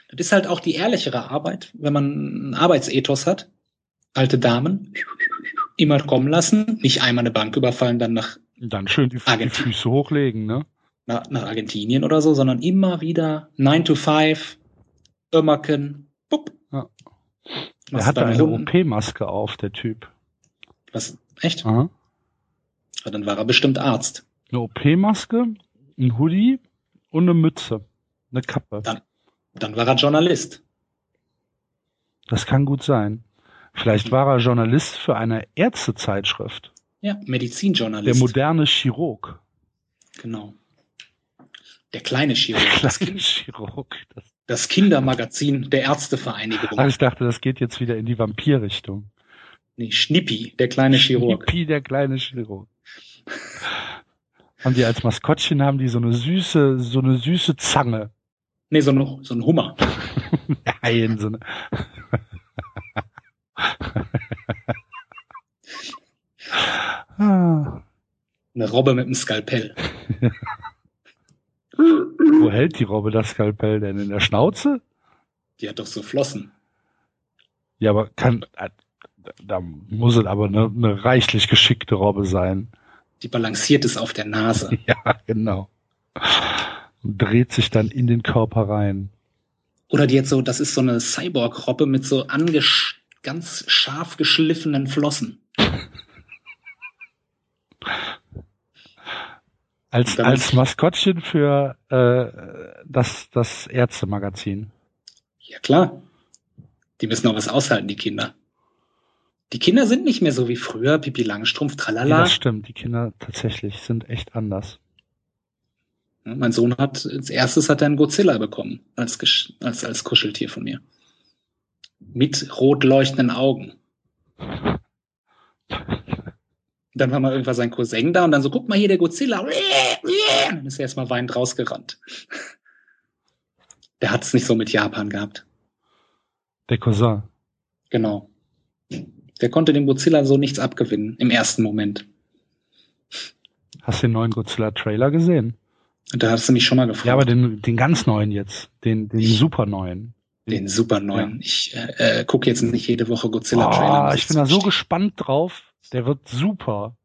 S5: Das ist halt auch die ehrlichere Arbeit, wenn man einen Arbeitsethos hat. Alte Damen, immer kommen lassen, nicht einmal eine Bank überfallen, dann nach,
S4: Dann schön die, die
S5: Argentin-
S4: Füße hochlegen, ne?
S5: nach, nach Argentinien oder so, sondern immer wieder 9 to 5, Irmaken, bupp.
S4: Ja. Er
S5: Was
S4: hatte
S5: beim
S4: eine
S5: Runden-
S4: OP-Maske auf, der Typ.
S5: Was, echt?
S4: Aha.
S5: Ja, Dann war er bestimmt Arzt.
S4: Eine OP-Maske, ein Hoodie und eine Mütze. Eine Kappe.
S5: Dann war er Journalist.
S4: Das kann gut sein. Vielleicht war er Journalist für eine Ärztezeitschrift.
S5: Ja,
S4: Der
S5: Medizinjournalist.
S4: moderne Chirurg.
S5: Genau. Der kleine Chirurg. Das,
S4: Kleine
S5: Kind,
S4: Chirurg. Das,
S5: das Kindermagazin der Ärztevereinigung.
S4: Ah, ich dachte, das geht jetzt wieder in die Vampirrichtung.
S5: Nee, Schnippi, der kleine Chirurg.
S4: Hippie, der kleine Chirurg. haben die als Maskottchen, haben die so eine süße, so eine süße Zange.
S5: Nee, so ein, so ein Hummer.
S4: Nein, so eine, ah,
S5: Eine Robbe mit einem Skalpell.
S4: wo hält die Robbe das Skalpell denn? In der Schnauze?
S5: Die hat doch so Flossen.
S4: Ja, aber kann, äh, da muss es aber eine, eine reichlich geschickte Robbe sein.
S5: Die balanciert es auf der Nase.
S4: Ja, genau. Und dreht sich dann in den Körper rein.
S5: Oder die hat so, das ist so eine Cyborg-Robbe mit so angesch ganz scharf geschliffenen Flossen.
S4: Als,
S5: Damit-
S4: als Maskottchen für äh, das, das Ärztemagazin.
S5: Ja klar. Die müssen auch was aushalten, die Kinder. Die Kinder sind nicht mehr so wie früher, Pipi Langstrumpf,
S4: Ja,
S5: tralala.
S4: das stimmt. Die Kinder tatsächlich sind echt anders.
S5: Ja, Ne, Mein Sohn hat als erstes hat er einen Godzilla bekommen als, Gesch- als, als Kuscheltier von mir. Mit rot leuchtenden Augen. Dann war mal irgendwann sein Cousin da und dann so, guck mal hier, der Godzilla. Dann ist er erstmal weinend rausgerannt. Der hat es nicht so mit Japan gehabt.
S4: Der Cousin.
S5: Genau. Der konnte dem Godzilla so nichts abgewinnen im ersten Moment.
S4: Hast du den neuen Godzilla-Trailer gesehen?
S5: Und da hast du mich schon mal gefragt.
S4: Ja, aber den, den ganz neuen jetzt. Den, den super neuen.
S5: den super neuen. Ich äh, äh, gucke jetzt nicht jede Woche Godzilla-Trailer.
S4: Oh,
S5: muss
S4: ich bin da so
S5: zugestehen.
S4: gespannt drauf. Der wird super.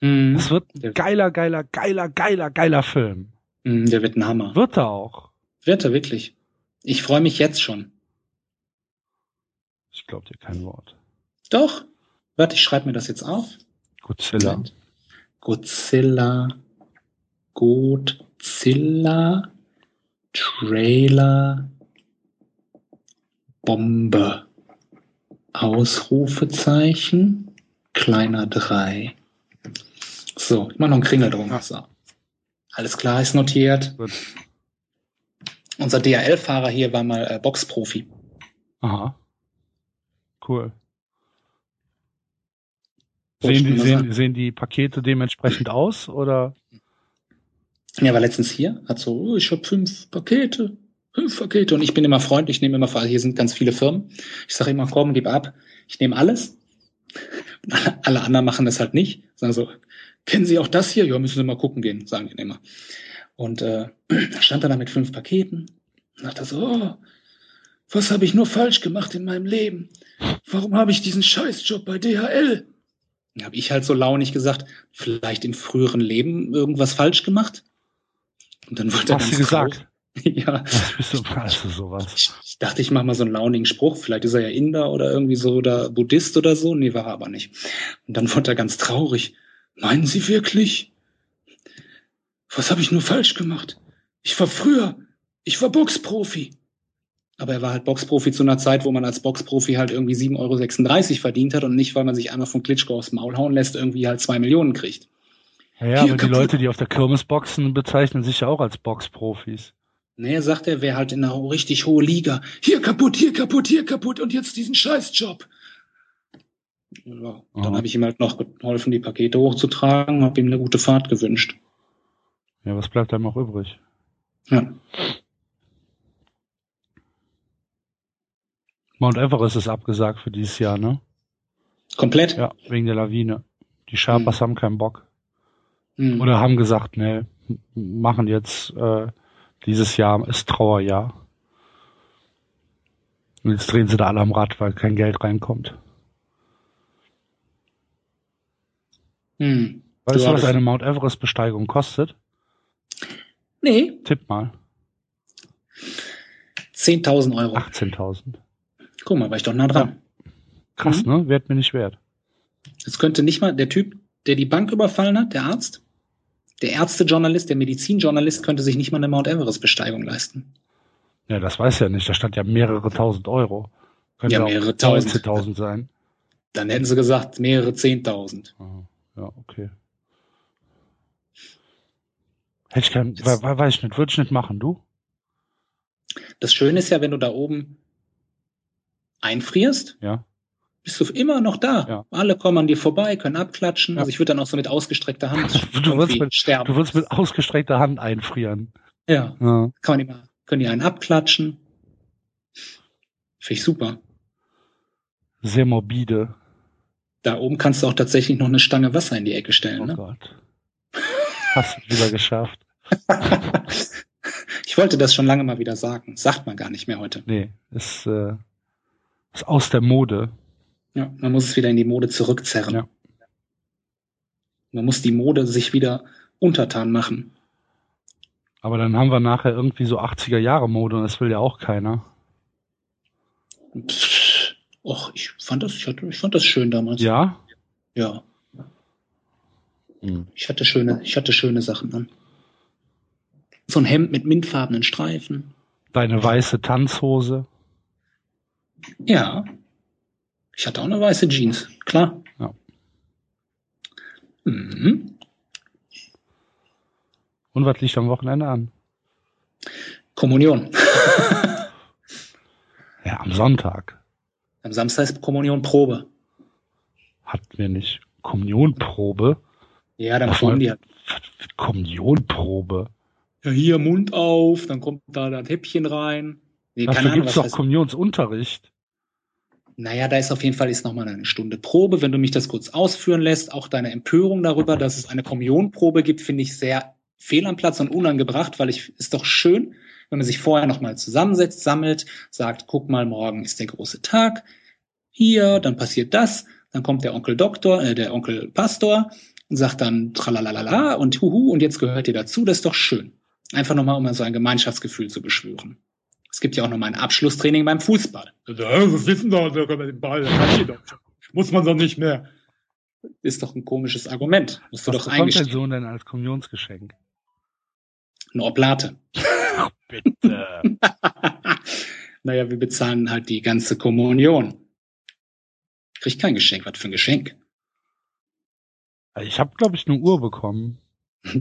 S5: Mhm.
S4: Das wird
S5: Der-
S4: ein geiler, geiler, geiler, geiler, geiler Film.
S5: Mm, Der wird ein Hammer.
S4: Wird er auch.
S5: Wird er wirklich. Ich freue mich jetzt schon.
S4: Ich glaube dir kein Wort.
S5: Doch. Warte, ich schreibe mir das jetzt auf.
S4: Godzilla.
S5: Moment. Godzilla. Godzilla. Trailer. Bombe. Ausrufezeichen. Kleiner drei. So, ich mach noch einen Kringel drum. So. Alles klar, ist notiert.
S4: Gut.
S5: Unser DHL-Fahrer hier war mal äh, Boxprofi.
S4: Aha. Cool. Sehen
S5: Wollte Oh, ich
S4: die,
S5: nur
S4: sehen,
S5: sagen.
S4: sehen die Pakete dementsprechend aus oder?
S5: Ja, war letztens hier, hat so, oh, ich habe fünf Pakete, fünf Pakete. Und ich bin immer freundlich, nehme immer, hier sind ganz viele Firmen. Ich sage immer, komm, gib ab. Ich nehme alles. Und alle- alle anderen machen das halt nicht. Sagen so, kennen Sie auch das hier? Ja, müssen Sie mal gucken gehen, sagen die immer. Und äh, da stand er da mit fünf Paketen. Und dachte so, oh, was habe ich nur falsch gemacht in meinem Leben? Warum habe ich diesen Scheißjob bei DHL? Dann habe ich halt so launig gesagt, vielleicht im früheren Leben irgendwas falsch gemacht. Und dann wurde er
S4: Hast
S5: ganz
S4: du gesagt?
S5: traurig. Ja.
S4: Was bist du, hast du sowas?
S5: Ich, ich dachte, ich mache mal so einen launigen Spruch. Vielleicht ist er ja Inder oder irgendwie so oder Buddhist oder so. Nee, war er aber nicht. Und dann wurde er ganz traurig. Meinen Sie wirklich? Was habe ich nur falsch gemacht? Ich war früher, ich war Boxprofi. Aber er war halt Boxprofi zu einer Zeit, wo man als Boxprofi halt irgendwie 7,36 Euro verdient hat und nicht, weil man sich einmal von Klitschko aufs Maul hauen lässt, irgendwie halt zwei Millionen kriegt.
S4: Ja, ja,
S5: Hier,
S4: aber die
S5: kaputt.
S4: Leute, die auf der Kirmes boxen, bezeichnen sich ja auch als Boxprofis.
S5: Nee, sagt er, wer halt in einer richtig hohen Liga. Hier kaputt, hier kaputt, hier kaputt und jetzt diesen Scheißjob. Ja,
S4: Aha.
S5: dann habe ich ihm halt noch geholfen, die Pakete hochzutragen, habe ihm eine gute Fahrt gewünscht.
S4: Ja, was bleibt einem auch übrig?
S5: Ja.
S4: Mount Everest ist abgesagt für dieses Jahr, ne?
S5: Komplett?
S4: Ja, wegen der Lawine. Die Sherpas
S5: Mhm.
S4: haben keinen Bock.
S5: Hm.
S4: Oder haben gesagt, ne, m- machen jetzt, äh, dieses Jahr ist Trauerjahr. Und jetzt drehen sie da alle am Rad, weil kein Geld reinkommt.
S5: Hm.
S4: Weißt du,
S5: Ja,
S4: was
S5: das-
S4: eine Mount Everest-Besteigung kostet?
S5: Nee,
S4: Tipp mal.
S5: 10.000 Euro.
S4: 18.000.
S5: Guck mal, war ich doch nah dran.
S4: Krass,
S5: Mhm.
S4: ne? Wert mir nicht wert.
S5: Jetzt könnte nicht mal der Typ, der die Bank überfallen hat, der Arzt, der Ärztejournalist, der Medizinjournalist könnte sich nicht mal eine Mount Everest-Besteigung leisten.
S4: Ja, das weiß er nicht. Da stand ja mehrere tausend Euro. Könnte
S5: Ja,
S4: auch
S5: mehrere tausend.
S4: 19.000 sein.
S5: Dann hätten sie gesagt, mehrere 10.000.
S4: Aha. Ah, Ja, okay. Hätte ich keinen,
S5: Jetzt-
S4: we we weiß ich nicht, würde ich nicht machen, du?
S5: Das Schöne ist ja, wenn du da oben einfrierst,
S4: Ja.
S5: bist du immer noch da.
S4: Ja.
S5: Alle kommen an dir vorbei, können abklatschen.
S4: Ja.
S5: Also ich würde dann auch so mit ausgestreckter Hand
S4: Du
S5: irgendwie
S4: würdest mit-
S5: sterben.
S4: Du würdest mit ausgestreckter Hand einfrieren.
S5: ja,
S4: Ja.
S5: kann man immer, können die einen abklatschen. Finde ich super.
S4: Sehr morbide.
S5: Da oben kannst du auch tatsächlich noch eine Stange Wasser in die Ecke
S4: Oh
S5: stellen. Ne?
S4: Gott. Hast du wieder geschafft.
S5: Ich wollte das schon lange mal wieder sagen. Sagt man gar nicht mehr heute.
S4: Nee, ist, äh, ist aus der Mode.
S5: Ja, man muss es wieder in die Mode zurückzerren.
S4: Ja.
S5: Man muss die Mode sich wieder untertan machen.
S4: Aber dann haben wir nachher irgendwie so 80er Jahre Mode und das will ja auch keiner.
S5: Pff, Och, ich fand das, ich, hatte, ich fand das schön damals.
S4: Ja?
S5: ja.
S4: Hm.
S5: Ich hatte schöne, ich hatte schöne Sachen an. So ein Hemd mit mintfarbenen Streifen.
S4: Deine weiße Tanzhose.
S5: Ja. Ich hatte auch eine weiße Jeans, klar.
S4: Ja.
S5: Mhm.
S4: Und was liegt am Wochenende an?
S5: Kommunion.
S4: Ja, am Sonntag
S5: Am Samstag ist Kommunion Probe.
S4: hatten wir nicht Kommunionprobe.
S5: Ja, dann
S4: Ach,
S5: kommen die
S4: ja.
S5: halt.
S4: Kommunionprobe.
S5: Ja, hier Mund auf, dann kommt da das Häppchen rein. Nee,
S4: Dafür gibt es doch
S5: das-
S4: Kommunionsunterricht.
S5: Naja, da ist auf jeden Fall jetzt nochmal eine Stunde Probe. Wenn du mich das kurz ausführen lässt, auch deine Empörung darüber, dass es eine Kommunionprobe gibt, finde ich sehr fehl am Platz und unangebracht, weil ich ist doch schön, wenn man sich vorher nochmal zusammensetzt, sammelt, sagt, guck mal, morgen ist der große Tag, hier, dann passiert das, dann kommt der Onkel Doktor, äh, der Onkel Pastor und sagt dann tralalala und huhu und jetzt gehört ihr dazu, das ist doch schön. Einfach nochmal, um so ein Gemeinschaftsgefühl zu beschwören. Es gibt ja auch noch mal ein Abschlusstraining beim Fußball.
S6: Also, äh, das wissen doch sogar mit dem Ball, das hat jeder. Muss man doch nicht mehr.
S5: Ist doch ein komisches Argument. Musst du
S4: Was
S5: doch
S4: bekommt dein
S5: eingestehen.
S4: Sohn denn als Kommunionsgeschenk?
S5: Eine Oblate.
S4: Bitte.
S5: naja, wir bezahlen halt die ganze Kommunion. Kriegt kein Geschenk. Was für ein Geschenk?
S4: Ich habe, glaube ich, eine Uhr bekommen.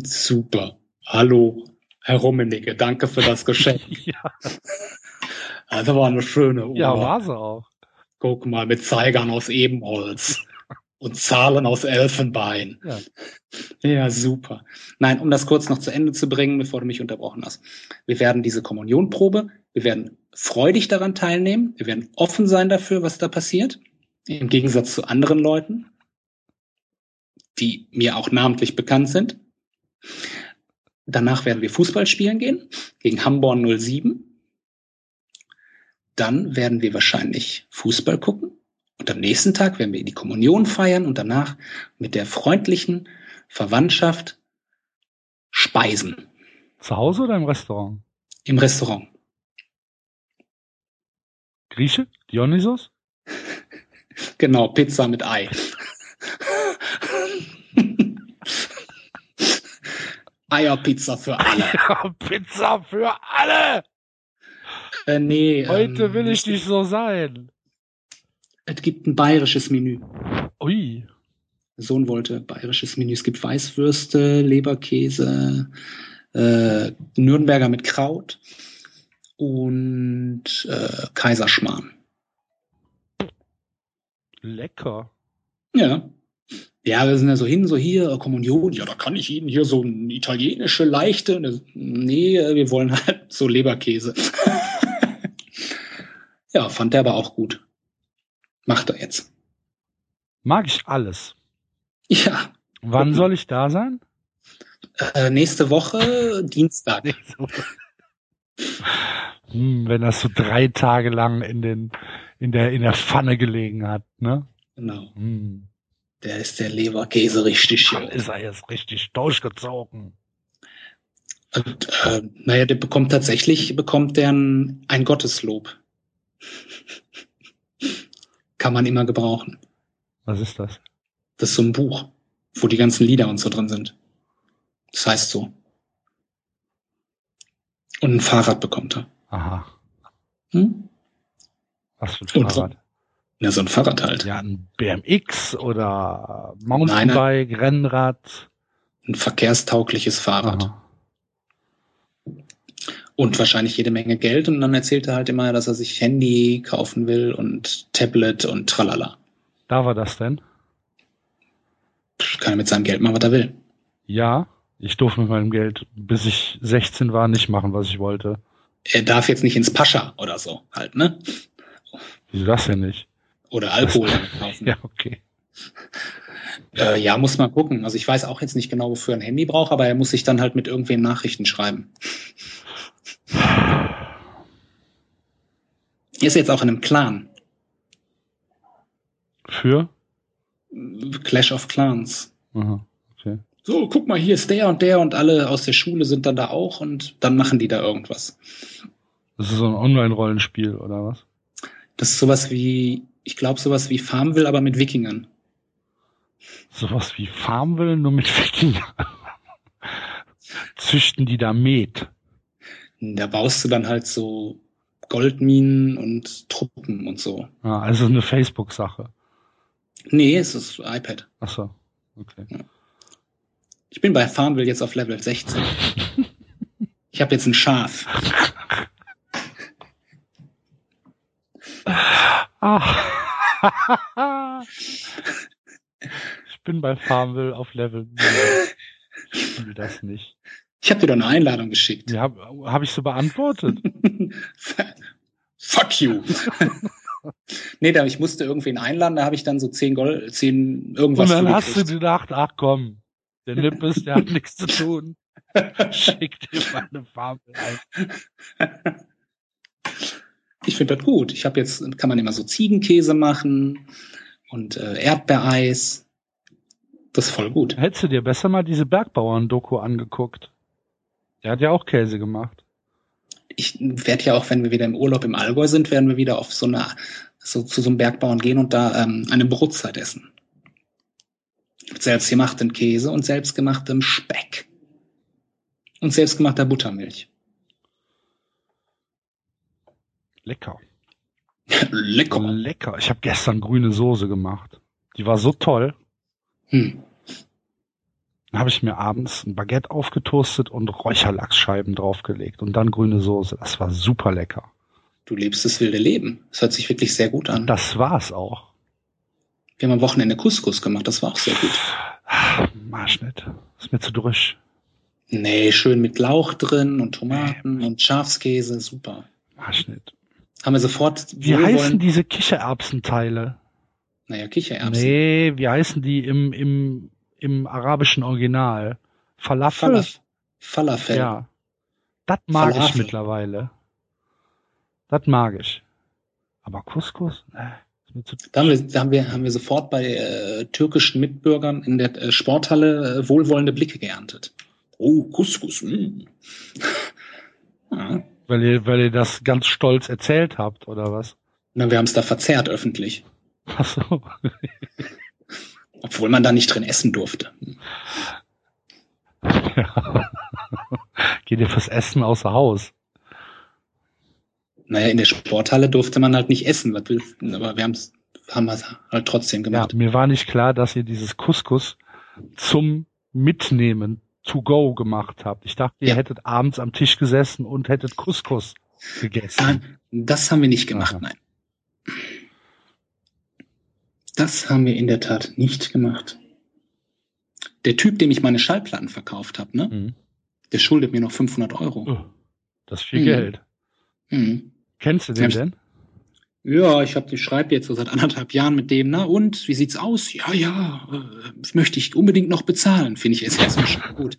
S5: Super. Hallo, Herr Rummenigge. Danke für das Geschenk.
S4: Ja,
S5: Also war eine schöne Uhr.
S4: ja war sie auch.
S5: Guck mal, mit Zeigern aus Ebenholz und Zahlen aus Elfenbein.
S4: Ja.
S5: Ja, super. Nein, um das kurz noch zu Ende zu bringen, bevor du mich unterbrochen hast. Wir werden diese Kommunionprobe, wir werden freudig daran teilnehmen, wir werden offen sein dafür, was da passiert, im Gegensatz zu anderen Leuten, die mir auch namentlich bekannt sind. Danach werden wir Fußball spielen gehen gegen Hamborn 07 dann werden wir wahrscheinlich Fußball gucken und am nächsten Tag werden wir die Kommunion feiern und danach mit der freundlichen Verwandtschaft speisen
S4: Zu Hause oder im Restaurant?
S5: im Restaurant.
S4: Grieche? Dionysos?
S5: Genau, Pizza mit Ei. Eierpizza für alle.
S4: Ja, Pizza für alle!
S5: Äh, nee,
S4: Heute
S5: ähm,
S4: will ich nicht so sein.
S5: Es gibt ein bayerisches Menü.
S4: Ui.
S5: Sohn wollte bayerisches Menü. Es gibt Weißwürste, Leberkäse, äh, Nürnberger mit Kraut und äh, Kaiserschmarrn.
S4: Lecker.
S5: Ja. Ja, wir sind ja so hin, so hier, äh, Kommunion, ja, da kann ich Ihnen hier so eine italienische leichte. ne, Und er so, Nee, äh, wir wollen halt so Leberkäse. Ja, fand der aber auch gut. Macht er jetzt.
S4: Mag ich alles.
S5: Ja,
S4: Wann
S5: Mhm.
S4: soll ich da sein?
S5: äh, nächste Woche Dienstag.
S4: Hm, wenn das so drei Tage lang in den in der in der Pfanne gelegen hat, ne?
S5: Genau.
S4: Hm.
S5: Der ist der Leberkäse richtig
S4: Dann
S5: schön.
S4: ist er jetzt richtig durchgezogen.
S5: Und, äh, naja, der bekommt tatsächlich, bekommt der ein, ein Gotteslob. Kann man immer gebrauchen.
S4: Was ist das?
S5: Das ist so ein Buch, wo die ganzen Lieder und so drin sind. Das heißt so. Und ein Fahrrad bekommt er.
S4: Aha.
S5: Hm?
S4: Was für ein
S5: Und so-
S4: Fahrrad?
S5: Ja, so ein Fahrrad halt.
S4: Ja, ein BMX oder Mountainbike, Rennrad.
S5: Ein verkehrstaugliches Fahrrad.
S4: Aha.
S5: Und wahrscheinlich jede Menge Geld. Und dann erzählt er halt immer, dass er sich Handy kaufen will und Tablet und tralala.
S4: Da war das denn?
S5: Kann er mit seinem Geld machen, was er will.
S4: Ja, ich durfte mit meinem Geld, bis ich 16 war, nicht machen, was ich wollte.
S5: Er darf jetzt nicht ins Pascha oder so halt, ne?
S4: Wieso das denn nicht?
S5: Oder Alkohol kaufen.
S4: Ja, okay.
S5: Äh, ja, muss man gucken. Also ich weiß auch jetzt nicht genau, wofür er ein Handy braucht, aber er muss sich dann halt mit irgendwem Nachrichten schreiben. Er Ist jetzt auch in einem Clan.
S4: Für?
S5: Clash of Clans.
S4: Aha.
S5: So, guck mal, hier ist der und der und alle aus der Schule sind dann da auch und dann machen die da irgendwas.
S4: Das ist so ein Online-Rollenspiel oder was?
S5: Das ist sowas wie, ich glaube, sowas wie Farmville, aber mit Wikingern.
S4: Sowas wie Farmville, nur mit Wikinger. Züchten die da Met.
S5: Da baust du dann halt so Goldminen und Truppen und so.
S4: Ah, also eine Facebook-Sache.
S5: Nee, es ist iPad.
S4: Achso, okay.
S5: Ich bin bei Farmville jetzt auf Level 16. Ich habe jetzt ein Schaf.
S4: Ah. ich bin bei Farmville auf Level. null. Ich spiele das nicht.
S5: Ich habe dir doch eine Einladung geschickt.
S4: Ja, habe hab ich so beantwortet?
S5: Fuck you. nee, da, ich musste irgendwen einladen, da habe ich dann so 10 Gold, 10 irgendwas
S4: Und dann
S5: für
S4: hast du
S5: gekriegt.
S4: gedacht, ach komm, der Nippes, der hat nichts zu tun. Schick dir meine Farmville ein.
S5: Ich finde das gut. Ich habe jetzt, kann man immer so Ziegenkäse machen und äh, Erdbeereis. Das ist voll gut.
S4: Hättest du dir besser mal diese Bergbauern-Doku angeguckt. Der hat ja auch Käse gemacht.
S5: Ich werde ja auch, wenn wir wieder im Urlaub im Allgäu sind, werden wir wieder auf so eine, so zu so einem Bergbauern gehen und da ähm, eine Brotzeit essen. Mit selbstgemachtem Käse und selbstgemachtem Speck. Und selbstgemachter Buttermilch.
S4: Lecker.
S5: Lecker.
S4: Lecker. Ich habe gestern grüne Soße gemacht. Die war so toll.
S5: Hm.
S4: Dann habe ich mir abends ein Baguette aufgetoastet und Räucherlachsscheiben draufgelegt und dann grüne Soße. Das war super lecker.
S5: Du lebst das wilde Leben. Das hört sich wirklich sehr gut an.
S4: Das war's auch.
S5: Wir haben am Wochenende Couscous gemacht. Das war auch sehr gut.
S4: Ah, Marschnitt. Ist mir zu drüsch.
S5: Nee, schön mit Lauch drin und Tomaten und Schafskäse, super.
S4: Marschnitt.
S5: Haben wir sofort
S4: Wie
S5: wohlwollend-
S4: heißen diese Kichererbsenteile?
S5: Naja, Kichererbsen.
S4: Nee, wie heißen die im, im, im arabischen Original? Falafel?
S5: Falaf Falafel.
S4: Ja. Das mag ich
S5: Falafel.
S4: mittlerweile. Das mag ich. Aber Couscous? Nee, ist mir zu
S5: Da, haben wir, da haben, wir, haben wir sofort bei äh, türkischen Mitbürgern in der äh, Sporthalle äh, wohlwollende Blicke geerntet. Oh, Couscous. Mh. ja.
S4: Weil ihr, weil ihr das ganz stolz erzählt habt, oder was?
S5: Na, wir haben es da verzehrt öffentlich,
S4: Ach so.
S5: obwohl man da nicht drin essen durfte.
S4: Ja. Geht ihr fürs Essen außer Haus?
S5: Naja, in der Sporthalle durfte man halt nicht essen, was willst du? aber wir haben's, haben es halt trotzdem
S4: Ja,
S5: gemacht.
S4: mir war nicht klar, dass ihr dieses Couscous zum Mitnehmen to go gemacht habt. Ich dachte, ihr
S5: Ja.
S4: hättet abends am Tisch gesessen und hättet Couscous gegessen.
S5: Nein, das haben wir nicht gemacht,
S4: Aha.
S5: nein. Das haben wir in der Tat nicht gemacht. Der Typ, dem ich meine Schallplatten verkauft habe, ne,
S4: Mhm.
S5: der schuldet mir noch 500 Euro.
S4: Oh, Das ist viel
S5: Mhm.
S4: Geld.
S5: Mhm.
S4: Kennst du den
S5: Ja.
S4: denn?
S5: Ja, ich habe, ich schreibe jetzt so seit anderthalb Jahren mit dem, na und, wie sieht's aus? Ja, ja, äh, das möchte ich unbedingt noch bezahlen. Finde ich jetzt erstmal schon gut.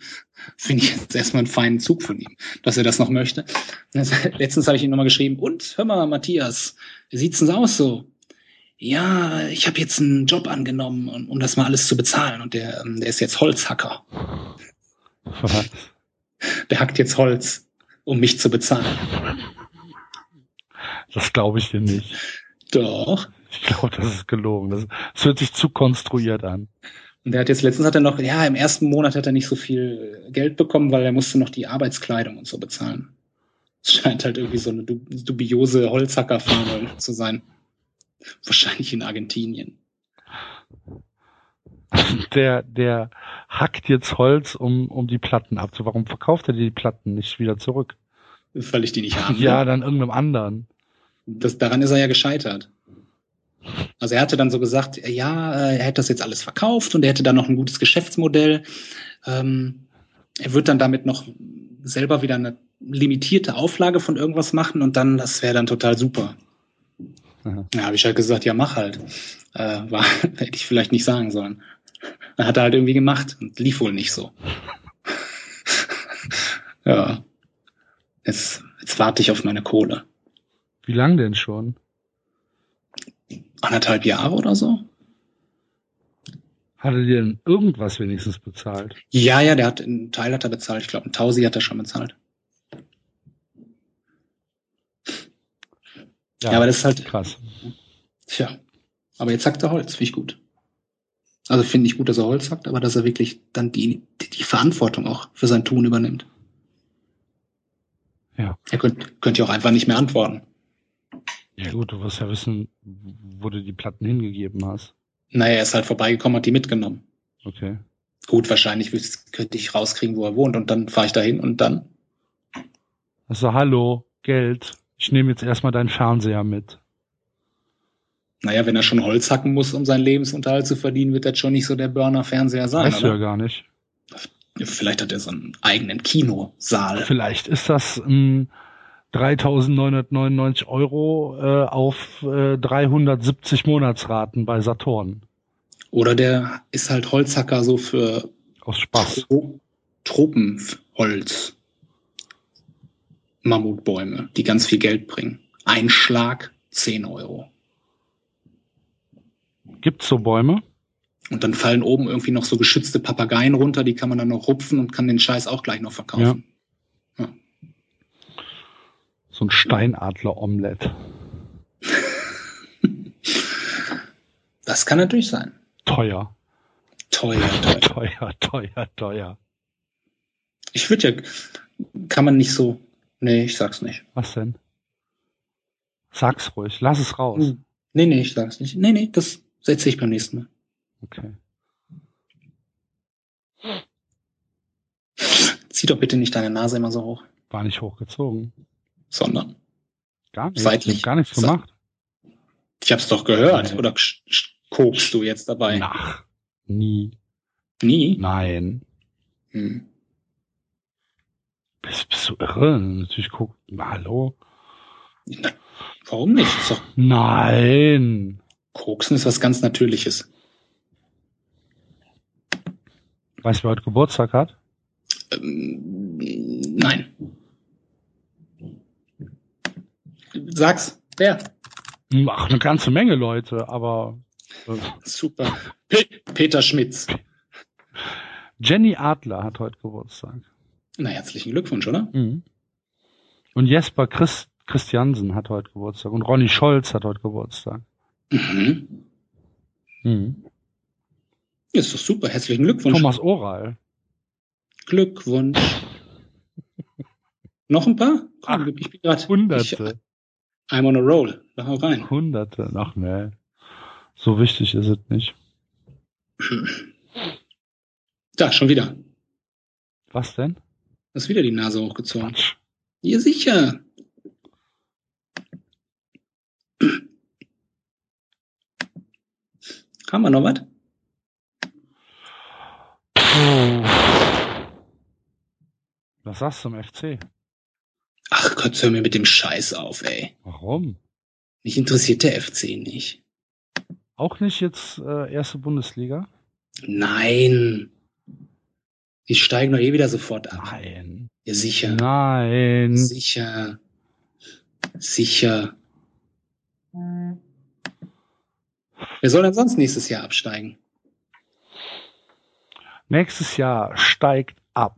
S5: Finde ich jetzt erstmal einen feinen Zug von ihm, dass er das noch möchte. Das, letztens habe ich ihm nochmal geschrieben, und, hör mal, Matthias, wie sieht's denn aus so? Ja, ich habe jetzt einen Job angenommen, um, um das mal alles zu bezahlen. Und der, ähm, der ist jetzt Holzhacker.
S4: Was?
S5: Der hackt jetzt Holz, um mich zu bezahlen.
S4: Das glaube ich dir nicht.
S5: Doch.
S4: Ich glaube, das ist gelogen. Das, das hört sich zu konstruiert an.
S5: Und der hat jetzt letztens hat er noch, ja, im ersten Monat hat er nicht so viel Geld bekommen, weil er musste noch die Arbeitskleidung und so bezahlen. Es scheint halt irgendwie so eine du- dubiose Holzhackerfahne zu sein. Wahrscheinlich in Argentinien.
S4: Der, der hackt jetzt Holz, um, um die Platten abzu. Warum verkauft er die Platten nicht wieder zurück?
S5: Weil ich die nicht haben will.
S4: Ja, dann irgendeinem anderen.
S5: Das, daran ist er ja gescheitert. Also er hatte dann so gesagt, ja, äh, er hätte das jetzt alles verkauft und er hätte dann noch ein gutes Geschäftsmodell. Ähm, er wird dann damit noch selber wieder eine limitierte Auflage von irgendwas machen und dann, das wäre dann total super.
S4: Aha.
S5: Ja, habe ich halt gesagt, ja, mach halt. Äh, war, hätte ich vielleicht nicht sagen sollen. Dann hat er halt irgendwie gemacht und lief wohl nicht so. ja. Jetzt, jetzt warte ich auf meine Kohle.
S4: Wie lang denn schon?
S5: anderthalb Jahre oder so.
S4: Hat er dir denn irgendwas wenigstens bezahlt?
S5: Ja, ja, der hat einen Teil hat er bezahlt. Ich glaube, einen Tausi hat er schon bezahlt. Ja, aber das ist halt-
S4: krass.
S5: Tja. Aber jetzt hackt er Holz, finde ich gut. Also finde ich gut, dass er Holz hackt, aber dass er wirklich dann die, die, die Verantwortung auch für sein Tun übernimmt.
S4: Ja.
S5: Er könnte könnt ja auch einfach nicht mehr antworten.
S4: Ja gut, du wirst ja wissen, wo du die Platten hingegeben hast.
S5: Naja, er ist halt vorbeigekommen, hat die mitgenommen.
S4: Okay.
S5: Gut, wahrscheinlich wüs- könnte ich rauskriegen, wo er wohnt und dann fahre ich dahin und dann.
S4: Also hallo, Geld. Ich nehme jetzt erstmal deinen Fernseher mit.
S5: Naja, wenn er schon Holz hacken muss, um seinen Lebensunterhalt zu verdienen, wird das schon nicht so der Burner-Fernseher sein.
S4: weißt
S5: oder?
S4: du ja gar nicht.
S5: Ja, Vielleicht hat er so einen eigenen Kinosaal.
S4: Vielleicht ist das ein 3.999 Euro äh, auf äh, 370 Monatsraten bei Saturn.
S5: Oder der ist halt Holzhacker so für
S4: Aus Spaß.
S5: Tro Tropenholz. Mammutbäume, die ganz viel Geld bringen. Ein Schlag 10 Euro.
S4: Gibt's so Bäume?
S5: Und dann fallen oben irgendwie noch so geschützte Papageien runter, die kann man dann noch rupfen und kann den Scheiß auch gleich noch verkaufen.
S4: So ein Steinadler-Omelett.
S5: Das kann natürlich sein.
S4: Teuer.
S5: Teuer, teuer.
S4: Teuer, teuer, teuer.
S5: Ich würde ja, kann man nicht so, nee, ich sag's nicht.
S4: Was denn? Sag's ruhig. Lass es raus.
S5: Hm. Nee, nee, ich sag's nicht. Nee, nee, das setze ich beim nächsten Mal.
S4: Okay.
S5: Zieh doch bitte nicht deine Nase immer so hoch,
S4: War nicht hochgezogen.
S5: sondern
S4: Gar nicht.
S5: Seitlich.
S4: Gar nichts
S5: Se-
S4: gemacht.
S5: Ich hab's doch gehört.
S4: Nee.
S5: Oder ksch- ksch- kokst du jetzt dabei?
S4: Nach. Nie.
S5: Nie?
S4: Nein.
S5: Hm.
S4: Bist, bist du irre? Natürlich guck. Hallo?
S5: Na, warum nicht? Ist doch,
S4: Nein.
S5: Koksen ist was ganz Natürliches.
S4: Weißt du, wer heute Geburtstag hat?
S5: Ähm, nein. Sag's. Wer?
S4: Hm, Ach, eine ganze Menge Leute, aber äh,
S5: Super. Pe Peter Schmitz.
S4: Jenny Adler hat heute Geburtstag.
S5: Na, herzlichen Glückwunsch, oder?
S4: Mhm. Und Jesper Christ Christiansen hat heute Geburtstag. Und Ronny Scholz hat heute Geburtstag.
S5: Mhm.
S4: Mhm.
S5: Ist doch super. Herzlichen Glückwunsch.
S4: Thomas Oral.
S5: Glückwunsch. Noch ein paar? Komm,
S4: Ach,
S5: ich bin grad.
S4: Hunderte.
S5: Ich, I'm on a roll. Da hau rein.
S4: Hunderte. Ach ne. So wichtig ist es nicht.
S5: Da, schon wieder.
S4: Was denn?
S5: Hast wieder die Nase hochgezogen.
S4: Quatsch.
S5: Ja, sicher. Haben wir noch was?
S4: Was sagst du zum FC?
S5: Ach Gott, hör mir mit dem Scheiß auf, ey.
S4: Warum?
S5: Mich interessiert der FC nicht.
S4: Auch nicht jetzt äh, erste Bundesliga?
S5: Nein. Die steigen doch eh wieder sofort ab.
S4: Nein.
S5: Ja, sicher.
S4: Nein.
S5: Sicher. Sicher. Wer soll denn sonst nächstes Jahr absteigen?
S4: Nächstes Jahr steigt ab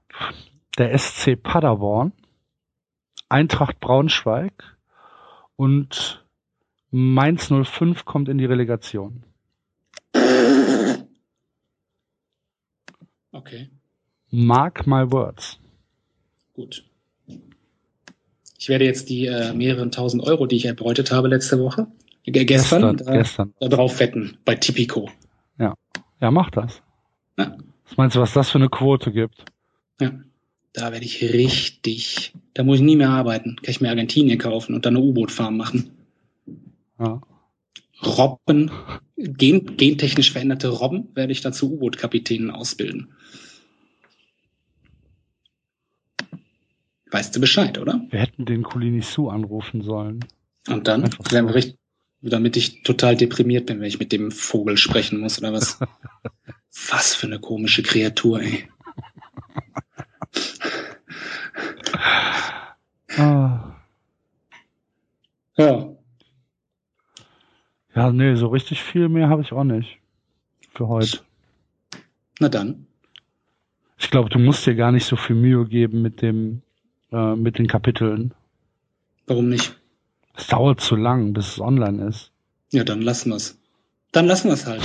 S4: der SC Paderborn, Eintracht Braunschweig und Mainz 05 kommt in die Relegation.
S5: Okay,
S4: Mark my words.
S5: gut. Ich werde jetzt die äh, mehreren tausend Euro, die ich erbeutet habe letzte Woche, äh, gestern, da,
S4: gestern.
S5: da drauf wetten, bei Tipico.
S4: Ja, mach das.
S5: Ja.
S4: Was meinst du, was das für eine Quote gibt?
S5: Ja. Da werde ich richtig, da muss ich nie mehr arbeiten. Kann ich mir Argentinien kaufen und dann eine U-Boot-Farm machen.
S4: Ja.
S5: Robben, gen, gentechnisch veränderte Robben werde ich dazu U-Boot-Kapitänen ausbilden. Weißt du Bescheid, oder?
S4: Wir hätten den Kulini Su anrufen sollen.
S5: Und dann,
S4: Einfach so.
S5: wenn wir richtig, damit ich total deprimiert bin, wenn ich mit dem Vogel sprechen muss oder was. was für eine komische Kreatur, ey.
S4: Ah.
S5: Ja,
S4: Ja, nee, so richtig viel mehr habe ich auch nicht für heute.
S5: na dann.
S4: Ich glaube, du musst dir gar nicht so viel Mühe geben mit dem, äh, mit den Kapiteln.
S5: Warum nicht?
S4: Es dauert zu lang, bis es online ist.
S5: Ja, dann lassen wir's. Dann lassen wir's halt.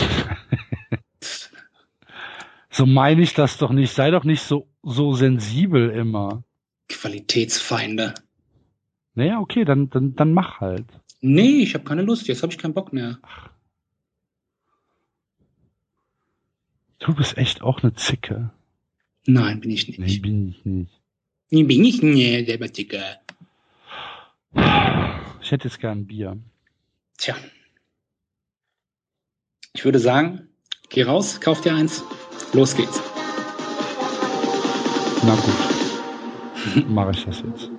S4: So meine ich das doch nicht. Sei doch nicht so, so sensibel immer.
S5: Qualitätsfeinde.
S4: Naja, okay, dann, dann, dann mach halt.
S5: Nee, ich habe keine Lust. Jetzt habe ich keinen Bock mehr.
S4: Du bist echt auch eine Zicke.
S5: Nein, bin ich nicht.
S4: Nee, bin ich nicht.
S5: Nee, bin ich nicht, selber Dicker.
S4: Ich hätte jetzt gern Bier.
S5: Tja. Ich würde sagen, geh raus, kauf dir eins. Los geht's.
S4: Na gut. Mache ich das jetzt.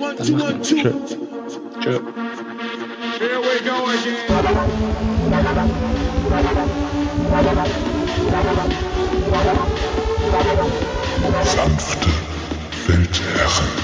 S2: One, two, one, two.
S4: Sure.
S5: Tschö.
S2: Here we go again.
S3: sanfte Weltherren.